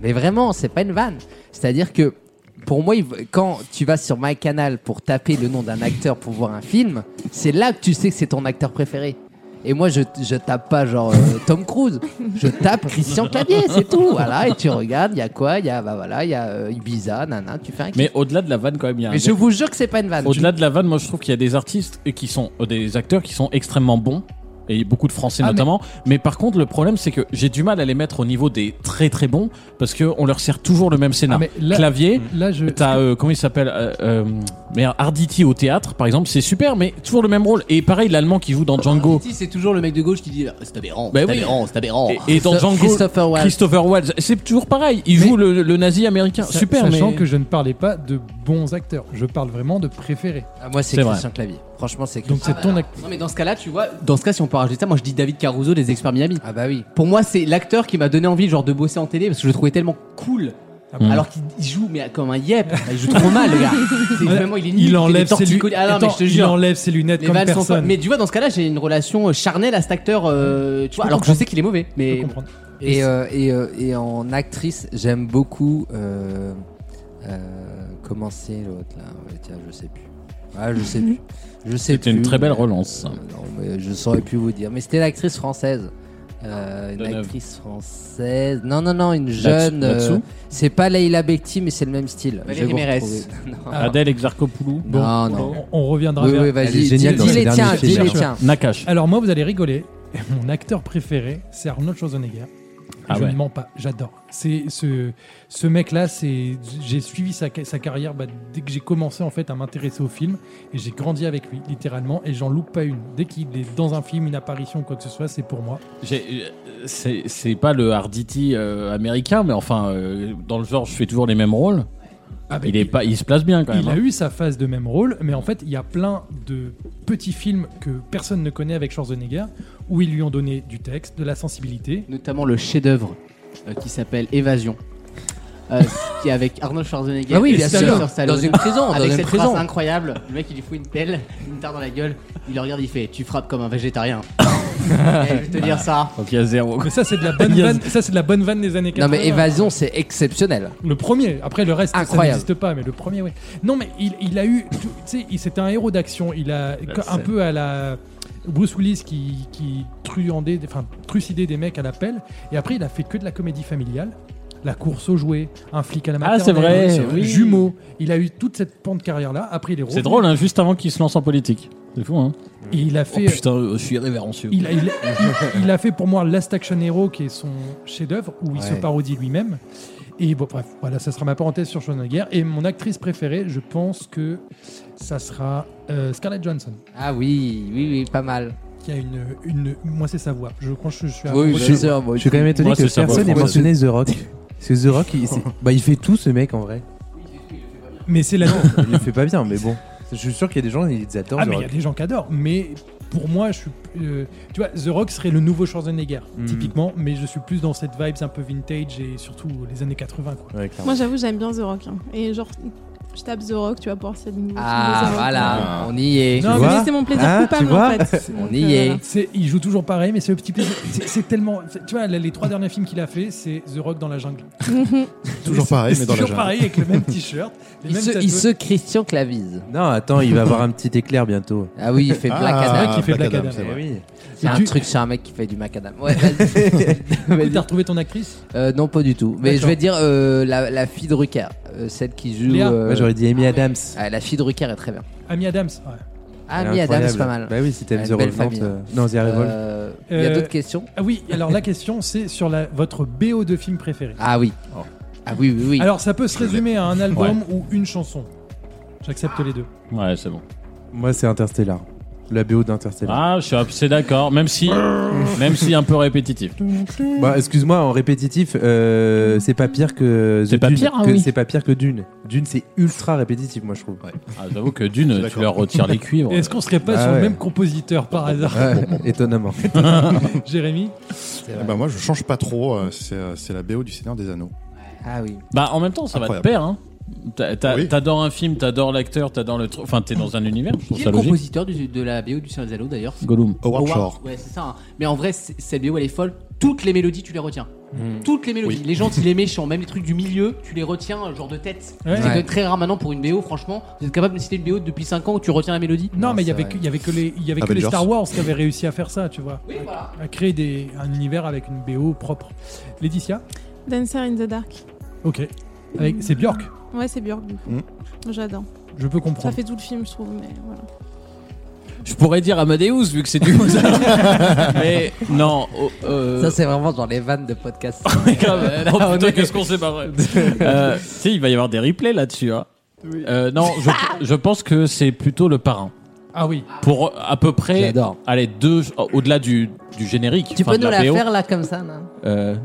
Mais vraiment, c'est pas une vanne. C'est-à-dire que, pour moi, il- quand tu vas sur MyCanal pour taper le nom d'un acteur pour voir un film, c'est là que tu sais que c'est ton acteur préféré. Et moi, je, je tape pas genre euh, Tom Cruise. Je tape Christian Clavier, c'est tout. Voilà, et tu regardes, il y a quoi Il y a, bah voilà, il y a euh, Ibiza, nanan, tu fais un Mais au-delà de la vanne quand même, il y a. un Mais je mec- vous jure que c'est pas une vanne. Au-delà de la vanne, moi je trouve qu'il y a des artistes et qui sont euh, des acteurs qui sont extrêmement bons et beaucoup de français Ah, mais- notamment. Mais... par contre, le problème c'est que j'ai du mal à les mettre au niveau des très très bons parce que on leur sert toujours le même scénar. ah, mais là- Clavier, là, je- t'as euh, comment il s'appelle euh, euh, merde, Arditi au théâtre par exemple, c'est super, mais toujours le même rôle. Et pareil, l'allemand qui joue dans Django. Si, C'est toujours le mec de gauche qui dit c'est aberrant, Bah c'est oui. aberrant, c'est aberrant. Et, et dans Django, Christopher Waltz. Christopher Waltz, c'est toujours pareil. Il joue le, le nazi américain. Sa- Super, Sachant mais que je ne parlais pas de bons acteurs. Je parle vraiment de préférés. Ah, moi, c'est C'est vrai. Christian Clavier. Franchement, c'est Donc, Christian. c'est ton acteur. Non mais dans ce cas-là, tu vois, dans ce cas, si on peut rajouter ça, moi je dis David Caruso des Experts Miami. Ah bah oui. Pour moi, c'est l'acteur qui m'a donné envie genre de bosser en télé parce que je le trouvais tellement cool. bon Alors qu'il il joue mais comme un yep, Bah, il joue trop mal le gars. C'est vraiment il est nul, Il enlève ses torticolis. lunettes. Ah non, mais je te il jure. enlève ses lunettes Les comme vannes sont folles. personne. Mais tu vois, dans ce cas-là, j'ai une relation euh, charnelle à cet acteur, euh, tu vois, alors que je sais qu'il est mauvais. Mais Et, euh, et, euh, et en actrice, j'aime beaucoup. Euh, euh, comment c'est l'autre là Ouais, Tiens, je sais plus. Ah, je sais plus. Je sais c'était Mhm. une plus, très belle mais- relance. Non, mais je saurais plus vous dire. Mais c'était l'actrice française. Euh, une Deneuve. actrice française. Non, non, non, une jeune. Latsou- euh, c'est pas Leila Bekti, mais c'est le même style. Je vais Valérie vous Mérès. retrouver. euh, Non. ah. Adèle Exarchopoulou. Bon, Non, non. On, on reviendra Oui, vers oui, vas-y, Elle est géniale dis- dans dis ses les derniers tiens, films. dis les tiens. Nakache. Ah Alors moi, vous allez rigoler. Mon acteur préféré, c'est Arnold Schwarzenegger. Ah je ouais. ne mens pas, j'adore. C'est ce, ce mec-là, c'est j'ai suivi sa, ca- sa carrière bah, dès que j'ai commencé en fait à m'intéresser au film et j'ai grandi avec lui littéralement et j'en loupe pas une. Dès qu'il est dans un film, une apparition, quoi que ce soit, c'est pour moi. J'ai- euh, C'est c'est pas le Hardity euh, américain, mais enfin, euh, dans le genre, je fais toujours les mêmes rôles. Ah bah, il, est pas, il se place bien quand même. Il a hein. eu sa phase de même rôle, mais en fait, il y a plein de petits films que personne ne connaît avec Schwarzenegger, où ils lui ont donné du texte, de la sensibilité. notamment le chef-d'œuvre euh, qui s'appelle Évasion. Euh, qui est avec Arnold Schwarzenegger Ah oui, et bien sûr, Sylvester Stallone. dans une prison, dans avec une cette prison. phrase incroyable le mec il lui fout une pelle une tarte dans la gueule il le regarde il fait tu frappes comme un végétarien Eh, je vais te dire ça Donc il y a zéro. Mais ça, c'est de la bonne vanne. Ça, c'est de la bonne vanne des années hein. Non, 80. mais Évasion, c'est exceptionnel. Le premier. Après, le reste, ça Incroyable. n'existe pas, mais le premier, oui. Non, mais il, il a eu. tout- Tu sais, il- c'était un héros d'action. Il a La co- un scène. peu à la. Bruce Willis qui, qui truandait, des- enfin, trucidait des mecs à l'appel. Et après, il a fait que de la comédie familiale. La course aux jouets, un flic à la Ah, c'est maternelle, vrai, euh, oui. jumeaux. Il a eu toute cette pente carrière-là. Après, il est C'est drôle, hein, juste avant qu'il se lance en politique. C'est fou, hein Et il a Oh, fait. putain, euh, je suis révérencieux. Il a, il- il- il a fait pour moi Last Action Hero, qui est son chef-d'œuvre, où il se Ouais. parodie lui-même. Et bon, bref, voilà, ça sera ma parenthèse sur Schwarzenegger. Et mon actrice préférée, je pense que ça sera euh, Scarlett Johansson. Ah oui, oui, oui, pas mal. Qui a une. une moi, c'est sa voix. Je, quand je, je Oui, suis amoureux Ah, je, de- suis- je suis quand même étonné que personne n'ait mentionné The Rock. Parce que The Rock, il, c'est- bah, il fait tout ce mec en vrai. Mais c'est la. il le fait pas bien, mais bon. Je suis sûr qu'il y a des gens, ils adorent Ah, The mais il Rock. y a des gens qui adorent. Mais pour moi, je suis. euh, tu vois, The Rock serait le nouveau Schwarzenegger, Mm. typiquement, mais je suis plus dans cette vibes un peu vintage et surtout les années 80. Quoi. Moi, j'avoue, j'aime bien The Rock. hein. Et genre, je tape The Rock, tu vas pouvoir s'il y a des nouveaux films Ah, de The Rock. voilà, on y est. Non, mais c'est mon plaisir coupable, en fait. On Donc, y euh, est. voilà. C'est- il joue toujours pareil, mais c'est le petit plaisir. C'est, c'est tellement. c'est- tu vois, les trois derniers films qu'il a fait, c'est The Rock dans la jungle. Toujours pareil, mais dans la Toujours jungle. pareil avec le même t-shirt. les Il mêmes se, tatouages. il se Christian Clavise. Non, attends, il va avoir un petit éclair bientôt. Ah oui, il fait Ah, Black c'est Adam. vrai qu'il fait Black Adam, c'est c'est vrai. vrai. Eh Oui. C'est Et un tu- truc sur un mec qui fait du macadam. Ouais, vas-y. Vas-y. T'as retrouvé ton actrice Euh, non, pas du tout. Mais D'accord. je vais dire euh, la, la fille de Rucker, euh, celle qui joue. Léa. euh, Moi, j'aurais dit Amy Adams. ah, la fille de Rucker est très bien. Amy Adams. ouais. Elle est Amy Adams, incroyable. pas mal. Bah oui, si t'aimes Elle The a une belle Revenant, famille. hein. euh, non, The Revenant. Euh, Il y a Euh, d'autres questions ah Oui, alors la question, c'est sur la, votre BO de film préféré. Ah oui. Oh. Ah oui, oui, oui. Alors ça peut se résumer à un album ou une chanson. J'accepte les deux. Ouais, c'est bon. Euh, Moi, c'est Interstellar. La BO d'Interstellar. Ah, je suis assez d'accord, même si, même si un peu répétitif. Bah, excuse-moi, en répétitif, euh, c'est pas pire que The C'est pas Dune, pire, hein, que- oui. C'est pas pire que Dune. Dune, c'est ultra répétitif, moi, je trouve. Ah, J'avoue que d'une, tu leur retires les cuivres. Est-ce qu'on serait pas Ah sur le ouais. même compositeur par hasard Ouais, étonnamment. Jérémy Eh ben, moi, je change pas trop. euh, C'est euh, c'est la BO du Seigneur des Anneaux. Ah oui. Bah, en même temps, ça va Incroyable. te pair, hein. T'a- t'a- Oui. T'adores un film, t'adores l'acteur, t'adores le truc. Enfin, t'es dans un univers, je trouve Qui est ça le logique. compositeur du- de la BO du Seigneur des Anneaux d'ailleurs Gollum. Howard Howard. Shore. Ouais, c'est ça. hein. Mais en vrai, c'est- cette BO elle est folle. Toutes les mélodies, tu les retiens. Mm. Toutes les mélodies. Oui. Les gentils, les méchants, même les trucs du milieu, tu les retiens euh, genre de tête. Ouais. Ouais. C'est quand même très rare maintenant pour une BO, franchement. Vous êtes capable de me citer une BO depuis 5 ans où tu retiens la mélodie Non, mais il y c'est avait vrai. que- il y avait que les il y avait que les Avengers. Star Wars qui avaient réussi à faire ça, tu vois. à, à créer des, un univers avec une BO propre. Laetitia Dancer in the Dark. Ok. Avec- C'est Björk. Ouais, c'est Björk, du coup. Mm. Moi, J'adore. Je peux Ça comprendre. fait tout le film, je trouve, mais voilà. Je pourrais dire Amadeus, vu que c'est du Mozart. Mais non. oh, euh, Ça, c'est vraiment genre les vannes de podcast. grave. Oh putain, qu'est-ce qu'on sait pas vrai. Euh, tu sais, il va y avoir des replays là-dessus. hein. Euh, non, je, je pense que c'est plutôt le parrain. Ah oui. Pour à peu près. J'adore. Allez, deux. Au-delà du, du générique. Tu enfin, peux de nous la BO. faire là comme ça, non Euh,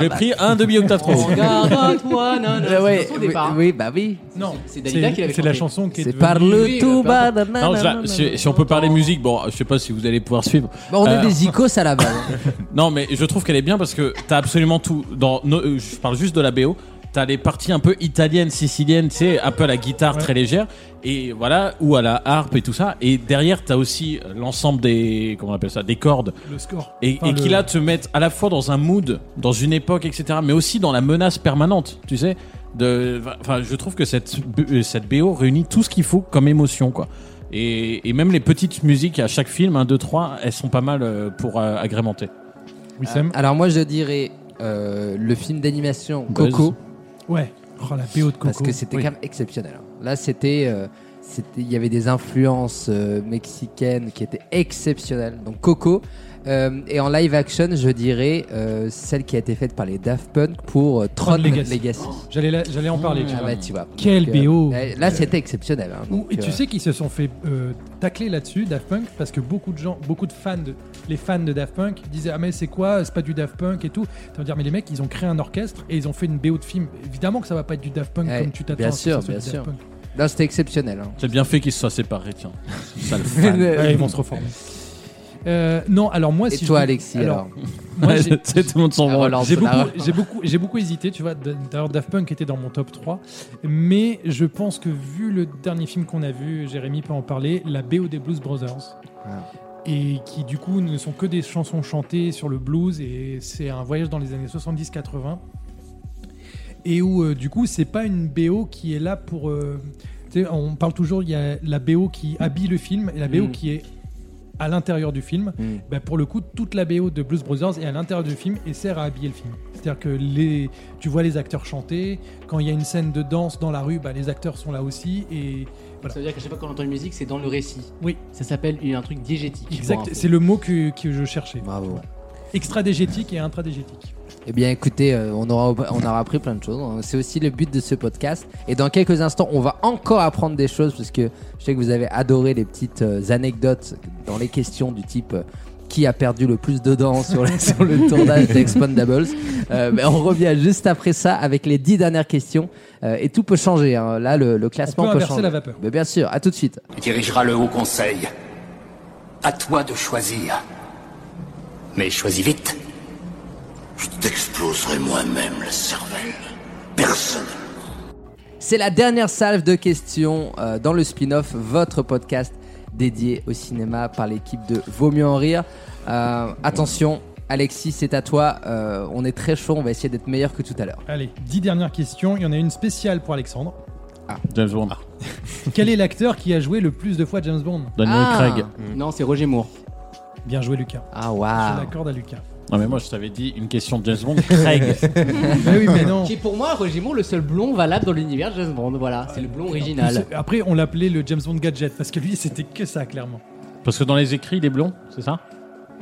J'ai pris un demi-octave trop. Oh, Regarde à toi, non, non, c'est Euh, Ouais, une chanson au oui, départ, hein. oui, bah oui. Non, c'est Dalida qui l'avait C'est la chanté. chanson qui est. C'est devenue- par le tout bas. Ah, bah, Non, je la- nanana. si, si on peut parler musique, bon, je sais pas si vous allez pouvoir suivre. Bah, On est Euh, des icos à la base. Non, mais je trouve qu'elle est bien parce que t'as absolument tout. Dans, no- euh, je parle juste de la BO. T'as les parties un peu italiennes, siciliennes, tu sais, un peu à la guitare très légère, et voilà, ou à la harpe et tout ça. Et derrière, t'as aussi l'ensemble des, comment on appelle ça, des cordes. Le score. Et, Enfin, et qui le- là te mettent à la fois dans un mood, dans une époque, etc., mais aussi dans la menace permanente, tu sais. De, enfin, je trouve que cette, B- euh, cette BO réunit tout ce qu'il faut comme émotion, quoi. Et, et même les petites musiques à chaque film, 1, 2, 3, elles sont pas mal euh, pour euh, agrémenter. Euh, alors moi je dirais euh, le film d'animation Buzz. Coco Ouais. Oh, la BO de Coco. parce que c'était Oui. quand même exceptionnel. hein. Là c'était euh, c'était- il y avait des influences euh, mexicaines qui étaient exceptionnelles. Donc Coco Euh, et en live action je dirais euh, celle qui a été faite par les Daft Punk pour euh, Tron Legacy. J'allais la- j'allais en parler. Ah bah, tu vois. Oh. Quel Donc, euh, BO. là, Là c'était exceptionnel. hein. Ou- Donc, et tu euh, sais qu'ils se sont fait euh, tacler là-dessus, Daft Punk, parce que beaucoup de gens, beaucoup de fans, de, les fans de Daft Punk disaient Ah, mais c'est quoi C'est pas du Daft Punk et tout. Tu vas me dire Mais les mecs, ils ont créé un orchestre et ils ont fait une BO de film. Évidemment que ça va pas être du Daft Punk ouais, comme tu t'attends. Eh, Bien à ce que sûr, ça soit bien du Daft sûr. Punk. Là c'était exceptionnel. hein. C'est bien fait qu'ils se soient séparés, tiens. Sale fan. Bah, Ouais, ils vont se reformer. Euh, non, alors moi, Et si toi, je- Alexis, alors moi, Ouais, j'ai- tu sais, tout le monde Ah, s'en branle. J'ai beaucoup, Voilà. j'ai beaucoup, j'ai beaucoup hésité, tu vois. D'ailleurs, Daft Punk était dans mon top 3. Mais je pense que, vu le dernier film qu'on a vu, Jérémy peut en parler, la BO des Blues Brothers. Et qui, du coup, ne sont que des chansons chantées sur le blues. Et c'est un voyage dans les années 70-80 et où euh, du coup c'est pas une BO qui est là pour euh, tu sais, on parle toujours il y a la BO qui habille le film et la BO Mm. qui est à l'intérieur du film Mm. Bah, pour le coup toute la BO de Blues Brothers est à l'intérieur du film et sert à habiller le film c'est à dire que les tu vois les acteurs chanter quand il y a une scène de danse dans la rue bah, les acteurs sont là aussi et Ça veut dire qu'à chaque fois qu'on entend une musique, c'est dans le récit. Oui. Ça s'appelle une- un truc diégétique. Bon, un Exact, peu. c'est le mot que, que je cherchais. Bravo. Extradégétique et intradégétique. Eh bien, écoutez, euh, on, aura, on aura appris plein de choses. hein. C'est aussi le but de ce podcast. Et dans quelques instants, on va encore apprendre des choses, puisque je sais que vous avez adoré les petites euh, anecdotes dans les questions du type euh, qui a perdu le plus de dents sur, le- sur le tournage d'Expandables. Euh, mais on revient juste après ça avec les dix dernières questions. Euh, et tout peut changer. hein. Là, le, le classement On peut inverser changer. la vapeur. Mais bien sûr, à tout de suite. Tu dirigeras le Haut Conseil. À toi de choisir. Mais choisis vite. Je t'exploserai moi-même la cervelle. Personne. C'est la dernière salve de questions euh, dans le spin-off, votre podcast dédié au cinéma par l'équipe de Vaut mieux en rire. Euh, attention, Alexis, c'est à toi. Euh, on est très chaud, on va essayer d'être meilleur que tout à l'heure. Allez, dix dernières questions. Il y en a une spéciale pour Alexandre. Ah. James Bond. Quel est l'acteur qui a joué le plus de fois James Bond Daniel Ah. Craig. Non, c'est Roger Moore. Bien joué, Lucas. Ah, Je waouh. l'accorde à Lucas. Non, mais moi, je t'avais dit une question de James Bond, Craig. Mais oui, mais non. Qui est pour moi, Roger Moore, le seul blond valable dans l'univers James Bond. Voilà, c'est le blond original. Plus, Après, on l'appelait le James Bond Gadget parce que lui, c'était que ça, clairement. Parce que dans les écrits, il est blond, c'est ça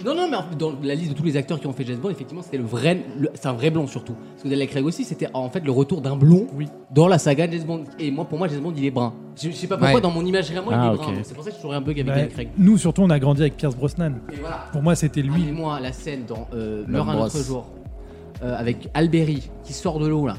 Non, non, mais en- dans la liste de tous les acteurs qui ont fait James Bond, effectivement, c'était le vrai, le- c'est un vrai blond surtout. Parce que Daniel Craig aussi, c'était en fait le retour d'un blond dans la saga James Bond. Et moi, pour moi, James Bond, il est brun. Je, je sais pas pourquoi, Ouais. dans mon imaginaire, moi, Ah, il est brun. ok. Donc, C'est pour ça que je jouerais un bug avec Bah, Daniel Craig. nous, surtout, on a grandi avec Pierce Brosnan. Pour moi, c'était lui. Et moi, la scène dans euh, La Meurt un brosse. autre jour, euh, avec Alberi qui sort de l'eau là,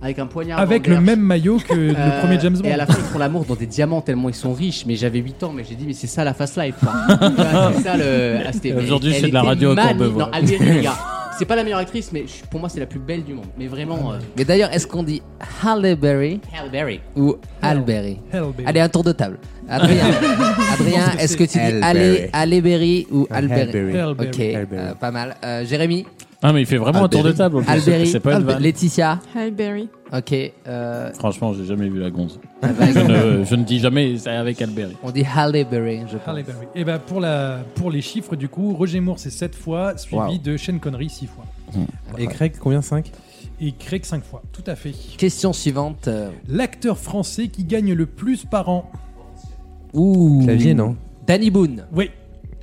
avec un poignard. Avec dans le berge. même maillot que le Ah, Euh, premier James Bond. Et à la fin, ils font l'amour dans des diamants tellement ils sont riches. Mais j'avais 8 ans, mais j'ai dit, mais c'est ça la fast life. quoi. Tu vois, c'est ça le. ah, c'était- mais Aujourd'hui, elle c'est de la était radio à magnifique. Courbevoie. Non, Alberi, les gars. C'est pas la meilleure actrice, mais je- pour moi, c'est la plus belle du monde. Mais vraiment. euh, Mais d'ailleurs, est-ce qu'on dit Halle Berry Halle Berry. ou Halle Berry Halle Berry. Allez, un tour de table. Adrien, Adrien est-ce que tu dis Halle Halle Berry. Halle Berry ou Halle Halle Berry Berry. Halle Ok, Berry. Halle euh, pas mal. Euh, Jérémy Ah, mais il fait vraiment un tour de table. en plus, Halle c'est- Berry. C'est pas une vanne. Laetitia Halle Berry. Ok. euh, Franchement, j'ai jamais vu la gonze. je, ne, je ne dis jamais ça avec Albert. On dit Halle Berry, je pense. Halle Berry. Et ben pour, la, pour les chiffres, du coup, Roger Moore, c'est 7 fois, suivi Wow. de Shane Connery 6 fois. Et Craig, combien 5 Et Craig 5 fois, tout à fait. Question suivante. euh, L'acteur français qui gagne le plus par an Ouh. Clavier, non Danny Boone. Oui.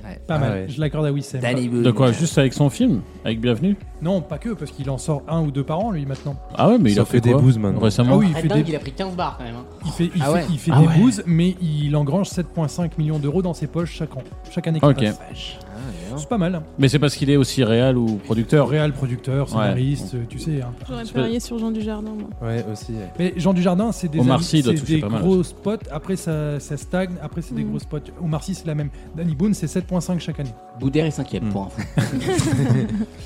Ouais. Pas Ah mal, je l'accorde à Wissem. Danny Boone. De quoi Juste avec son film Avec Bienvenue Non, pas que, parce qu'il en sort un ou deux par an, lui, maintenant. Ah ouais, mais il Ça a fait fait des quoi bouses, maintenant. Récemment Ah oui, il ah, fait dingue, des- il a pris 15 bars quand même. hein. Il fait, il Ah fait- ouais. il fait Ah des ouais. bouses, mais il engrange 7,5 millions d'euros dans ses poches chaque an, chaque année qui Ok. passe. Ah, C'est pas mal. hein. Mais c'est parce qu'il est aussi réel ou producteur Réal, producteur, scénariste, euh, tu sais. hein. J'aurais parié sur Jean Dujardin, moi. Ouais, aussi. Mais Jean Dujardin, c'est des, Omar amis- Sy doit c'est toucher des pas mal gros spots. Après, ça, ça stagne. Après, c'est des Hmm. Mm. gros spots. Omar Sy, c'est la même. Danny Boone, c'est 7,5 chaque année. Boudère est 5 Mm. pour info.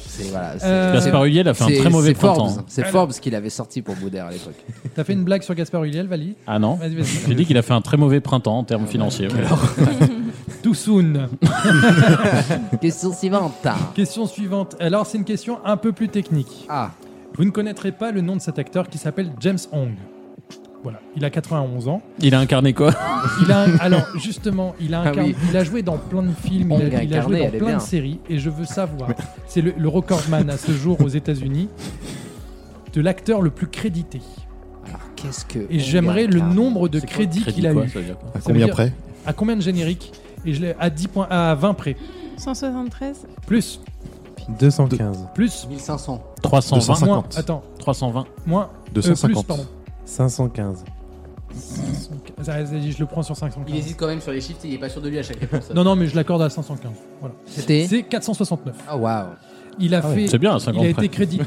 C'est voilà. c'est- Euh, Gaspard Huliel a fait un c'est- très mauvais c'est Forbes. printemps. hein. C'est Forbes qui l'avait sorti pour Boudère à l'époque. T'as fait une blague sur Gaspard Ulliel, Vali Ah non Vas-y, vas-y. J'ai dit qu'il a fait un très mauvais printemps en termes financiers. Too soon. Question suivante. Question suivante. Alors, c'est une question un peu plus technique. Ah. Vous ne connaîtrez pas le nom de cet acteur qui s'appelle James Hong. Voilà, il a 91 ans. Il a incarné quoi Il a, alors justement, il a, Ah incarné- oui. il a joué dans plein de films, Hong il a, a il a incarné, joué elle dans est plein bien. de séries, et je veux savoir, c'est le, le recordman à ce jour aux États-Unis de l'acteur le plus crédité. Alors qu'est-ce que Et Hong j'aimerais le incarne nombre de C'est quoi, crédits crédit qu'il a quoi, eu. ça veut dire quoi À Ça combien veut dire- près À combien de génériques Et je l'ai à 10 points, à 20 près. 173 Plus, 215. plus. 1500. 320. 250. Moins, attends. 320. Moins. euh, 250. plus, pardon. 515. Ça, vas-y, Je le prends sur 515. Il hésite quand même sur les chiffres, il est pas sûr de lui à chaque réponse. Non, non, mais je l'accorde à 515. Voilà. C'était C'est 469. Ah waouh. Il a Ah ouais. fait. C'est bien, à 50 Il a près. été crédité.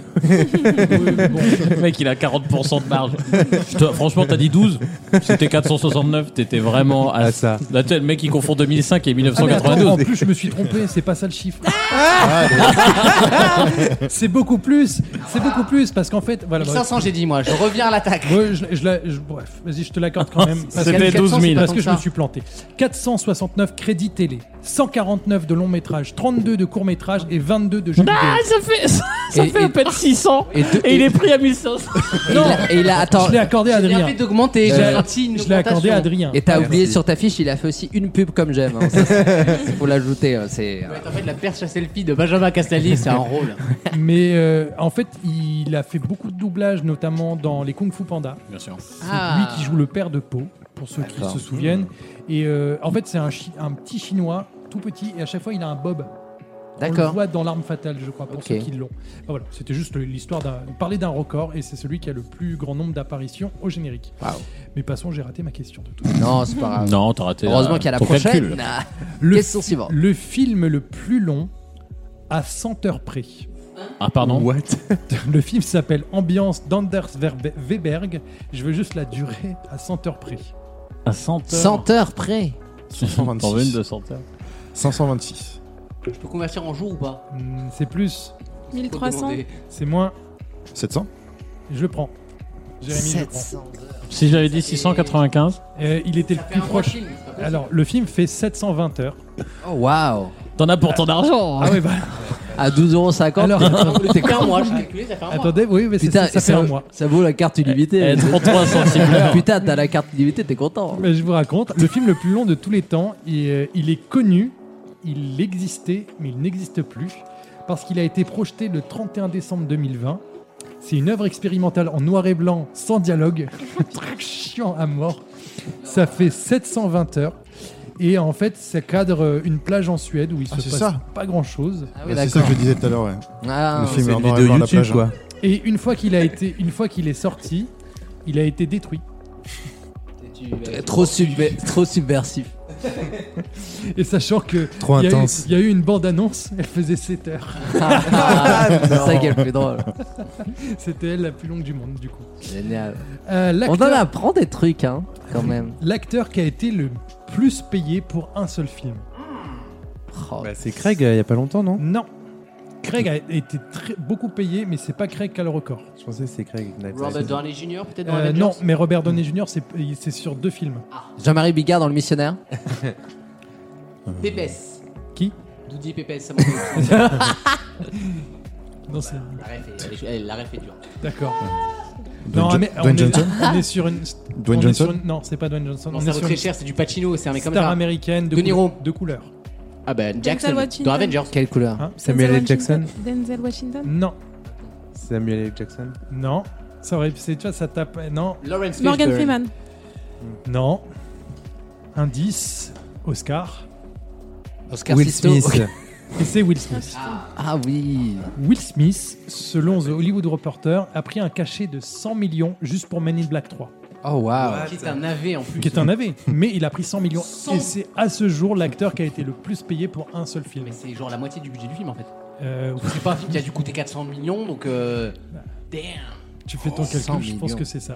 Le mec, il a 40% de marge. Je te- franchement, t'as dit 12 C'était 469, t'étais vraiment Ah, à ça. Là, tu sais, le mec, il confond 2005 et Ah, mais attends, 1992. en plus, je me suis trompé, c'est pas ça le chiffre. Ah. c'est beaucoup plus, c'est beaucoup plus parce qu'en fait, voilà. 1500, j'ai dit moi, je reviens à l'attaque. Ouais, je- je la- je- bref, vas-y, je te l'accorde quand même. parce que- C'était 12 000. Parce que je me suis planté. 469 crédits télé, 149 de longs métrages, 32 de courts métrages et 22 de jeux Bah, vidéo. Ah, ça fait, ça, Et- fait à peine 600 et, et deux- il est pris à 1500. Non, Et il a attends. je l'ai accordé à J'ai bien Adrien. fait d'augmenter, j'ai Euh, senti une je l'ai accordé à augmentation. Adrien. Et t'as Ouais, oublié merci. sur ta fiche, il a fait aussi une pub comme j'aime. hein. Ça, c'est- Faut l'ajouter. hein, C'est. Ouais, En fait, la perche à selfie de Benjamin Castaldi, c'est un rôle. Mais euh, en fait, il a fait beaucoup de doublages, notamment dans les Kung Fu Panda. Bien sûr. C'est Ah. lui qui joue le père de Po. pour ceux qui D'accord. se souviennent. Et euh, en fait, c'est un, chi- un petit chinois, tout petit, et à chaque fois, il a un bob. On D'accord. le voit dans l'arme fatale, je crois, pour Ok. ceux qui l'ont. Enfin, voilà, c'était juste l'histoire d'un. Parler d'un record, et c'est celui qui a le plus grand nombre d'apparitions au générique. Mais passons, j'ai raté ma question de tout. Non, c'est pas grave. Non, t'as raté, Heureusement euh, qu'il y a la ton prochaine. calcul. Le, Question suivante. le film le plus long à 100 heures près. Ah, pardon Le film s'appelle Ambiance d'Anders Verbe- Weberg. Je veux juste la durée à 100 heures près. À 100 heures. 100 heures près. 526. T'en veux une de 100 heures 526. Je peux convertir en jours ou pas Hmm, C'est plus. 1300. C'est moins. 700 Je le prends. Jérémy, je le prends. 700 Si j'avais dit 695 Euh, il était le plus un mois de proche. film, c'est pas possible. Alors, le film fait 720 heures. Oh, waouh. T'en as pour ton Oh. argent Ah oui, bah. À 12,50€. Alors, t'es Ça fait un con. mois, j'ai calculé, ça fait un mois. Attendez, oui, mais c'est- Putain, ça fait ça, un mois. ça vaut la carte illimitée. Eh, 33 centimes l'heure. Putain, t'as la carte illimitée, t'es content. Mais je vous raconte, le film le plus long de tous les temps, et, euh, il est connu, il existait, mais il n'existe plus, parce qu'il a été projeté le 31 décembre 2020. C'est une œuvre expérimentale en noir et blanc, sans dialogue, très chiant à mort. Ça fait 720 heures. Et en fait, ça cadre euh, une plage en Suède où il se Ah, c'est passe ça. pas grand chose. Ah oui, Bah, c'est ça d'accord. que je disais tout à l'heure, ouais. Ah, le film C'est une est en vidéo noir et blanc à la YouTube, plage. quoi. hein. Et une fois qu'il a été, une fois qu'il est sorti, il a été détruit. Trop, subver- trop subversif. Et sachant que Trop il y a eu- intense. il y, a eu une bande annonce, elle faisait 7 heures. Ah, c'est ça qui est le plus drôle. C'était elle la plus longue du monde du coup. Génial. Euh, On en l'acteur- apprend des trucs, hein, quand même. L'acteur qui a été le plus payé pour un seul film. Oh, Bah, c'est Craig, euh, il y a pas longtemps, non Non. Craig a été très- beaucoup payé, mais c'est pas Craig qui a le record. Je pensais que c'était Craig. Robert Downey Jr. peut-être dans Euh, Avengers non, mais Robert Downey Jr. c'est c'est sur deux films. Oh. Jean-Marie Bigard dans Le Missionnaire. Pépès. Qui Doudi Pépès, ça m'en Non, c'est La ref est- elle est- elle- La ref est dure. d'accord. Ah. Dwayne non, Jo- mais on Dwayne est- Johnson on est sur une. Dwayne on est sur Johnson une- Non, c'est pas Dwayne Johnson. Non, on ça est vaut sur très une cher, c'est du Pacino, c'est un mec comme star ça. américaine de, De Niro. couleur- de couleur. Ah ben Denzel Jackson, Washington. dans Avengers. Quelle couleur Hein Samuel L. Jackson Washington. Denzel Washington Non, Samuel L. Jackson non. Ça aurait, c'est tu vois, ça tape. Non, Lawrence Morgan Fishburne. Freeman. non. Indice, Oscar. Oscar Will Sisto. Smith. Ok. Et c'est Will Smith. Ah oui. Will Smith, selon The Hollywood Reporter, a pris un cachet de 100 millions juste pour Men in Black 3, Oh waouh. Ah, Qui est un AV en plus. qui est un AV, mais il a pris 100 millions. 100. Et c'est à ce jour l'acteur qui a été le plus payé pour un seul film. Mais c'est genre la moitié du budget du film en fait. Euh, C'est pas un film qui a dû coûter 400 millions donc. euh, Damn. tu fais 100 ton calcul, je pense millions. que c'est ça.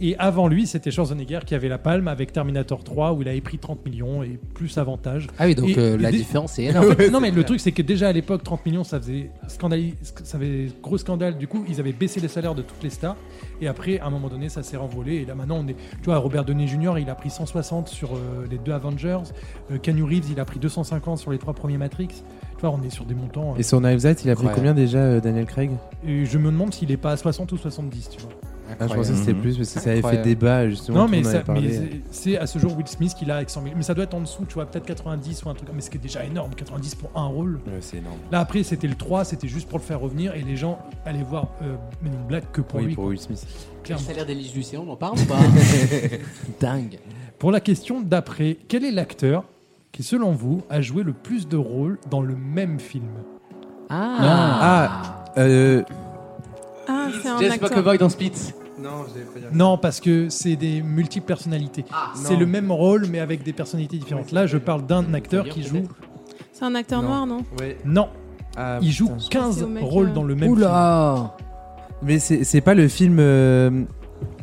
Et avant lui, c'était Schwarzenegger qui avait la palme avec Terminator 3 où il avait pris 30 millions et plus avantages. Ah oui, donc Et- euh, et la des- différence est En énorme. fait, non mais le truc c'est que déjà à l'époque 30 millions ça faisait scandale, ça faisait gros scandale du coup ils avaient baissé les salaires de toutes les stars et après à un moment donné ça s'est renvolé et là maintenant on est tu vois Robert Downey Jr il a pris 160 sur euh, les deux Avengers euh, Keanu Reeves il a pris 250 sur les trois premiers Matrix tu vois on est sur des montants euh, Et sur Knives Out, il a pris Incroyable. combien déjà, euh, Daniel Craig et je me demande s'il est pas à 60 ou 70 tu vois Ah, Je pensais que c'était Mhm. plus parce que ça avait fait Incroyable. débat, justement. non tout le mais, monde en ça- avait parlé. mais c'est- c'est à ce jour Will Smith qu'il a avec 100 000 mais ça doit être en dessous tu vois peut-être 90 ou un truc comme- mais ce qui est déjà énorme 90 pour un rôle Ouais, c'est énorme. Là après c'était le 3, c'était juste pour le faire revenir et les gens allaient voir euh, Men in Black que pour Oui, lui. pour quoi, Will Smith. Le clairement. salaire d'Elise Lucet, on en parle ou pas Dingue. Pour la question d'après, quel est l'acteur qui selon vous a joué le plus de rôles dans le même film Ah. Euh, Ah, c'est un Jess acteur. McAvoy dans Split. Non, j'avais pas dire. Non parce que c'est des multiples personnalités. c'est Ah, non. le même rôle mais avec des personnalités différentes. Là je parle d'un acteur qui joue... C'est un acteur Non. noir, non Non, Ah, il joue putain, je- 15 au mec, rôles euh, dans le même film. Oula. Mais c'est c'est pas le film. euh,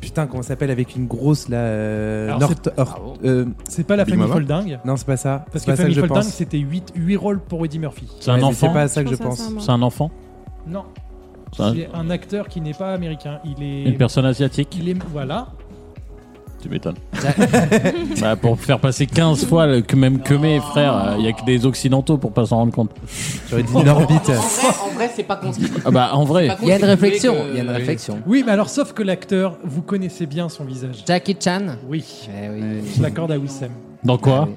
Putain, comment ça s'appelle avec une grosse là. euh, Alors, North. Or- euh, C'est pas la Big famille Mama Folding Non, c'est pas ça. parce que C'est pas Bah, ça que Family je Folding pense. c'était 8, 8 rôles pour Eddie Murphy. C'est un Ouais, mais enfant. C'est pas à ça que je Je pense à pense. ça, moi. C'est un enfant. Non, C'est un- c'est un acteur qui n'est pas américain. Il est... Une personne asiatique. Il est... Voilà. Tu m'étonnes. Bah, pour faire passer 15 fois le- que même que mes frères, il n'y a que des occidentaux pour pas s'en rendre compte. J'aurais dit l'orbite. En vrai, en vrai, c'est pas con. ce qu'il dit. Ah bah en vrai, Par contre, Il y a une c'est le réflexion. mec, euh, Il y a une réflexion. Oui, mais alors, sauf que l'acteur, vous connaissez bien son visage. Jackie Chan. Oui, Eh oui. Eh je l'accorde à Wissem. dans quoi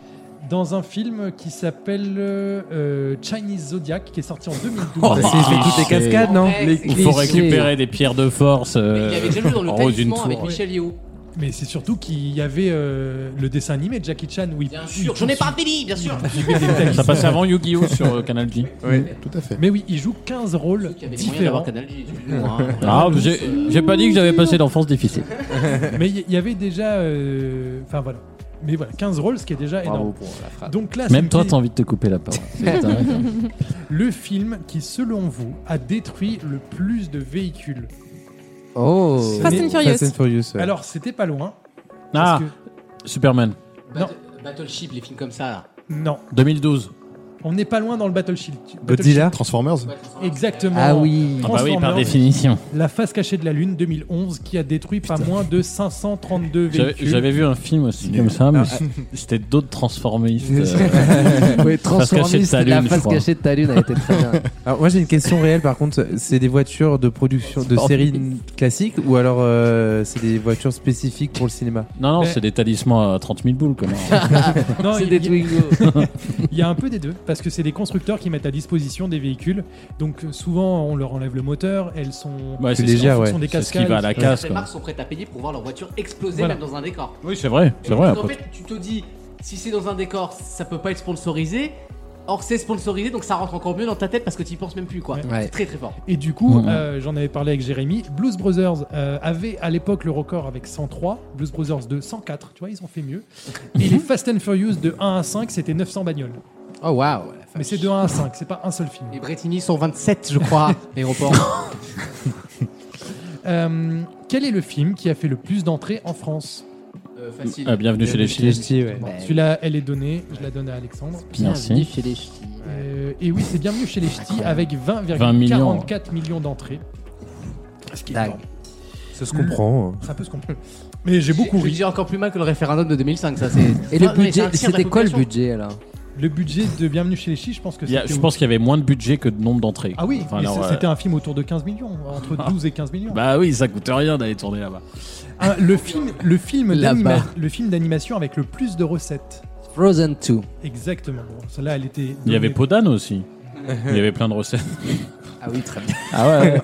Dans un film qui s'appelle euh, euh, Chinese Zodiac, qui est sorti en 2012. Oh, Bah, c'est- il fait toutes les c'est- cascades, non Ouais, c'est- Il faut clichés. récupérer des pierres de force Il euh, avait déjà joué dans en le haut d'une talisman tour. avec Michel Yeo. Mais c'est surtout qu'il y avait euh, le dessin animé de Jackie Chan. Oui, bien sûr, j'en ai pas fini, bien sûr. Ça passait avant Yu-Gi-Oh sur euh, Canal J. Oui, tout à fait. Mais oui, il joue 15 rôles avait les moyens différents. d'avoir Canal J, excusez-moi, hein. Ah, j'ai j'ai pas dit que j'avais passé l'enfance difficile. Mais il y- il y avait déjà. euh, Enfin voilà. Mais voilà, 15 rôles, ce qui est déjà énorme. Donc là, Même ça toi, me t'as envie de te couper la parole. C'est dingue. le film qui, selon vous, a détruit le plus de véhicules. Oh. Fast and Furious. Fast and Furious, ouais. Alors, c'était pas loin. Ah, Parce Superman. Bat- Battleship, les films comme ça là. Non. 2012. On n'est pas loin dans le Battleship. Godzilla. Transformers. Exactement. Ah oui. Ah bah oui, par Transformers. définition. La face cachée de la Lune 2011 qui a détruit pas moins de 532 J'avais- véhicules. J'avais vu un film aussi comme ça, mais Ah, c- c'était d'autres transformistes. euh. Oui, face cachée de transformistes, sa la lune, je face crois. cachée de ta lune, elle était très bien. Alors moi j'ai une question réelle par contre, c'est des voitures de production de séries classiques ou alors euh, c'est des voitures spécifiques pour le cinéma Non, non, Mais- c'est des talismans à 30 000 boules. Comme... Non, C'est il- des il- Twingo. Il y a un peu des deux, parce que c'est des constructeurs qui mettent à disposition des véhicules. Donc euh, souvent, on leur enlève le moteur, elles sont Ouais, c'est en légère, fonction ouais. des C'est ce qui cascades. va à la etc. casse, Les marques sont prêtes à payer pour voir leur voiture exploser Voilà. même dans un décor. Oui, c'est vrai, c'est Et vrai, donc, En après. fait, tu te dis, si c'est dans un décor, ça peut pas être sponsorisé. Or, c'est sponsorisé, donc ça rentre encore mieux dans ta tête parce que tu y penses même plus, quoi. C'est très très fort. Et du coup, Mhm. euh, j'en avais parlé avec Jérémy. Blues Brothers euh, avait à l'époque le record avec 103, Blues Brothers 2 104, tu vois, ils ont fait mieux. Et Mhm. les Fast and Furious de 1 à 5, c'était 900 bagnoles. Oh waouh Mais c'est de 1 à 5, c'est pas un seul film. Les Bretigny sont 27, je crois, l'aéroport. Euh, quel est le film qui a fait le plus d'entrées en France Euh, facile. Ah, bienvenue chez les ch'tis. Les ch'tis, ouais. Bon, Celui-là, elle est donnée, je la donne à Alexandre. Euh, Merci. Bienvenue chez les ch'tis. et oui, c'est bienvenue chez les ch'tis avec 20,44 20 millions. millions, d'entrées. Ce qui est énorme. Ça se comprend, hein. Ça peut se comprendre. Mais j'ai beaucoup Je le ri. dis encore plus mal que le référendum de 2005, ça c'est. Et le Non, mais c'est un budget, tiers de la c'était quoi le population. budget alors Le budget de Bienvenue chez les ch'tis, je pense que Il y a- c'était je pense qu'il y avait moins de budget que de nombre d'entrées. Ah oui, Enfin, mais alors, c'est- euh, c'était un film autour de 15 millions, entre 12 et 15 millions. Bah oui, ça coûte rien d'aller tourner là-bas. Ah, le film, le film Là-bas. d'anima- le film d'animation avec le plus de recettes. Frozen 2. Exactement. Bon, celle-là, elle était. Il y avait Podane aussi. Il y avait plein de recettes. Ah oui, très bien. Ah ouais, ouais.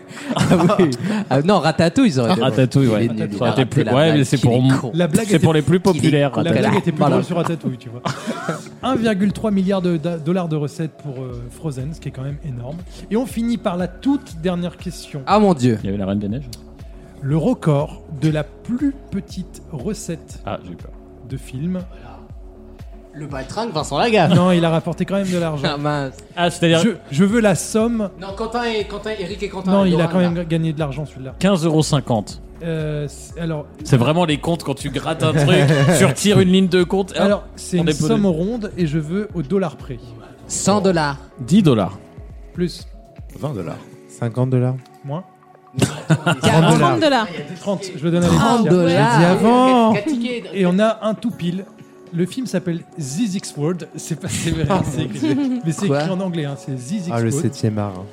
ah oui. Ah non, Ratatouille, ils auraient été bons. Ratatouille, Il ouais. est nul, il Ça a aurait été raté plus- la Ouais, blague, mais c'est qu'il pour, est con. La blague c'est était- pour les plus populaires. La Ratatouille. blague était plus Voilà. drôle sur Ratatouille, tu vois. 1,3 milliard de da- dollars de recettes pour euh, Frozen, ce qui est quand même énorme. Et on finit par la toute dernière question. Ah mon dieu. Il y avait la Reine des Neiges. Le record de la plus petite recette Ah, j'ai eu peur. de film. Le baltringue Vincent Lagaffe. Non, il a rapporté quand même de l'argent. Ah mince. Ah, c'est-à-dire Je, je veux la somme. Non, Quentin et Quentin, Eric et Quentin. Non, et il a Doran, quand là. même gagné de l'argent celui-là. 15,50€. Euh, c'est- alors, C'est vraiment les comptes quand tu grattes un truc, tu retires une ligne de compte. hop, alors c'est on une dépose- somme ronde et je veux au dollar près. 100 dollars. 10 dollars. Plus, 20 dollars. 50 dollars moins, 40 30 dollars. 30. Je le donne à 30 Alexandre. dollars. dit avant. Quatre tickets. Et on a un tout pile. Le film s'appelle Zizix World. C'est pas c'est vrai, c'est écrit. Mais c'est Quoi écrit en anglais, hein. c'est Zizix Ah le World. 7ème art. hein.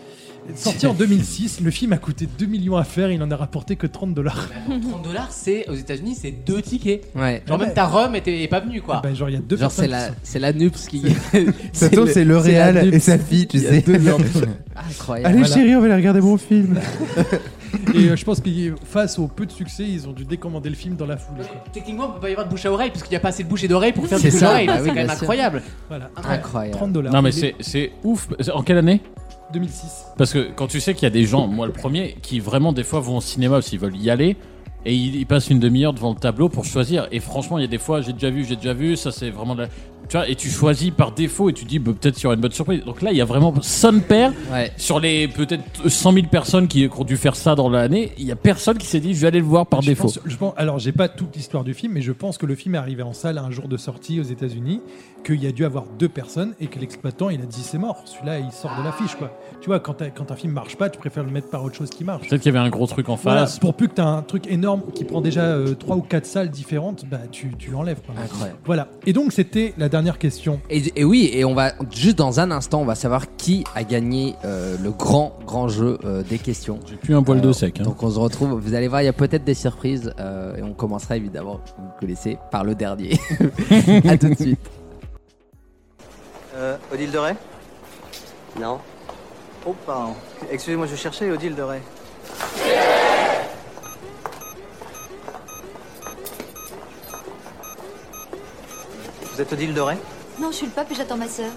Sorti en 2006, le film a coûté 2 millions à faire, il en a rapporté que 30 dollars. 30 dollars, c'est aux États-Unis, c'est deux tickets. Ouais. Genre Ouais. même ta Rome était est pas venue quoi. Ben, genre, il y a deux Ah. Genre personnes c'est qui la, sont- c'est la Nups qui. Ça tombe, c'est L'Oréal la et Nups. sa fille, tu Il y a sais. deux heures de- Incroyable. Allez Voilà. chérie, on va aller regarder mon film. Et euh, je pense que face au peu de succès, ils ont dû décommander le film dans la foule. quoi. Techniquement, on peut pas y avoir de bouche à oreille parce qu'il n'y a pas assez de bouche et d'oreille pour faire du C'est bouche ça, à oreille. bah c'est oui, quand même bien sûr. incroyable. Voilà, Incroyable. 30 dollars. Non, mais Il est c'est c'est ouf. En quelle année 2006. Parce que quand tu sais qu'il y a des gens, moi le premier, qui vraiment des fois vont au cinéma ou s'ils veulent y aller, et ils, ils passent une demi-heure devant le tableau pour choisir. Et franchement, il y a des fois, j'ai déjà vu, j'ai déjà vu, ça c'est vraiment de la... Tu vois, et tu choisis par défaut et tu dis bah, peut-être qu'il y aura une bonne surprise. Donc là, il y a vraiment son père. Ouais. Sur les peut-être 100 000 personnes qui, qui ont dû faire ça dans l'année, il y a personne qui s'est dit je vais aller le voir par Je défaut. pense- je pense- alors, j'ai pas toute l'histoire du film, mais je pense que le film est arrivé en salle un jour de sortie aux États-Unis, qu'il y a dû avoir deux personnes et que l'exploitant il a dit c'est mort. Celui-là il sort de l'affiche quoi. Tu vois, quand, t'as- quand un film marche pas, tu préfères le mettre par autre chose qui marche. Peut-être qu'il y avait un gros truc en Voilà, face. pour plus que tu as un truc énorme qui prend déjà euh, trois ou quatre salles différentes, bah tu, tu l'enlèves. quoi. Incroyable. Voilà. Et donc c'était la dernière question. Et, et oui, et on va juste dans un instant, on va savoir qui a gagné euh, le grand grand jeu euh, des questions. J'ai plus un poil de Alors, sec. hein. Donc on se retrouve, vous allez voir, il y a peut-être des surprises euh, et on commencera évidemment, vous le connaissez, par le dernier. à tout de suite. Euh, Odile de Ray Non. Oh, pardon. Excusez-moi, je cherchais Odile de Ray. Vous êtes Odile Doré Non, je suis le pape et j'attends ma sœur.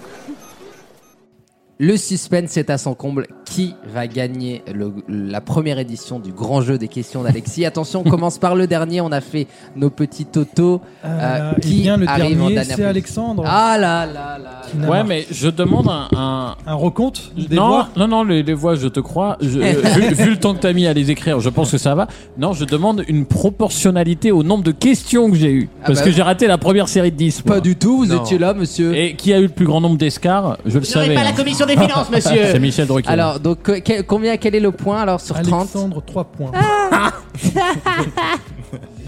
Le suspense est à son comble. Qui va gagner le- la première édition du grand jeu des questions d'Alexis Attention, on commence par le dernier. On a fait nos petits totos. Euh, Euh, eh qui bien, le arrive en dernier, dernière c'est position Alexandre. Ah là là là. n'a Ouais, marqué. mais je demande un. Un, recompte des non, voix non, non, les, les voix, je te crois. Je- euh, vu, vu le temps que t'as mis à les écrire, je pense que ça va. Non, je demande une proportionnalité au nombre de questions que j'ai eues. Ah Parce bah. que j'ai raté la première série de 10. Pas du tout, vous étiez là, monsieur. Et qui a eu le plus grand nombre d'escarres Je le savais. pas la hein. commission des finances, monsieur. C'est Michel Drucker. Alors, donc, que- quel- combien, quel est le point alors sur 30 Alexandre, 3 points. Ah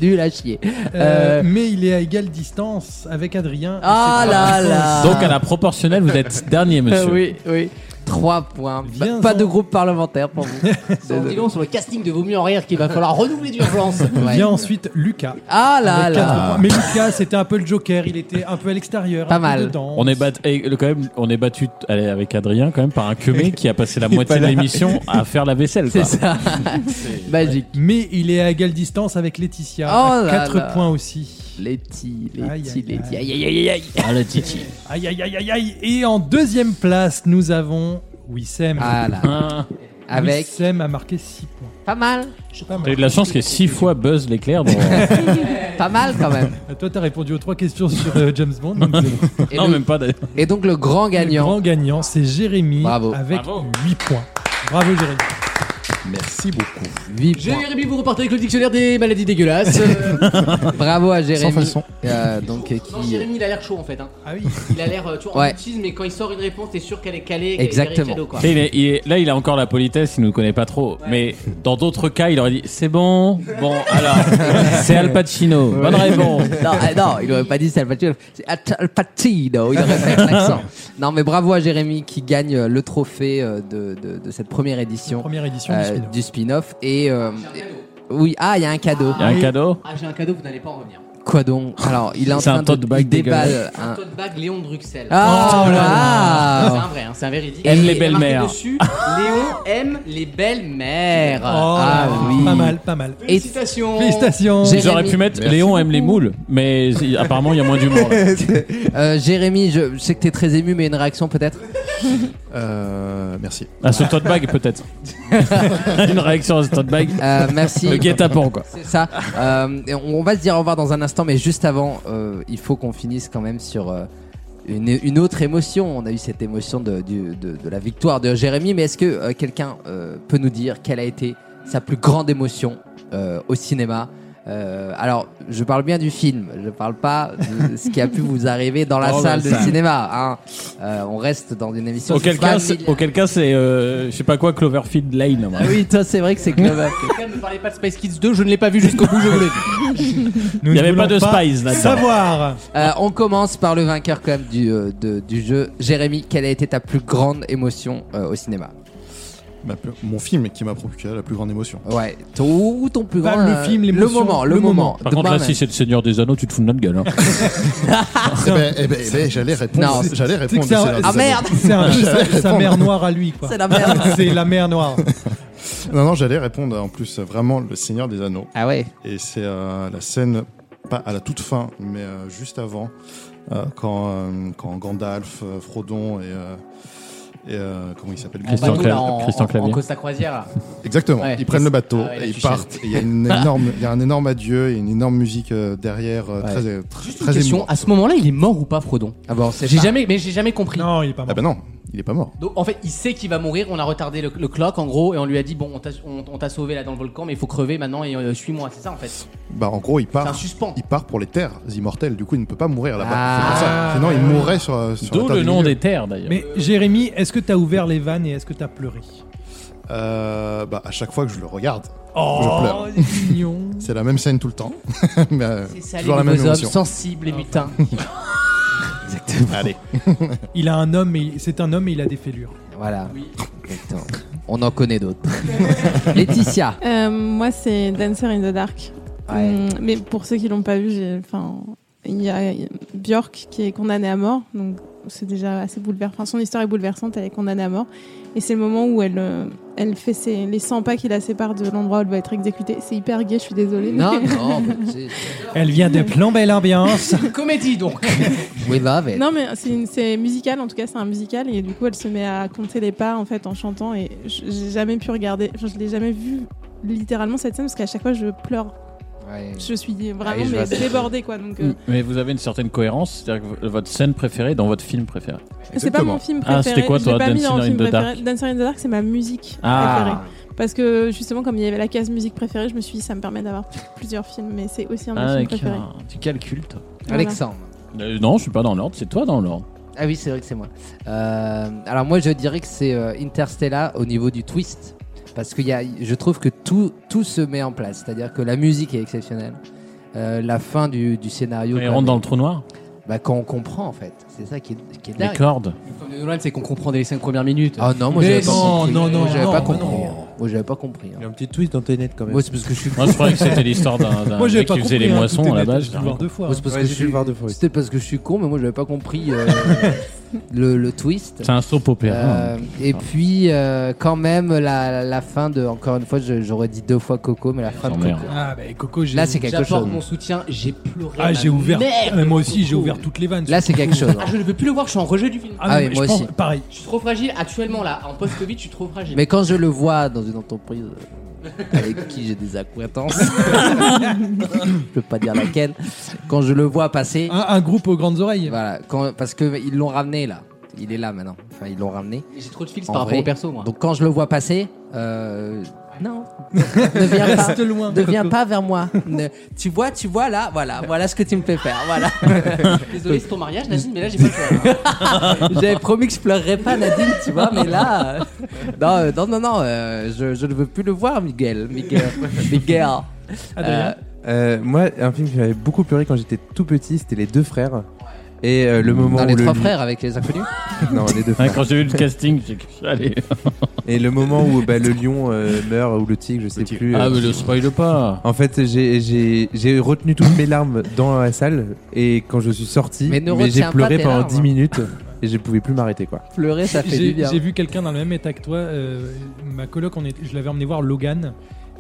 Nul à chier. Euh, Euh, Mais il est à égale distance avec Adrien. Ah Et c'est là pas- euh, là. Donc à la proportionnelle, vous êtes dernier, monsieur. oui, oui. 3 points. Pas- pas de groupe parlementaire pour vous. On dit long sur le casting de Vaut mieux en rire qu'il va falloir renouveler d'urgence. Vient ensuite Lucas. Ah là Avec là. quatre points. Mais Lucas, c'était un peu le joker. Il était un peu à l'extérieur. un peu dedans. On est, bat- eh, le- quand même, on est battu t- allez, avec Adrien quand même par un queumé qui a passé la Il est moitié pas de là. l'émission à faire la vaisselle. quoi. Magique. Mais il est à égale distance avec Laetitia. Oh là 4 là. points aussi. Letty, Letty, Letty. Aïe, aïe, aïe, aïe. Ah, le Titi. Aïe, aïe, aïe, aïe, aïe. Et en deuxième place, nous avons Wissem. Ah là. Hein. Avec- Wissem a marqué 6 points. Pas mal. T'as eu de la chance qu'il y ait 6 fois Buzz l'éclair. dans- Pas mal quand même. Euh, Toi, t'as répondu aux trois questions sur euh, James Bond. donc c'est bon. non, même pas d'ailleurs. Et donc le grand gagnant. Le grand gagnant, c'est Jérémy Bravo. avec 8 points. Bravo Jérémy. Merci beaucoup. 8 J'ai Jérémy, vous repartez avec le dictionnaire des maladies dégueulasses. Euh, Bravo à Jérémy. façon. Euh, donc, euh, non, qui- Jérémy, il a l'air chaud en fait. hein. Ah Il a l'air, euh, tu vois, Ouais. en bêtise, mais quand il sort une réponse, t'es sûr qu'elle est calée. qu'elle est Exactement. cadeau, quoi. Et il est- il est- là, il a encore la politesse, il nous connaît pas trop. Mais dans d'autres cas, il aurait dit c'est bon. Bon, alors, c'est Al Pacino. Bonne réponse. Non, euh, non, il aurait pas dit c'est Al Pacino. C'est Al- Al Pacino. Il aurait fait avec l'accent. Non, mais bravo à Jérémy qui gagne euh, le trophée euh, de, de- de cette première édition. Première édition euh, du spin-off. du spin-off. et. euh, oui, ah, il y a un cadeau. Il y a un cadeau Ah, j'ai un cadeau, vous n'allez pas en revenir. Quoi donc Alors, il est en C'est un train tote de bag il déballe dégueulasse. Bah, un- Un tote bag Léon Druxel. Ah, Oh là là. C'est un vrai, hein, c'est un véridique. Et Aime les il y a marqué belles-mères. dessus, Léon aime les belles-mères. ah oui. Oh, Oh. Pas mal, pas mal. Félicitations. Félicitations. J'aurais pu mettre Léon aime les moules, mais il- apparemment, il y a moins d'humour. là. Euh, Jérémy, je, je sais que t'es très ému, mais une réaction peut-être Euh, merci. À Ah, ce tote bag, peut-être. Une réaction à ce tote bag. Euh, merci. Le guet-apens, quoi. C'est ça. Euh, et on va se dire au revoir dans un instant, mais juste avant, euh, il faut qu'on finisse quand même sur euh, une, une autre émotion. On a eu cette émotion de, du- de- de la victoire de Jérémy, mais est-ce que euh, quelqu'un euh, peut nous dire quelle a été sa plus grande émotion euh, au cinéma Euh, alors, je parle bien du film, je parle pas de ce qui a pu vous arriver dans la Dans la salle de salle. cinéma. hein. Euh, on reste dans une émission Auquel cas, familiale. c'est- auquel cas, c'est euh, je sais pas quoi, Cloverfield Lane. Ah Oui, toi, c'est vrai que c'est Clover. Quelqu'un ne parlait pas de Space Kids 2, je ne l'ai pas vu jusqu'au bout, je voulais. Il n'y avait pas de Spice là-dedans. Savoir. Euh, on commence par le vainqueur quand même du, euh, de- du jeu. Jérémy, quelle a été ta plus grande émotion euh, au cinéma Ma plus- mon film qui m'a procuré la plus grande émotion. Ouais, ton, ou ton plus Pas grand. le euh, film, le l'émotion, moment, le, le moment. moment. Par de contre, là, moi-même. si c'est le Seigneur des Anneaux, tu te fous de notre gueule. hein. Ah, Eh ben, eh ben, eh ben, j'allais Non, répondre. c'est- J'allais C'est que répondre. c'est un- c'est la- Ah, merde. C'est un- J'allais sa- sa répondre. mère noire à lui, quoi. C'est la merde. C'est la mère noire. Non, non, j'allais répondre en plus vraiment le Seigneur des Anneaux. Ah ouais. Et c'est euh, la scène, pas à la toute fin, mais euh, juste avant, euh, quand, euh, quand Gandalf, euh, Frodon et. euh, et, euh, comment il s'appelle Christian bateau, Bah, Cla- là, en- Christian en- Clavier. En Costa Croisière, là. Exactement. Ouais. ils prennent le bateau Ah ouais, la et ils Tuchel. partent. Et Il y a une énorme, il y a un énorme adieu et une énorme musique euh, derrière, euh, Ouais. très, euh, très, Juste une très question, émouvante. à ce moment-là, il est mort ou pas, Frodon Ah bon, c'est J'ai pas- jamais, mais j'ai jamais compris. Non, il est pas Ah mort. ben non, il est pas mort. Donc en fait, il sait qu'il va mourir. On a retardé le, le clock en gros et on lui a dit bon, on t'a- on on t'a sauvé là dans le volcan, mais il faut crever maintenant et euh, suis-moi. C'est ça en fait. Bah en gros, il C'est un part. suspens. Il part pour les terres immortelles. Du coup, il ne peut pas mourir là-bas. Ah. C'est pour ça. Sinon, il mourrait sur. euh, sur la D'où terre le du nom milieu. des terres, d'ailleurs. Mais Jérémy, est-ce que t'as ouvert les vannes et est-ce que t'as pleuré Euh, bah à chaque fois que je le regarde, je Oh, pleure. il est mignon. C'est la même scène tout le temps, mais euh, C'est ça les toujours la même hommes émotion. sensibles et mutins. Allez. Il a un homme, mais il- c'est un homme et il a des fêlures. Voilà. Exactement. On en connaît d'autres. Laetitia. Euh, moi, c'est Dancer in the Dark. Ouais. Hum, mais pour ceux qui l'ont pas vu, j'ai- enfin, il y a Björk qui est condamnée à mort, donc c'est déjà assez bouleversant. Enfin, son histoire est bouleversante, elle est condamnée à mort. Et c'est le moment où elle, euh, elle fait ses- les 100 pas qui la séparent de l'endroit où elle va être exécutée. C'est hyper gay, je suis désolée. Non, mais- non, Elle vient de plomber l'ambiance. Bah, Comédie donc. We love it. Non, mais c'est une- c'est musical, en tout cas, c'est un musical. Et du coup, elle se met à compter les pas en fait en chantant. Et j- j'ai jamais pu regarder, enfin, je l'ai jamais vu littéralement cette scène parce qu'à chaque fois, je pleure. Ouais. Je suis vraiment Ouais, je mais vois. débordée quoi. Donc, euh, Mais vous avez une certaine cohérence, c'est-à-dire que v- votre scène préférée dans votre film préféré. C'est pas mon film préféré. Ah, c'était quoi Je l'ai toi, pas mis Dancing dans mon in film the préféré. Dark Dancing in the Dark, c'est ma musique Ah. préférée. Parce que justement, comme il y avait la case musique préférée, je me suis dit ça me permet d'avoir plusieurs films, mais c'est aussi un de mes films Ah, Avec préférés. un petit calcul, toi. Voilà. Alexandre. Euh, non, je suis pas dans l'ordre, c'est toi dans l'ordre. Ah oui, c'est vrai que c'est moi. Euh, alors moi, je dirais que c'est euh, Interstellar au niveau du twist, parce que y a, je trouve que tout, tout se met en place, c'est-à-dire que la musique est exceptionnelle, Euh, la fin du, du scénario... Et quand rentre même, dans le trou noir Bah quand on comprend en fait, c'est ça qui est, qui est Les dingue. cordes. Le problème de Nolan, c'est qu'on comprend dès les 5 premières minutes. Ah non, moi Mais j'avais pas non, compris. non, non, Moi, j'avais non, pas mais compris. non. hein. Moi j'avais pas compris. hein. un petit twist dans Tenet quand même. Moi, c'est parce que je suis. Moi, je croyais que c'était l'histoire d'un- d'un Moi, j'avais mec pas qui faisait compris, les hein, moissons, tout est à la net, base, j'ai dû le voir deux fois, Moi, hein. c'est parce Ouais, que j'ai je dû le suis. voir deux fois. C'était parce que je suis con, mais moi, j'avais pas compris euh, le, le twist. C'est un soap opéra, Euh, hein. et puis, euh, quand même, la, la fin de. Encore une fois, je- j'aurais dit deux fois Coco, mais la fin de Coco. merde. Ah, bah, Coco, j'ai- Là, c'est quelque J'apporte chose. mon soutien, j'ai pleuré. Ah, ma j'ai ouvert. mère. Ah, moi aussi, j'ai ouvert toutes les vannes. Là, c'est quelque chose. hein. Ah, je ne peux plus le voir, je suis en rejet du film. Ah Ah oui, oui, moi je pense- aussi. Pareil. Je suis trop fragile actuellement là, en post-Covid, je suis trop fragile. Mais quand je le vois dans une entreprise euh, avec qui j'ai des acquaintances, je peux pas dire laquelle, quand je le vois passer. Un, un groupe aux grandes oreilles. Voilà, quand- parce qu'ils l'ont ramené là. Il est là maintenant. Enfin, ils l'ont ramené. J'ai trop de fils En par rapport vrai. au perso, moi. Donc quand je le vois passer, euh, non, ne viens pas, Reste loin. ne viens pas vers moi. Ne- tu vois, tu vois là, voilà, voilà ce que tu me fais faire, voilà. euh, Désolé, c'est ton mariage, Nadine, mais là, j'ai pas le choix. J'avais promis que je pleurerais pas Nadine, tu vois, mais là, euh, non, euh, non, non, non, euh, je, je ne veux plus le voir, Miguel, Miguel, Miguel. Euh, euh, Moi, un film qui m'avait beaucoup pleuré quand j'étais tout petit, c'était Les Deux Frères. Et euh, le moment Dans où les le trois lit- frères avec les inconnus. Non, les deux Ouais, frères. quand j'ai vu le casting, j'ai cru allez. Et le moment où bah, le lion euh, meurt ou le tigre, je sais plus. Ah, euh, mais le spoil pas. En fait, j'ai- j'ai j'ai retenu toutes mes larmes dans la salle et quand je suis sorti, Mais ne j'ai retiens pas pleuré tes pendant larmes. 10 minutes et je pouvais plus m'arrêter quoi. Pleurer, ça fait J'ai- du bien. J'ai vu quelqu'un dans le même état que toi. euh, ma coloc, on est, je l'avais emmené voir Logan.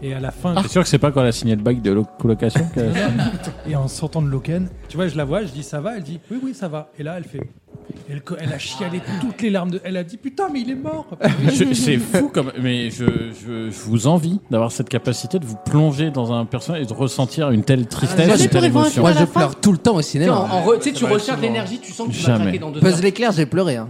Et à la fin, T'es sûr que c'est pas quand elle a signé le bail de lo- colocation que- et en sortant de Logan, tu vois, je la vois, je dis ça va, elle dit oui, oui, ça va. Et là, elle fait. Elle, co- elle a chialé toutes les larmes. De, elle a dit putain, mais il est mort. Je- C'est fou, comme, mais je, je- je vous envie d'avoir cette capacité de vous plonger dans un personnage et de ressentir une telle tristesse, une telle émotion. Moi, je pleure tout le temps au Tu sais, cinéma. en- en re- tu sais, tu Ça va recherches souvent. l'énergie, tu sens que tu vas Jamais. craquer dans deux Puzzle heures. éclair, j'ai pleuré. Hein.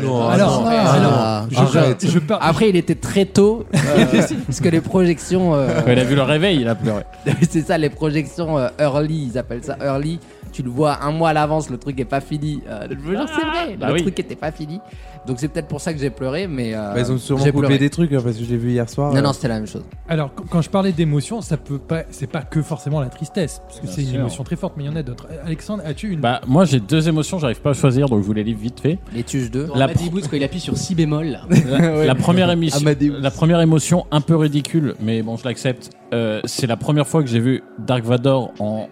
non, Alors, Ah, alors, ah, je- arrête. je pars- Après, il était très tôt euh, parce que les projections. euh, Quand il a vu le réveil, il a pleuré. c'est ça, les projections euh, early, ils appellent ça early. Tu le vois un mois à l'avance, le truc est pas fini. Euh, je vous jure, c'est vrai, Bah le oui. truc était pas fini. Donc c'est peut-être pour ça que j'ai pleuré, mais. euh, Bah, ils ont sûrement j'ai coupé pleuré. des trucs hein, parce que je l'ai vu hier soir. Non, euh. non, c'était la même chose. Alors, qu- quand je parlais d'émotion, ça peut pas, c'est pas que forcément la tristesse, parce que Bien c'est une sûr. émotion très forte, mais il y en a d'autres. Euh, Alexandre, as-tu une Bah, moi j'ai deux émotions, j'arrive pas à choisir, donc je vous les livre vite fait. Les tuches 2. La, Amadou Ibouze, quand il appuie sur 6 bémol. la, la première émission, la première émotion un peu ridicule, mais bon, je l'accepte. euh, c'est la première fois que j'ai vu Dark Vador en,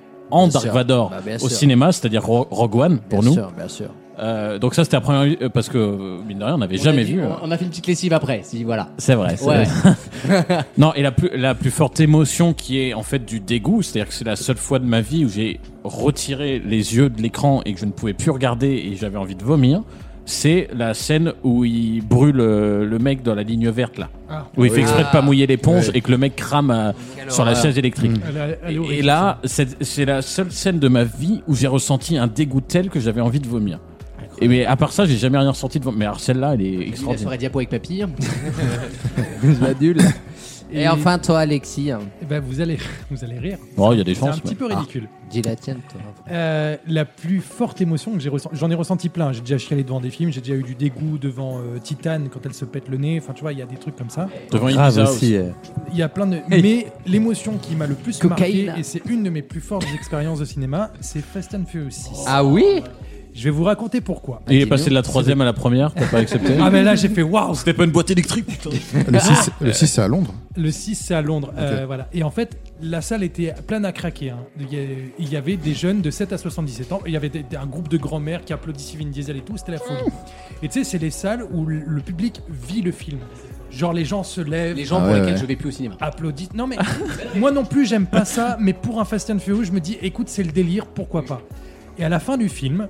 Bien en Dark sûr. Vador Bah, bien au sûr. cinéma, c'est-à-dire Ro- Rogue One pour bien nous. sûr, bien sûr. Euh, donc ça c'était la première euh, parce que euh, mine de rien on n'avait On jamais a dit- vu. euh, On, on a fait une petite lessive après, si voilà. C'est vrai. c'est Ouais. vrai. non, et la plus, la plus forte émotion qui est en fait du dégoût, c'est-à-dire que c'est la seule fois de ma vie où j'ai retiré les yeux de l'écran et que je ne pouvais plus regarder et j'avais envie de vomir, c'est la scène où il brûle euh, le mec dans la ligne verte là. Ah. Où il fait Oui. exprès de pas mouiller l'éponge Ouais. et que le mec crame euh, sur la horreur. chaise électrique. Mm. Elle est- elle est Et- Et horrible, là, c'est c'est la seule scène de ma vie où j'ai ressenti un dégoût tel que j'avais envie de vomir. Et mais à part ça, j'ai jamais rien ressenti de vomir. Mais alors celle-là, elle est La soirée extraordinaire. diapo avec papy. Je l'adule. Et, Et- enfin, toi, Alexis. hein. Eh ben, vous allez, vous allez rire. Bon, il y a des C'est chances, Ah. un petit mais- peu ridicule. Dis la tienne, toi. Euh, la plus forte émotion que j'ai ressentie, j'en ai ressenti plein. J'ai déjà chialé devant des films, j'ai déjà eu du dégoût devant euh, Titane quand elle se pète le nez. Enfin, tu vois, il y a des trucs comme ça. Devant Grave Ibiza aussi, aussi. euh. Il y a plein de. Hey. Mais l'émotion qui m'a le plus Cocaïne. marqué, et c'est une de mes plus fortes expériences de cinéma, c'est Fast and Furious 6. Ah oui Je vais vous raconter pourquoi. Il est passé de la troisième à la première, t'as pas accepté Ah, mais là, j'ai fait waouh C'était pas une boîte électrique, putain Le 6, le 6, c'est à Londres. Le 6, c'est à Londres. euh, Ok. voilà. Et en fait, la salle était pleine à craquer. hein. Il, y a- il y avait des jeunes de 7 à 77 ans. Il y avait des- un groupe de grand-mères qui applaudissaient Vin Diesel et tout. C'était la folie. Et tu sais, c'est les salles où le- le public vit le film. Genre, les gens se lèvent. Les gens Ah pour lesquels je vais plus au cinéma. Applaudissent. Non, mais moi non plus, j'aime pas ça. Mais pour un Fast and Furious, je me dis, écoute, c'est le délire, pourquoi pas. Et à la fin du film,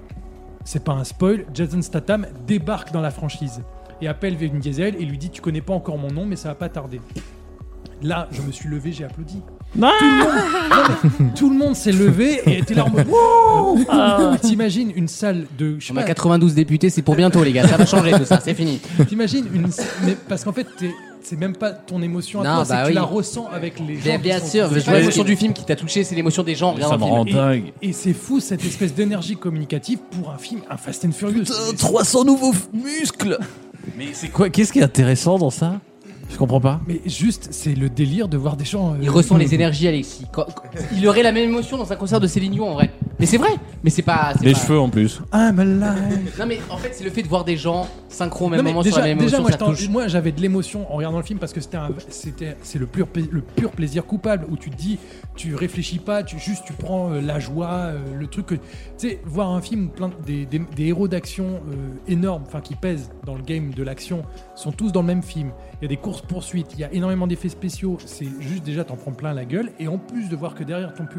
c'est pas un spoil, Jason Statham débarque dans la franchise et appelle Vin Diesel et lui dit Tu connais pas encore mon nom, mais ça va pas tarder. Là, je me suis levé, j'ai applaudi. tout, le monde, non, mais tout le monde s'est levé et était là en mode Wow Ah. T'imagines une salle de. je sais On a pas, 92 députés, c'est pour bientôt, les gars. Ça va changer tout ça, c'est fini. T'imagines une. mais parce qu'en fait, t'es- c'est même pas ton émotion à Non, toi, bah c'est que tu oui. la ressens avec les gens. Bien, qui bien sont- sûr, C'est mais pas je vois l'émotion l'émotion du film qui t'a touché, c'est l'émotion des gens. Ça me rend Et- dingue. Et, c'est fou cette espèce d'énergie communicative pour un film, un Fast and Furious. 300 nouveaux muscles Mais c'est quoi Qu'est-ce qui est intéressant dans ça Je comprends pas. Mais juste, c'est le délire de voir des gens. euh, Il ressent les énergies, Alexis. Quand- quand- Il aurait la même émotion dans un concert de Céline Dion en vrai. Mais c'est vrai, mais c'est pas. c'est Les pas- cheveux en plus. I'm alive. Non, mais en fait, c'est le fait de voir des gens synchro au même Non, mais moment sur déjà, la même déjà, émotion. moi, ça j'étais en- touche. moi, j'avais de l'émotion en regardant le film parce que c'était un- c'était c'est le pur pla- le pur plaisir coupable où tu te dis tu réfléchis pas tu juste tu prends euh, la joie euh, le truc que tu sais voir un film plein de- des, des- des héros d'action euh, énormes enfin qui pèsent dans le game de l'action sont tous dans le même film il y a des courses poursuites il y a énormément d'effets spéciaux c'est juste déjà t'en prends plein la gueule et en plus de voir que derrière ton public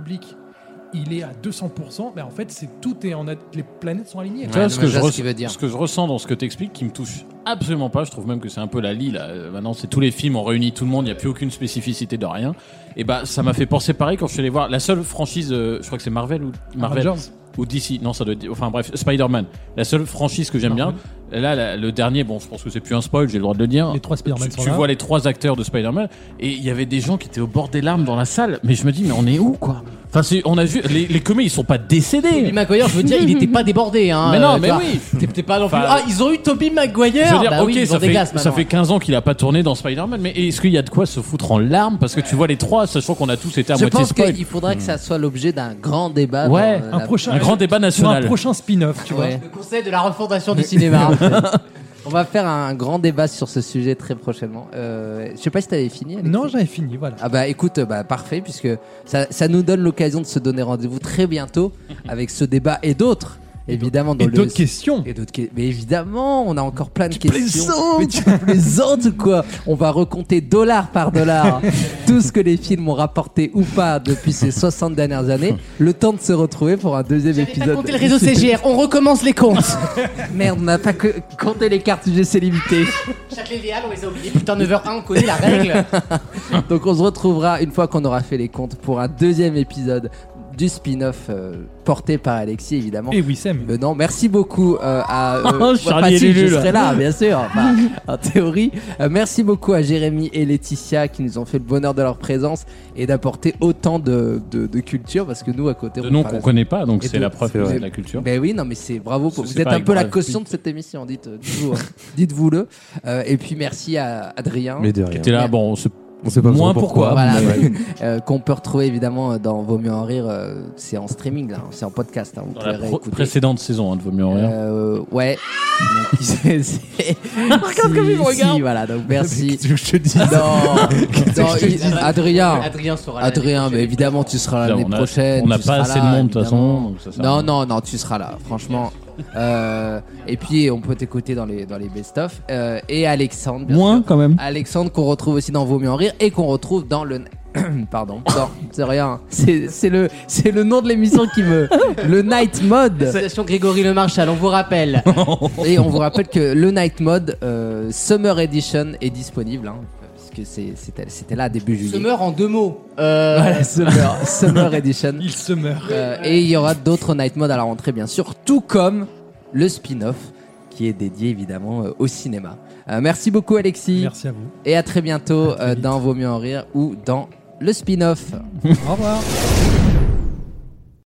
il est à 200%, ben en fait, c'est tout est en a- les planètes sont alignées. Tu vois, ce, que je ressens- ce que je ressens dans ce que t'expliques qui me touche absolument pas, je trouve même que c'est un peu la lie là. Euh, Maintenant, c'est tous les films, on réunit tout le monde, il n'y a plus aucune spécificité de rien. Et bah, ça m'a fait penser pareil quand je suis allé voir la seule franchise, euh, je crois que c'est Marvel ou Marvel Avengers. ou DC, non, ça doit être, enfin bref, Spider-Man, la seule franchise que j'aime bien. Là, la- le dernier, bon, je pense que c'est plus un spoil, j'ai le droit de le dire. Les trois Spider-Man Tu, sont tu là. vois les trois acteurs de Spider-Man et il y avait des gens qui étaient au bord des larmes dans la salle. Mais je me dis, mais on est où quoi Enfin, c'est- on a vu, les, les comédies, ils sont pas décédés. Tobey Maguire, je veux dire, il était pas débordé. Hein, Mais non, euh, tu mais vois. oui. T'es peut-être pas non plus. Enfin, Ah, ils ont eu Tobey Maguire. Je veux dire, Bah ok, oui, ils ont ça, des fait, glaces ça maintenant. fait 15 ans qu'il a pas tourné dans Spider-Man, mais est-ce qu'il y a de quoi se foutre en larmes Parce que tu vois les trois, sachant qu'on a tous été à Je moitié pense spoil. qu'il faudra que ça soit l'objet d'un grand débat. Ouais, dans, euh, un la- prochain- Un grand débat national. un prochain spin-off, tu Ouais. Le conseil de la refondation du cinéma. On va faire un grand débat sur ce sujet très prochainement. Euh, je sais pas si t'avais fini. Alexis. Non, j'avais fini, voilà. Ah bah écoute, euh, bah parfait, puisque ça, ça nous donne l'occasion de se donner rendez-vous très bientôt avec ce débat et d'autres. Évidemment, dans et le- d'autres questions. Et d'autres que- Mais évidemment, on a encore plein de questions. plaisantes. Mais tu plaisantes ou quoi On va recompter dollar par dollar tout ce que les films ont rapporté ou pas depuis ces 60 dernières années. Le temps de se retrouver pour un deuxième épisode. Comptez le réseau CGR, on recommence les comptes. Merde, on n'a pas que compté les cartes UGC limitées. Châtelet Léal, on les a oubliés. Putain, 9h01, on connaît la règle. Donc on se retrouvera une fois qu'on aura fait les comptes pour un deuxième épisode du spin-off euh, porté par Alexis évidemment. Et Wissem. Mais non, merci beaucoup euh, à Oh, moi, Charlie pas et si, je Lulu, là. serai là bien sûr. Enfin, en théorie, Euh, merci beaucoup à Jérémy et Laetitia qui nous ont fait le bonheur de leur présence et d'apporter autant de, de- de culture parce que nous à côté De on noms parle- qu'on connaît pas, donc Et c'est de- la preuve c'est que vrai. c'est de la culture. Ben oui, non, mais c'est bravo. Pour... C'est Vous êtes pas un peu la grave. caution de cette émission, dites, dites-vous, hein. dites-vous-le. Euh, et puis merci à Adrien. Mais de rien. Qui était là, bon, on sait, On sait pas moins trop pourquoi. Voilà, mais- Euh, qu'on peut retrouver évidemment dans Vaut mieux en rire. euh, c'est en streaming, là, c'est en podcast. hein, vous Dans la pouvez pro- réécouter. précédente saison, hein, de Vaut mieux en rire. Euh, ouais. Donc, c'est- c'est- si, si, voilà, donc merci. je te dis Non, que non, je te il- dise Adrien, Adrien sera là Adrien, mais évidemment, tu seras là Là, l'année on a- prochaine. on n'a tu pas seras assez de là, monde, de toute façon, évidemment. donc ça sert à Non, rien. non, non, tu seras là, franchement. Euh, et puis, on peut t'écouter dans les, dans les best-of. Euh, et Alexandre. bien Moins, sûr. quand même. Alexandre, qu'on retrouve aussi dans Vaut mieux en rire et qu'on retrouve dans le. Pardon, non, c'est rien. C'est c'est le, c'est le nom de l'émission qui me. Le Night Mode. Station Grégory Le Marchal, on vous rappelle. Et on vous rappelle que le Night Mode euh, Summer Edition est disponible, hein, parce que c'est- c'était c'était là début juillet. Se meurt en deux mots. Euh, Voilà, Summer, Summer Edition. Il se meurt. Euh, et il y aura d'autres Night Mode à la rentrée, bien sûr, tout comme le spin-off qui est dédié évidemment euh, au cinéma. Euh, merci beaucoup, Alexis. Merci à vous. Et à très bientôt euh, dans Vaut mieux en rire ou dans le spin-off. Au revoir.